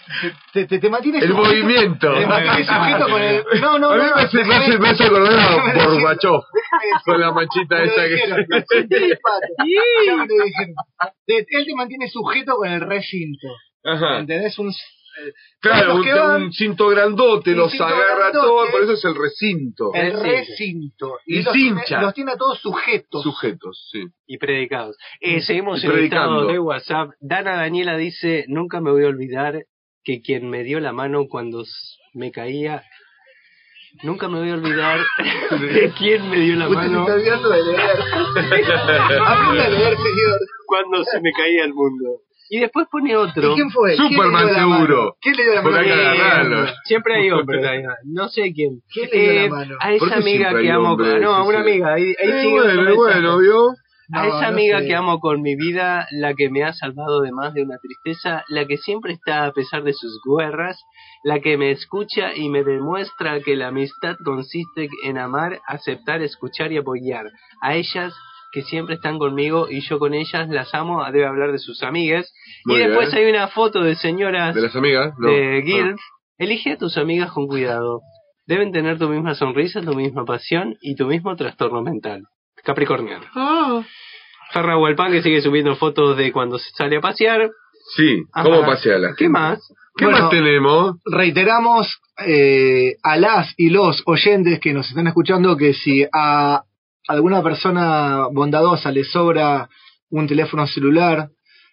Speaker 4: te, te, te mantienes.
Speaker 2: El
Speaker 4: sujeto-
Speaker 2: movimiento.
Speaker 4: Te mantienes sujeto con el. No, no,
Speaker 2: a mí
Speaker 4: no.
Speaker 2: me hace, me hace, me hace acordar a
Speaker 4: Me lo
Speaker 2: Gorbachev con la manchita
Speaker 4: Me lo
Speaker 2: esa
Speaker 4: dijeron,
Speaker 2: que...
Speaker 4: tres patas. Ya me lo dijeron. Te- Él te mantiene sujeto con el recinto.
Speaker 2: Ajá.
Speaker 4: ¿Entendés? Un,
Speaker 2: Claro,
Speaker 4: Los
Speaker 2: un,
Speaker 4: que van-
Speaker 2: un cinto grandote
Speaker 4: Un
Speaker 2: los
Speaker 4: cinto
Speaker 2: agarra
Speaker 4: grandote.
Speaker 2: todos, por eso es el recinto.
Speaker 4: el recinto.
Speaker 2: Y
Speaker 4: los
Speaker 2: cincha.
Speaker 4: tiene- Los tiene a todos sujetos.
Speaker 2: Sujetos, sí.
Speaker 3: y predicados. Eh, seguimos
Speaker 2: Y
Speaker 3: en el
Speaker 2: predicando.
Speaker 3: estado de WhatsApp. Dana Daniela dice, nunca me voy a olvidar que quien me dio la mano cuando s- me caía, nunca me voy a olvidar de quien me dio la
Speaker 4: Usted se
Speaker 3: mano
Speaker 4: está olvidando de leer. Aprenda a leer, señor.
Speaker 3: cuando se me caía el mundo. Y después pone
Speaker 4: ¿Y
Speaker 3: otro.
Speaker 4: ¿Quién fue? ¿Quién
Speaker 2: Superman
Speaker 4: le dio la mano?
Speaker 2: seguro.
Speaker 4: ¿Quién le dio la
Speaker 2: Por
Speaker 4: mano?
Speaker 2: acá
Speaker 4: Eh,
Speaker 2: agarralo.
Speaker 3: Siempre hay hombres, ahí va. no sé quién.
Speaker 4: ¿Quién le dio
Speaker 3: Eh,
Speaker 4: la mano?
Speaker 3: a
Speaker 2: ¿Por
Speaker 3: esa
Speaker 2: qué
Speaker 3: amiga
Speaker 2: siempre
Speaker 3: que
Speaker 2: hay
Speaker 3: amo,
Speaker 2: hombres?
Speaker 3: no, a una
Speaker 2: Sí.
Speaker 3: amiga, ahí, ahí
Speaker 2: Eh,
Speaker 3: sigue otro
Speaker 2: bueno,
Speaker 3: mensaje.
Speaker 2: bueno, ¿vio?
Speaker 3: A
Speaker 4: No,
Speaker 3: esa
Speaker 4: no
Speaker 3: amiga
Speaker 4: sé.
Speaker 3: que amo con mi vida, la que me ha salvado de más de una tristeza, la que siempre está a pesar de sus guerras, la que me escucha y me demuestra que la amistad consiste en amar, aceptar, escuchar y apoyar. A ellas que siempre están conmigo y yo con ellas las amo, debe hablar de sus amigas.
Speaker 2: Muy
Speaker 3: y
Speaker 2: bien.
Speaker 3: después hay una foto de señoras
Speaker 2: De las amigas, no. Ah.
Speaker 3: de Guild, elige a tus amigas con cuidado. Deben tener tu misma sonrisa, tu misma pasión y tu mismo trastorno mental. Capricorniano. Ferra Hualpán que sigue subiendo fotos de cuando se sale a pasear.
Speaker 2: Sí,
Speaker 3: Ajá.
Speaker 2: ¿cómo paseala?
Speaker 3: ¿Qué más?
Speaker 2: ¿Qué
Speaker 4: Bueno,
Speaker 2: más tenemos?
Speaker 4: Reiteramos eh, a las y los oyentes que nos están escuchando que si a alguna persona bondadosa le sobra un teléfono celular,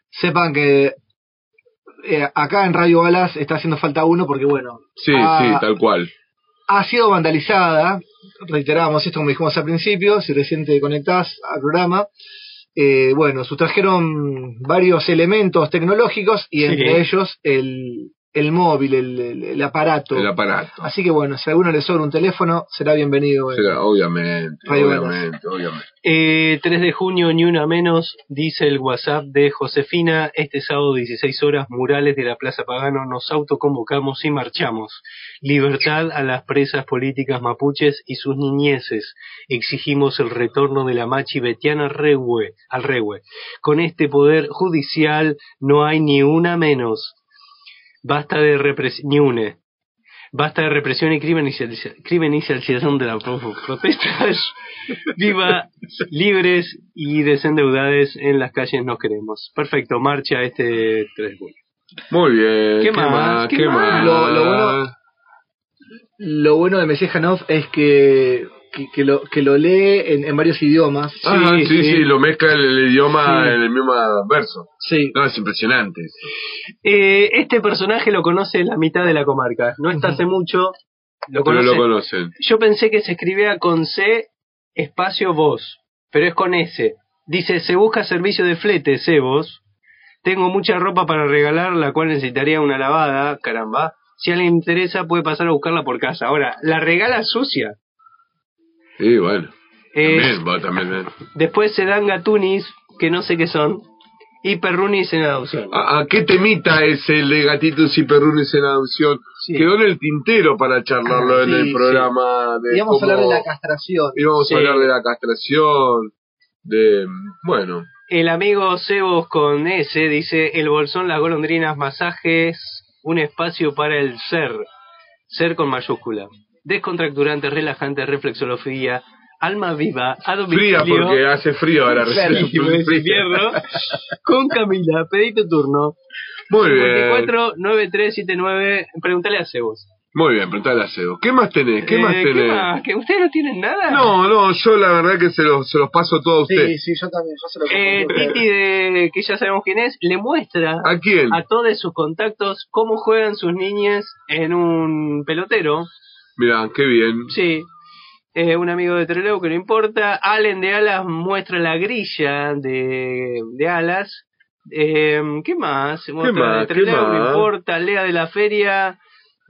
Speaker 4: sepan que eh, acá en Radio Balas está haciendo falta uno porque, bueno,
Speaker 2: Sí,
Speaker 4: Ah.
Speaker 2: sí, tal cual.
Speaker 4: ha sido vandalizada, reiterábamos esto como dijimos al principio, si recién te conectás al programa, eh, bueno, sustrajeron varios elementos tecnológicos y entre
Speaker 2: Sí.
Speaker 4: ellos el, el móvil, el, el- el aparato.
Speaker 2: El aparato.
Speaker 4: Así que bueno, si a alguno le sobra un teléfono, será bienvenido. eh.
Speaker 2: Será, obviamente,
Speaker 4: Radio Balas.
Speaker 2: obviamente, obviamente.
Speaker 3: Eh, 3 de junio, ni una menos, dice el WhatsApp de Josefina. Este sábado, 16 horas, murales de la Plaza Pagano, nos autoconvocamos y marchamos. Libertad a las presas políticas mapuches y sus niñeces. Exigimos el retorno de la machi betiana Rehue- al Rehue. Con este poder judicial no hay ni una menos. Basta de represión, ni une. Basta de represión y criminaliza- criminalización de la pro- protestas. Viva libres y desendeudades en las calles nos queremos. Perfecto, marcha este 3 de julio.
Speaker 2: Muy bien.
Speaker 3: ¿Qué más? ¿Qué más?
Speaker 4: Lo, lo bueno, lo bueno de Mesejanov es que, que, que lo, que lo lee en, en varios idiomas.
Speaker 2: Ah, sí, sí, lo mezcla el, el idioma
Speaker 4: Sí.
Speaker 2: en el mismo verso.
Speaker 4: Sí.
Speaker 2: No, es impresionante. eso.
Speaker 3: Eh, este personaje lo conoce la mitad de la comarca. No está hace mucho. Lo
Speaker 2: Pero lo
Speaker 3: conocen.
Speaker 2: conocen.
Speaker 3: Yo pensé que se escribía con C espacio voz, pero es con S. Dice, se busca servicio de flete, Sebos. Tengo mucha ropa para regalar, la cual necesitaría una lavada, caramba. Si a alguien le interesa, puede pasar a buscarla por casa. Ahora, la regala sucia.
Speaker 2: Sí, bueno.
Speaker 3: Eh,
Speaker 2: También, va, también. eh.
Speaker 3: Después se dan gatunis, que no sé qué son, y perrunis en adopción.
Speaker 2: Ah, ah, ¿Qué temita es el de gatitos y perrunes en adopción? Quedó en el tintero para charlarlo en
Speaker 4: sí,
Speaker 2: el
Speaker 4: sí.
Speaker 2: programa. De
Speaker 4: Y vamos a hablar de
Speaker 2: cómo-
Speaker 4: la castración.
Speaker 2: íbamos
Speaker 4: Sí.
Speaker 2: a hablar de la castración. De. mm, Bueno.
Speaker 3: El amigo Sebos con S dice, el bolsón, las golondrinas, masajes, un espacio para el ser. Ser con mayúscula. Descontracturante, relajante, reflexología, alma viva, a
Speaker 2: Fría
Speaker 3: domicilio.
Speaker 2: porque hace frío ahora.
Speaker 3: Claro,
Speaker 2: recién.
Speaker 3: porque es invierno. Con Camila, pedí tu turno.
Speaker 2: Muy bien.
Speaker 3: 54 9379, preguntale a Sebos.
Speaker 2: Muy bien, preguntale a Sebo. ¿Qué más tenés? ¿Qué
Speaker 3: Eh,
Speaker 2: más tenés?
Speaker 3: más? ¿Que ustedes no tienen nada?
Speaker 2: No, no, yo la verdad que se los, se los paso todo a usted.
Speaker 4: sí, yo también. Yo se lo
Speaker 3: Eh, Titi, de, que ya sabemos quién es, le muestra
Speaker 2: ¿A quién?
Speaker 3: a todos sus contactos cómo juegan sus niñas en un pelotero.
Speaker 2: Mirá, qué bien.
Speaker 3: Sí. Eh, un amigo de Trelew que no importa. Allen de Alas muestra la grilla de, de Alas. Eh, ¿Qué más? Muestra
Speaker 2: más?
Speaker 3: de
Speaker 2: ¿Qué
Speaker 3: Trelew, no
Speaker 2: más?
Speaker 3: importa. Lea de la Feria.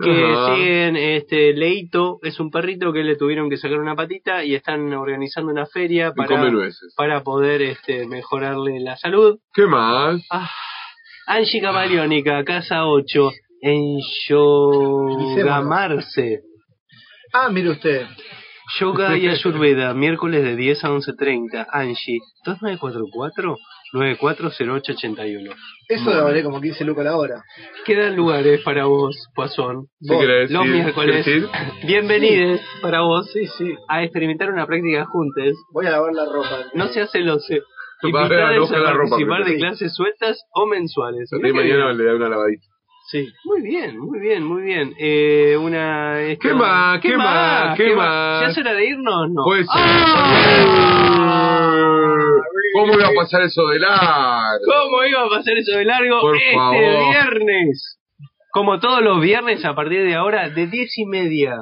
Speaker 3: Que
Speaker 2: Ajá.
Speaker 3: siguen este Leito, es un perrito que le tuvieron que sacar una patita y están organizando una feria para,
Speaker 2: come nueces.
Speaker 3: para poder este, mejorarle la salud.
Speaker 2: ¿Qué más?
Speaker 3: Angie Camariónica, casa 8, en Yogamarse.
Speaker 4: Ah, mire usted.
Speaker 3: Yoga y Ayurveda, miércoles de 10 a 11.30. Angie, 2944-940881.
Speaker 4: Eso lo valé como 15 lucas la hora.
Speaker 3: Quedan lugares para vos, Guasón.
Speaker 4: Si
Speaker 3: Vos,
Speaker 4: querés,
Speaker 3: los
Speaker 4: sí,
Speaker 3: miércoles.
Speaker 4: ¿querés ir?
Speaker 3: Bienvenides para vos
Speaker 4: sí, sí.
Speaker 3: a experimentar una práctica juntas.
Speaker 4: Voy a lavar la ropa.
Speaker 3: No se hace los
Speaker 2: Va a ver,
Speaker 3: Invitades
Speaker 2: aloja
Speaker 3: a
Speaker 2: la ropa,
Speaker 3: participar
Speaker 2: primero.
Speaker 3: de clases sueltas o mensuales.
Speaker 2: Yo
Speaker 3: Mirá
Speaker 2: te
Speaker 3: qué
Speaker 2: mañana
Speaker 3: bien.
Speaker 2: le da una lavadita.
Speaker 3: Sí. Muy bien, muy bien, muy bien. Eh, una. esta-
Speaker 2: ¿Qué más? ¿Qué más? ¿Qué más? Pues
Speaker 3: ¿Ya es hora de irnos? No. Ah.
Speaker 2: Puede ser. ¿Cómo iba a pasar eso de largo?
Speaker 3: ¿Cómo iba a pasar eso de largo?
Speaker 2: Por
Speaker 3: este
Speaker 2: favor.
Speaker 3: viernes. Como todos los viernes a partir de ahora, de 10 y media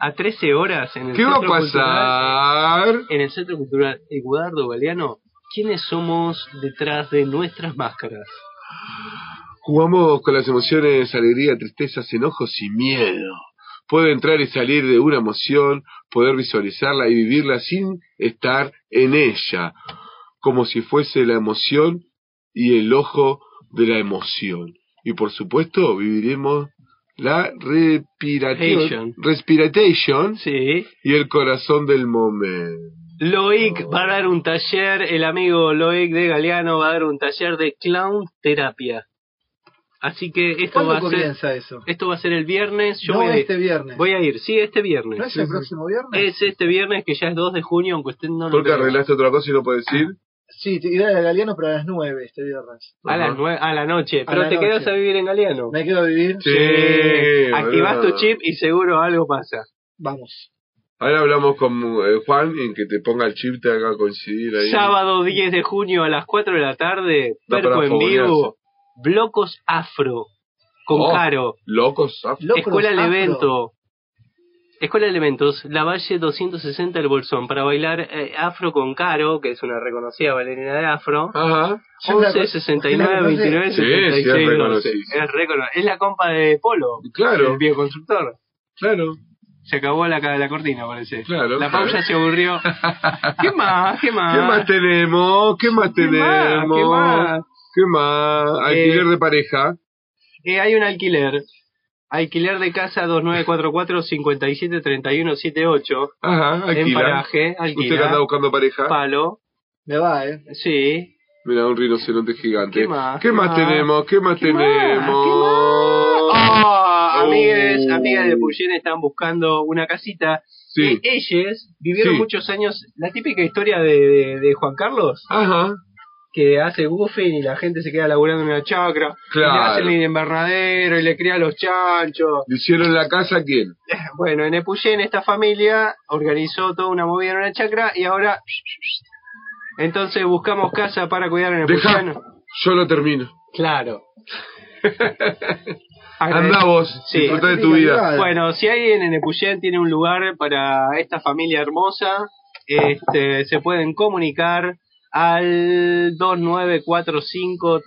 Speaker 3: a 13 horas en el
Speaker 2: ¿Qué va a
Speaker 3: Centro
Speaker 2: pasar?
Speaker 3: Cultural- en el Centro Cultural Eduardo Galeano, ¿quiénes somos detrás de nuestras máscaras?
Speaker 2: Jugamos con las emociones, alegría, tristezas, enojos y miedo. Puedo entrar y salir de una emoción, poder visualizarla y vivirla sin estar en ella, como si fuese la emoción y el ojo de la emoción. Y por supuesto, viviremos la respiración,
Speaker 3: Ation.
Speaker 2: respiratation
Speaker 3: Sí.
Speaker 2: y el corazón del momento.
Speaker 3: Loic
Speaker 4: Oh.
Speaker 3: va a dar un taller, el amigo Loic de Galeano va a dar un taller de clown terapia. Así que esto va
Speaker 4: ¿Cuándo
Speaker 3: a ser
Speaker 4: comienza eso?
Speaker 3: esto va a ser el viernes, yo
Speaker 4: no
Speaker 3: voy, a,
Speaker 4: este viernes.
Speaker 3: voy a ir, sí, este viernes.
Speaker 4: ¿No es el próximo viernes?
Speaker 3: Es este viernes que ya es 2 de junio, aunque usted no lo
Speaker 2: Porque
Speaker 3: crea.
Speaker 2: arreglaste otra cosa y no puedes ir.
Speaker 4: Sí, te iba a Galeano, pero a las 9 este viernes.
Speaker 3: a las nue- a la noche,
Speaker 4: A
Speaker 3: pero
Speaker 4: la
Speaker 3: te
Speaker 4: noche.
Speaker 3: quedas a vivir en Galeano.
Speaker 4: Me quedo a vivir.
Speaker 2: Sí,
Speaker 3: Activas
Speaker 2: boludo.
Speaker 3: tu chip y seguro algo pasa.
Speaker 4: Vamos.
Speaker 2: Ahora hablamos con eh, Juan y que te ponga el chip, te haga coincidir ahí.
Speaker 3: Sábado 10 de junio a las 4 de la tarde,
Speaker 2: Da
Speaker 3: Perco
Speaker 2: para
Speaker 3: en vivo. Blocos Afro, con
Speaker 2: Oh,
Speaker 3: Caro.
Speaker 2: Locos, ah, af-
Speaker 3: Escuela del Evento. Escuela de Elementos, La Valle 260 El Bolsón, para bailar eh, afro con Caro, que es una reconocida bailarina de afro.
Speaker 2: Ajá.
Speaker 3: 11, 69, 29,
Speaker 2: Sí, sí, es
Speaker 3: 76, 12.
Speaker 2: reconocida.
Speaker 3: Es recono- Es la compa de Polo.
Speaker 2: Claro.
Speaker 3: El bioconstructor.
Speaker 2: Claro.
Speaker 3: Se acabó la, ca- la cortina, parece.
Speaker 2: Claro.
Speaker 3: La pausa se aburrió. ¿Qué más? ¿Qué más?
Speaker 2: ¿Qué más tenemos? ¿Qué más tenemos?
Speaker 3: Ah. ¿Qué más?
Speaker 2: ¿Qué más? Alquiler
Speaker 3: Eh,
Speaker 2: de pareja.
Speaker 3: Eh, hay un alquiler. Alquiler de casa 2944-573178.
Speaker 2: Ajá,
Speaker 3: En
Speaker 2: alquila.
Speaker 3: paraje, alquila.
Speaker 2: ¿Usted que anda buscando pareja?
Speaker 3: Palo.
Speaker 4: Me va, ¿eh?
Speaker 3: Sí.
Speaker 2: Mira, un rinoceronte gigante.
Speaker 3: ¿Qué más?
Speaker 2: ¿Qué
Speaker 3: ¿Qué
Speaker 2: más
Speaker 3: más?
Speaker 2: tenemos? ¿Qué más
Speaker 3: ¿Qué más?
Speaker 2: tenemos?
Speaker 3: Ah,
Speaker 2: Oh.
Speaker 3: amigues, amigas de Puyen están buscando una casita.
Speaker 2: Sí.
Speaker 3: Y ellas vivieron
Speaker 2: Sí.
Speaker 3: muchos años la típica historia de, de- de Juan Carlos.
Speaker 2: Ajá.
Speaker 3: Que hace buffing y la gente se queda laburando en una chacra. Y le
Speaker 2: Claro.
Speaker 3: hacen el invernadero y le crían los chanchos.
Speaker 2: ¿Le hicieron la casa a quién?
Speaker 3: Bueno, en Epuyén esta familia organizó toda una movida en una chacra y ahora... Entonces buscamos casa para cuidar en
Speaker 2: Deja,
Speaker 3: Epuyén.
Speaker 2: yo lo termino.
Speaker 3: Claro.
Speaker 2: Anda vos, disfruta de tu vida.
Speaker 3: Bueno, si alguien en Epuyén tiene un lugar para esta familia hermosa, este, se pueden comunicar al 2945.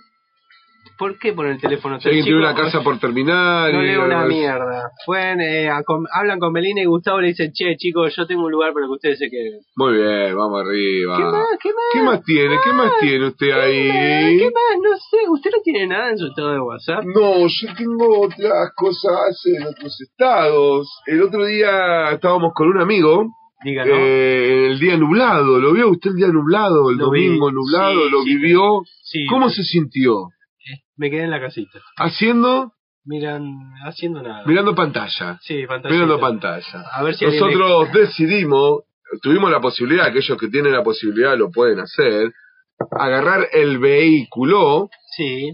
Speaker 3: ¿Por qué poner el teléfono?
Speaker 2: Si alguien tiene
Speaker 3: Chicos,
Speaker 2: una casa por terminar.
Speaker 3: No
Speaker 2: y-
Speaker 3: leo una mierda. Pueden, eh, a- con- hablan con Melina y Gustavo le dicen, che, chicos, yo tengo un lugar para que ustedes se queden.
Speaker 2: Muy bien, vamos arriba.
Speaker 3: ¿Qué más? ¿Qué más?
Speaker 2: Ah. ¿Qué más tiene? ¿Qué más tiene usted ahí?
Speaker 3: ¿Qué más? No sé, ¿usted no tiene nada en su estado de WhatsApp?
Speaker 2: No, yo tengo otras cosas en otros estados. El otro día estábamos con un amigo.
Speaker 3: Dígalo.
Speaker 2: eh, el día nublado, ¿lo vio usted el día nublado? El
Speaker 3: Lo vi.
Speaker 2: domingo nublado,
Speaker 3: Sí,
Speaker 2: lo
Speaker 3: sí,
Speaker 2: vivió.
Speaker 3: sí.
Speaker 2: ¿Cómo se sintió?
Speaker 3: Me quedé en la casita.
Speaker 2: Haciendo,
Speaker 3: Miran, haciendo nada.
Speaker 2: mirando pantalla.
Speaker 3: Sí, fantasía.
Speaker 2: Mirando pantalla.
Speaker 3: A ver si alguien
Speaker 2: Nosotros decidimos, tuvimos la posibilidad, aquellos que tienen la posibilidad lo pueden hacer, agarrar el vehículo
Speaker 3: Sí.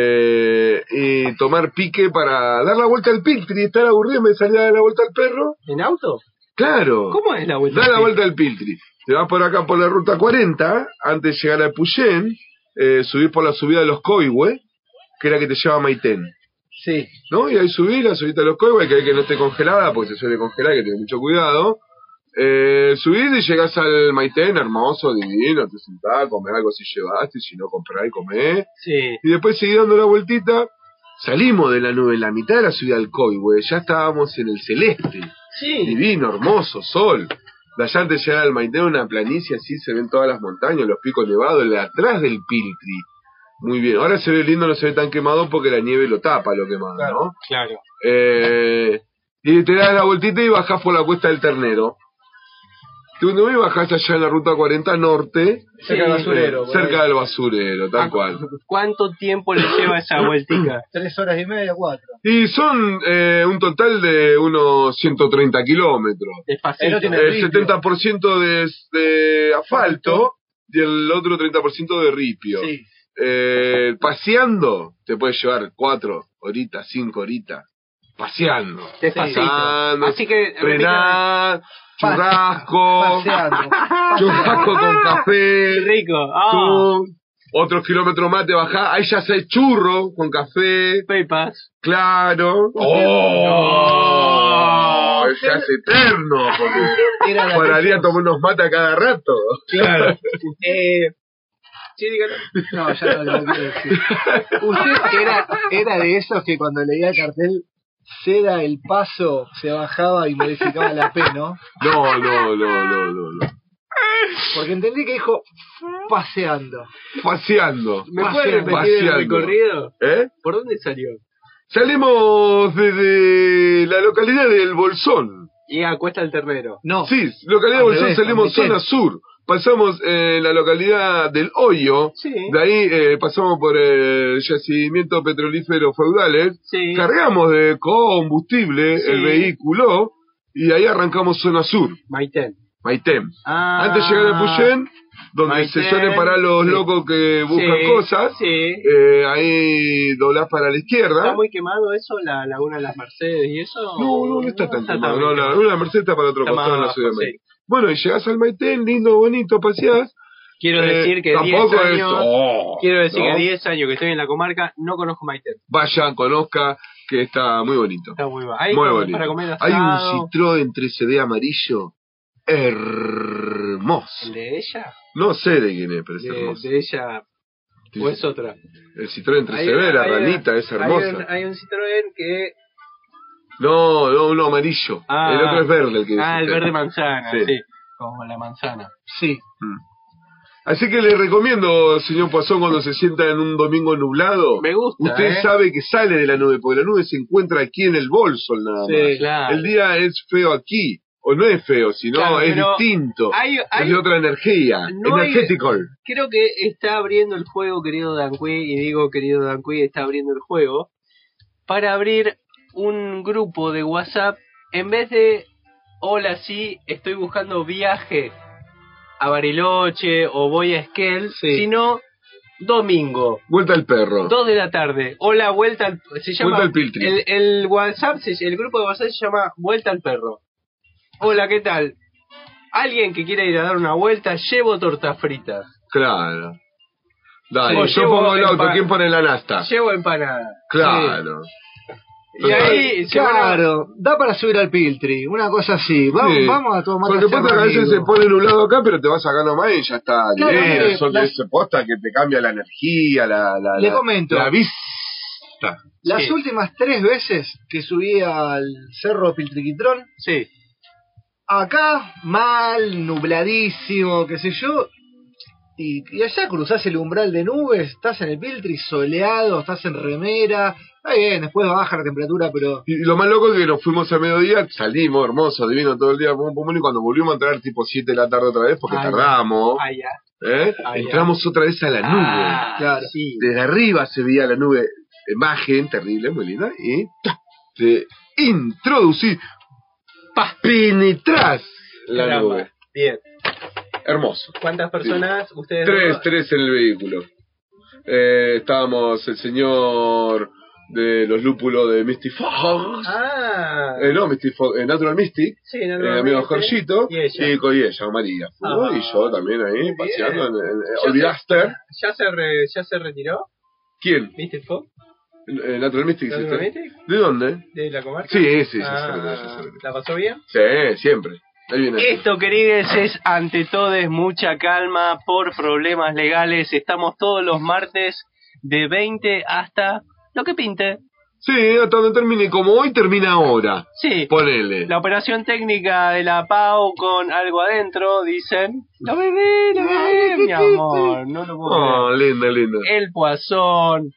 Speaker 2: eh, y tomar pique para dar la vuelta al Piltri. Estar aburrido, me salía a dar la vuelta al perro.
Speaker 3: ¿En auto?
Speaker 2: Claro.
Speaker 3: ¿Cómo es la vuelta
Speaker 2: Da
Speaker 3: al
Speaker 2: la
Speaker 3: Piltri?
Speaker 2: vuelta al Piltri. Te vas por acá por la ruta 40, antes de llegar a Puyén, eh, subís por la subida de los Coihue, que era que te lleva a Maitén.
Speaker 3: Sí.
Speaker 2: ¿no? Y ahí subí la subiste a los coibas, que hay que no esté congelada, porque se suele congelar, hay que tener mucho cuidado. Eh, subís y llegás al Maitén, hermoso, divino, te sentás, comés algo si llevaste, si no comprás y comés.
Speaker 3: Sí.
Speaker 2: Y después seguí dando la vueltita, salimos de la nube, en la mitad de la ciudad del Coihue, ya estábamos en el celeste,
Speaker 3: Sí.
Speaker 2: divino, hermoso, sol. De allá antes de llegar al Maitén, una planicie así, se ven todas las montañas, los picos nevados, la- atrás del Piltri. Muy bien, ahora se ve lindo, no se ve tan quemado porque la nieve lo tapa, lo quemado, ¿no?
Speaker 3: Claro.
Speaker 2: Eh, y te das la vueltita y bajás por la cuesta del ternero. Tú no me bajás allá en la ruta 40 norte.
Speaker 3: Cerca del basurero,
Speaker 2: Eh,
Speaker 3: por
Speaker 2: cerca
Speaker 3: ahí. Ah,
Speaker 2: del basurero, tal cual.
Speaker 3: ¿Cuánto tiempo le lleva esa vueltica?
Speaker 4: Tres horas y media, cuatro.
Speaker 2: Y son eh, un total de unos 130 kilómetros.
Speaker 3: Despacito.
Speaker 2: El 70% de, de asfalto y el otro 30% de ripio. Eh, paseando te puede llevar 4 horitas, 5 horitas. Paseando.
Speaker 3: Despacito.
Speaker 2: Paseando,
Speaker 3: Así que,
Speaker 2: frenar,
Speaker 3: Oh.
Speaker 2: churrasco,
Speaker 4: Paseando.
Speaker 2: churrasco con café.
Speaker 3: Ah. Rico. Ah.
Speaker 2: tú, otros kilómetros más te bajás, ahí ya se churro con café.
Speaker 3: Pepas.
Speaker 2: Claro. ¡Oh! Se hace eterno. Porque
Speaker 3: Era la
Speaker 2: pararía tomar unos mates a cada rato. Claro.
Speaker 3: Eh, sí, dígalo.
Speaker 4: No, ya no lo quiero decir. Usted era, era de esos que cuando leía el cartel ceda el paso, se bajaba y modificaba la P, ¿no?
Speaker 2: No, no, no, no, no. no.
Speaker 4: Porque entendí que dijo paseando.
Speaker 2: Paseando.
Speaker 3: ¿Me puede repetir
Speaker 2: Paseando.
Speaker 3: el recorrido?
Speaker 2: ¿Eh?
Speaker 3: ¿Por dónde salió?
Speaker 2: Salimos desde la localidad del Bolsón.
Speaker 3: Y a Cuesta del Ternero.
Speaker 4: No.
Speaker 2: Sí, localidad de
Speaker 3: Al
Speaker 2: Bolsón
Speaker 3: revés,
Speaker 2: salimos
Speaker 3: al
Speaker 2: zona
Speaker 3: Mequén.
Speaker 2: sur. Pasamos eh, la localidad del Hoyo.
Speaker 3: Sí.
Speaker 2: De ahí eh, pasamos por eh, el yacimiento petrolífero feudales.
Speaker 3: Sí.
Speaker 2: Cargamos de combustible
Speaker 3: Sí.
Speaker 2: el vehículo y ahí arrancamos zona sur,
Speaker 3: Maitén.
Speaker 2: Maitén.
Speaker 3: Ah.
Speaker 2: Antes de llegar a Puyén, donde se
Speaker 3: Maitén,
Speaker 2: suelen parar los
Speaker 3: sí.
Speaker 2: locos que buscan
Speaker 3: Sí,
Speaker 2: cosas,
Speaker 3: Sí.
Speaker 2: eh, ahí doblás para la
Speaker 3: ¿Está
Speaker 2: izquierda.
Speaker 3: muy quemado eso, la laguna de las Mercedes y eso?
Speaker 2: No, no, no está tan quemado. No,
Speaker 3: quemado.
Speaker 2: la, una Mercedes está para otro
Speaker 3: Está más
Speaker 2: costado en la
Speaker 3: abajo,
Speaker 2: Ciudad de
Speaker 3: sí.
Speaker 2: México. Bueno, y llegás al Maitén, lindo, bonito, paseás.
Speaker 3: Quiero
Speaker 2: Eh,
Speaker 3: decir que 10
Speaker 2: tampoco es-
Speaker 3: años,
Speaker 2: oh,
Speaker 3: quiero decir
Speaker 2: ¿no?
Speaker 3: que 10 años que estoy en la comarca no conozco Maite.
Speaker 2: Vayan, conozca, que está muy bonito.
Speaker 3: Está muy, ba- hay
Speaker 2: muy
Speaker 3: cosas
Speaker 2: bonito.
Speaker 3: para comer
Speaker 2: Hay
Speaker 3: asado.
Speaker 2: un Citroën 3CD amarillo hermoso.
Speaker 3: ¿De ella?
Speaker 2: No sé de quién es, pero es
Speaker 3: De,
Speaker 2: hermoso.
Speaker 3: de ella. ¿O es otra?
Speaker 2: El Citroën 3CD,
Speaker 3: Hay-
Speaker 2: la
Speaker 3: hay-
Speaker 2: ranita, es
Speaker 3: hay
Speaker 2: hermosa.
Speaker 3: un- Hay un Citroën que
Speaker 2: No, no, uno amarillo.
Speaker 3: Ah.
Speaker 2: el otro es verde. El que
Speaker 3: Ah,
Speaker 2: dice
Speaker 3: el
Speaker 2: usted.
Speaker 3: verde manzana,
Speaker 2: Sí.
Speaker 3: sí. Como la manzana.
Speaker 4: Sí.
Speaker 2: Así que le recomiendo, señor Poisson, cuando se sienta en un domingo nublado.
Speaker 3: Me gusta.
Speaker 2: Usted
Speaker 3: ¿eh?
Speaker 2: sabe que sale de la nube, porque la nube se encuentra aquí en el bolso nada
Speaker 3: Sí,
Speaker 2: más.
Speaker 3: claro.
Speaker 2: El día es feo aquí, o no es feo, sino
Speaker 3: Claro,
Speaker 2: es
Speaker 3: pero
Speaker 2: distinto.
Speaker 3: hay- hay-
Speaker 2: es de otra energía,
Speaker 3: No hay-
Speaker 2: energético.
Speaker 3: Creo que está abriendo el juego, querido Danqui, y digo querido Danqui, está abriendo el juego para abrir un grupo de WhatsApp en vez de hola, sí, estoy buscando viaje a Bariloche o voy a Esquel, sino domingo.
Speaker 2: Vuelta al perro.
Speaker 3: 2 de la tarde. Hola, vuelta al se llama
Speaker 2: Vuelta al Piltri.
Speaker 3: El, el WhatsApp, se- el grupo de WhatsApp se llama Vuelta al perro. Hola, ¿qué tal? Alguien que quiera ir a dar una vuelta, llevo tortas fritas.
Speaker 2: Claro. Dale,
Speaker 3: O
Speaker 2: yo
Speaker 3: llevo
Speaker 2: pongo el auto,
Speaker 3: empa-
Speaker 2: ¿quién pone la nasta?
Speaker 3: Llevo empanadas.
Speaker 2: Ah. Claro.
Speaker 3: Sí. Y ahí se van a-
Speaker 4: Claro, da para subir al Piltri, una cosa así. Vamos,
Speaker 2: Sí.
Speaker 4: vamos a tomar
Speaker 2: Porque pasa que a veces se pone nublado acá, pero te vas acá nomás y ya está.
Speaker 4: Claro,
Speaker 2: Bien,
Speaker 4: mire,
Speaker 2: eso
Speaker 4: la-
Speaker 2: que se posta que te cambia la energía, la, la,
Speaker 4: Le
Speaker 2: la-
Speaker 4: comento.
Speaker 2: la vista.
Speaker 4: Las
Speaker 2: Sí.
Speaker 4: últimas tres veces que subí al cerro Piltriquitrón,
Speaker 3: sí.
Speaker 4: acá mal, nubladísimo, qué sé yo, y, y allá cruzás el umbral de nubes, estás en el Piltri soleado, estás en remera, está bien, después baja la temperatura, pero
Speaker 2: Y lo más loco es que nos fuimos a mediodía, salimos hermosos, divino todo el día, pum, pum, pum, y cuando volvimos a entrar tipo 7 de la tarde otra vez, porque
Speaker 4: Ay,
Speaker 2: tardamos,
Speaker 3: Allá.
Speaker 2: ¿eh?
Speaker 4: Ay, Ah.
Speaker 2: entramos otra vez a la nube.
Speaker 4: claro.
Speaker 2: Desde arriba se veía la nube, imagen terrible, muy linda, y ta, te introducís, pa, penetrás la
Speaker 3: Caramba.
Speaker 2: nube.
Speaker 3: Bien.
Speaker 2: Hermoso.
Speaker 3: ¿Cuántas personas ustedes?
Speaker 2: Tres,
Speaker 3: dos?
Speaker 2: tres en el vehículo. Eh, estábamos el señor de los lúpulos de Misty Fox.
Speaker 3: Ah.
Speaker 2: Eh, no, Mystic Fox, eh, Natural Mystic.
Speaker 3: Sí,
Speaker 2: El
Speaker 3: naturalmente.
Speaker 2: amigo Jorgito
Speaker 3: Y ella.
Speaker 2: y con ella, María.
Speaker 3: Ah.
Speaker 2: y yo también ahí, paseando en, en-
Speaker 3: Ya
Speaker 2: en
Speaker 3: se-
Speaker 2: Olvidaster.
Speaker 3: ¿Ya se, re- ¿Ya se retiró?
Speaker 2: ¿Quién?
Speaker 3: ¿Viste Fox?
Speaker 2: Eh, Natural Mystic.
Speaker 3: ¿Natural
Speaker 2: ¿sí está?
Speaker 3: Mystic?
Speaker 2: ¿De dónde?
Speaker 3: ¿De la comarca?
Speaker 2: Sí, sí, sí, sí,
Speaker 3: Ah,
Speaker 2: sí, sí, sí, sí.
Speaker 3: ¿La pasó bien?
Speaker 2: Sí, siempre. Ahí viene.
Speaker 3: Esto, queridos, es ante todo es mucha calma por problemas legales. Estamos todos los martes de 20 hasta lo que pinte.
Speaker 2: Sí, hasta donde termine. Como hoy termina ahora.
Speaker 3: Sí.
Speaker 2: Ponele.
Speaker 3: La operación técnica de la PAU con algo adentro, dicen. Lo bebé, lo bebé, mi amor. No lo puedo
Speaker 2: Oh, linda, linda.
Speaker 3: creer. El Poisson.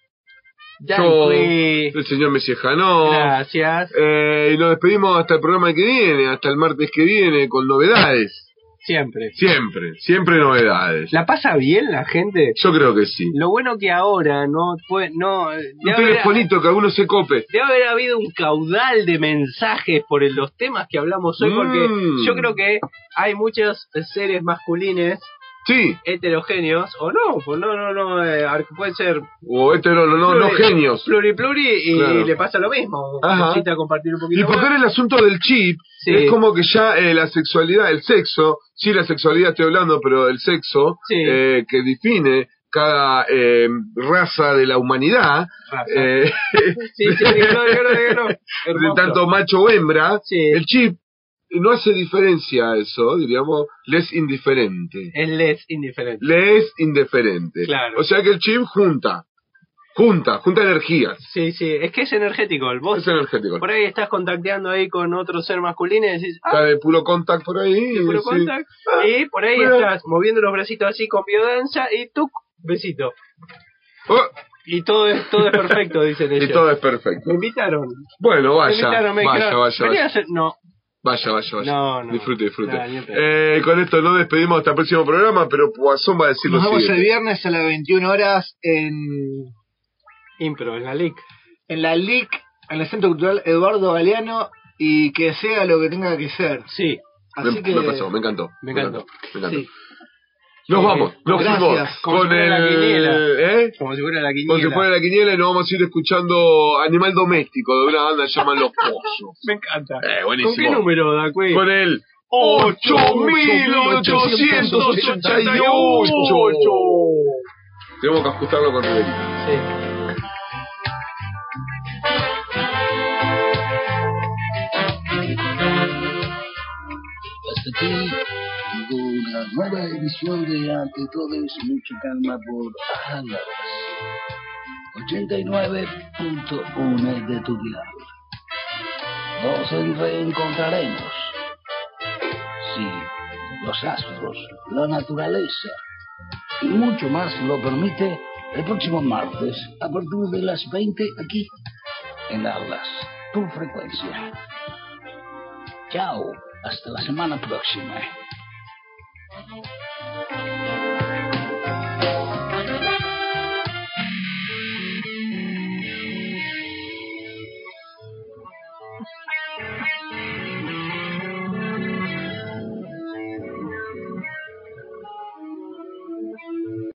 Speaker 3: Dan
Speaker 2: Yo,
Speaker 3: Cui,
Speaker 2: el señor Messiejanó.
Speaker 3: Gracias.
Speaker 2: Eh, y nos despedimos hasta el programa que viene, hasta el martes que viene, con novedades.
Speaker 3: Siempre.
Speaker 2: Siempre, siempre novedades.
Speaker 3: ¿La pasa bien la gente?
Speaker 2: Yo creo que sí.
Speaker 3: Lo bueno que ahora no puede. No, eh,
Speaker 2: Un
Speaker 3: debe haber-
Speaker 2: telefonito que alguno se cope.
Speaker 3: debe haber habido un caudal de mensajes por el- los temas que hablamos hoy, porque
Speaker 2: Mm.
Speaker 3: yo creo que hay muchos seres masculines
Speaker 2: Sí.
Speaker 3: heterogéneos, o no, pues no, no, no, eh, ar- puede ser
Speaker 2: O este no, no, no, no
Speaker 3: pluri-
Speaker 2: genios.
Speaker 3: Pluri, pluri, y
Speaker 2: Claro.
Speaker 3: le pasa lo mismo.
Speaker 2: Ajá.
Speaker 3: Necesita compartir un poquito
Speaker 2: Y porque
Speaker 3: más.
Speaker 2: ahora el asunto del chip
Speaker 3: Sí.
Speaker 2: es como que ya eh, la sexualidad, el sexo, sí la sexualidad estoy hablando, pero el sexo
Speaker 3: Sí.
Speaker 2: eh, que define cada eh, raza de la humanidad,
Speaker 3: Raza.
Speaker 2: eh,
Speaker 3: Ah, Sí, sí, sí, no, yo no, yo no.
Speaker 2: de
Speaker 3: Hermoso.
Speaker 2: tanto macho o hembra, el chip no hace diferencia a eso, diríamos, le es indiferente.
Speaker 3: Él es indiferente.
Speaker 2: Le es indiferente.
Speaker 3: Claro.
Speaker 2: O sea que el chip junta, junta, junta energías.
Speaker 3: Sí, sí, es que es energético. el Vos
Speaker 2: Es energético.
Speaker 3: por ahí estás contacteando ahí con otro ser masculino y decís, ah,
Speaker 2: Está de puro contact por ahí. y
Speaker 3: puro
Speaker 2: sí. Ah,
Speaker 3: contact. Y por ahí
Speaker 2: mira.
Speaker 3: estás moviendo los bracitos así con biodanza y tú, besito.
Speaker 2: Oh.
Speaker 3: Y todo es, todo es perfecto, dicen ellos.
Speaker 2: Y todo es perfecto.
Speaker 3: Me invitaron.
Speaker 2: Bueno,
Speaker 3: Me
Speaker 2: vaya,
Speaker 3: invitaron, me
Speaker 2: vaya,
Speaker 3: dijeron,
Speaker 2: vaya,
Speaker 3: "Vení a
Speaker 2: vaya.
Speaker 3: hacer-". No,
Speaker 2: Vaya, vaya, vaya.
Speaker 3: No, no.
Speaker 2: disfrute, disfrute.
Speaker 3: No, ni en pedo.
Speaker 2: eh, con esto nos despedimos hasta el próximo programa, pero Poisson va a decir lo
Speaker 4: nos vemos el
Speaker 2: siguiente.
Speaker 4: viernes a las 21 horas en
Speaker 3: impro, en la LIC.
Speaker 4: en la LIC, en el Centro Cultural Eduardo Galeano, y que sea lo que tenga que ser.
Speaker 3: Sí.
Speaker 4: Así
Speaker 2: me,
Speaker 4: que...
Speaker 2: me pasó, me encantó.
Speaker 3: Me encantó.
Speaker 2: Me encantó.
Speaker 4: Sí.
Speaker 2: Nos
Speaker 4: Eh,
Speaker 2: vamos, nos
Speaker 4: gracias.
Speaker 2: fuimos
Speaker 3: Como
Speaker 2: con
Speaker 3: si fuera la
Speaker 2: el.
Speaker 3: quiniela.
Speaker 2: ¿eh?
Speaker 3: Como si fuera la
Speaker 2: Como si
Speaker 3: quiniela.
Speaker 2: fuera la quiniela y nos vamos a ir escuchando Animal Doméstico de una banda que se llama Los Pozos.
Speaker 3: Me encanta.
Speaker 2: Eh, buenísimo.
Speaker 3: ¿Con qué número, Dacue?
Speaker 2: Con el 8.888. Tenemos que ajustarlo con Riverita.
Speaker 1: Hasta aquí llegó una nueva edición de Ante Todos Mucho Calma por Alas 89.1 de tu diablo. Nos reencontraremos. Sí, los astros, la naturaleza y mucho más lo permite el próximo martes a partir de las 20 aquí en Alas, tu frecuencia. Chao, hasta la semana próxima.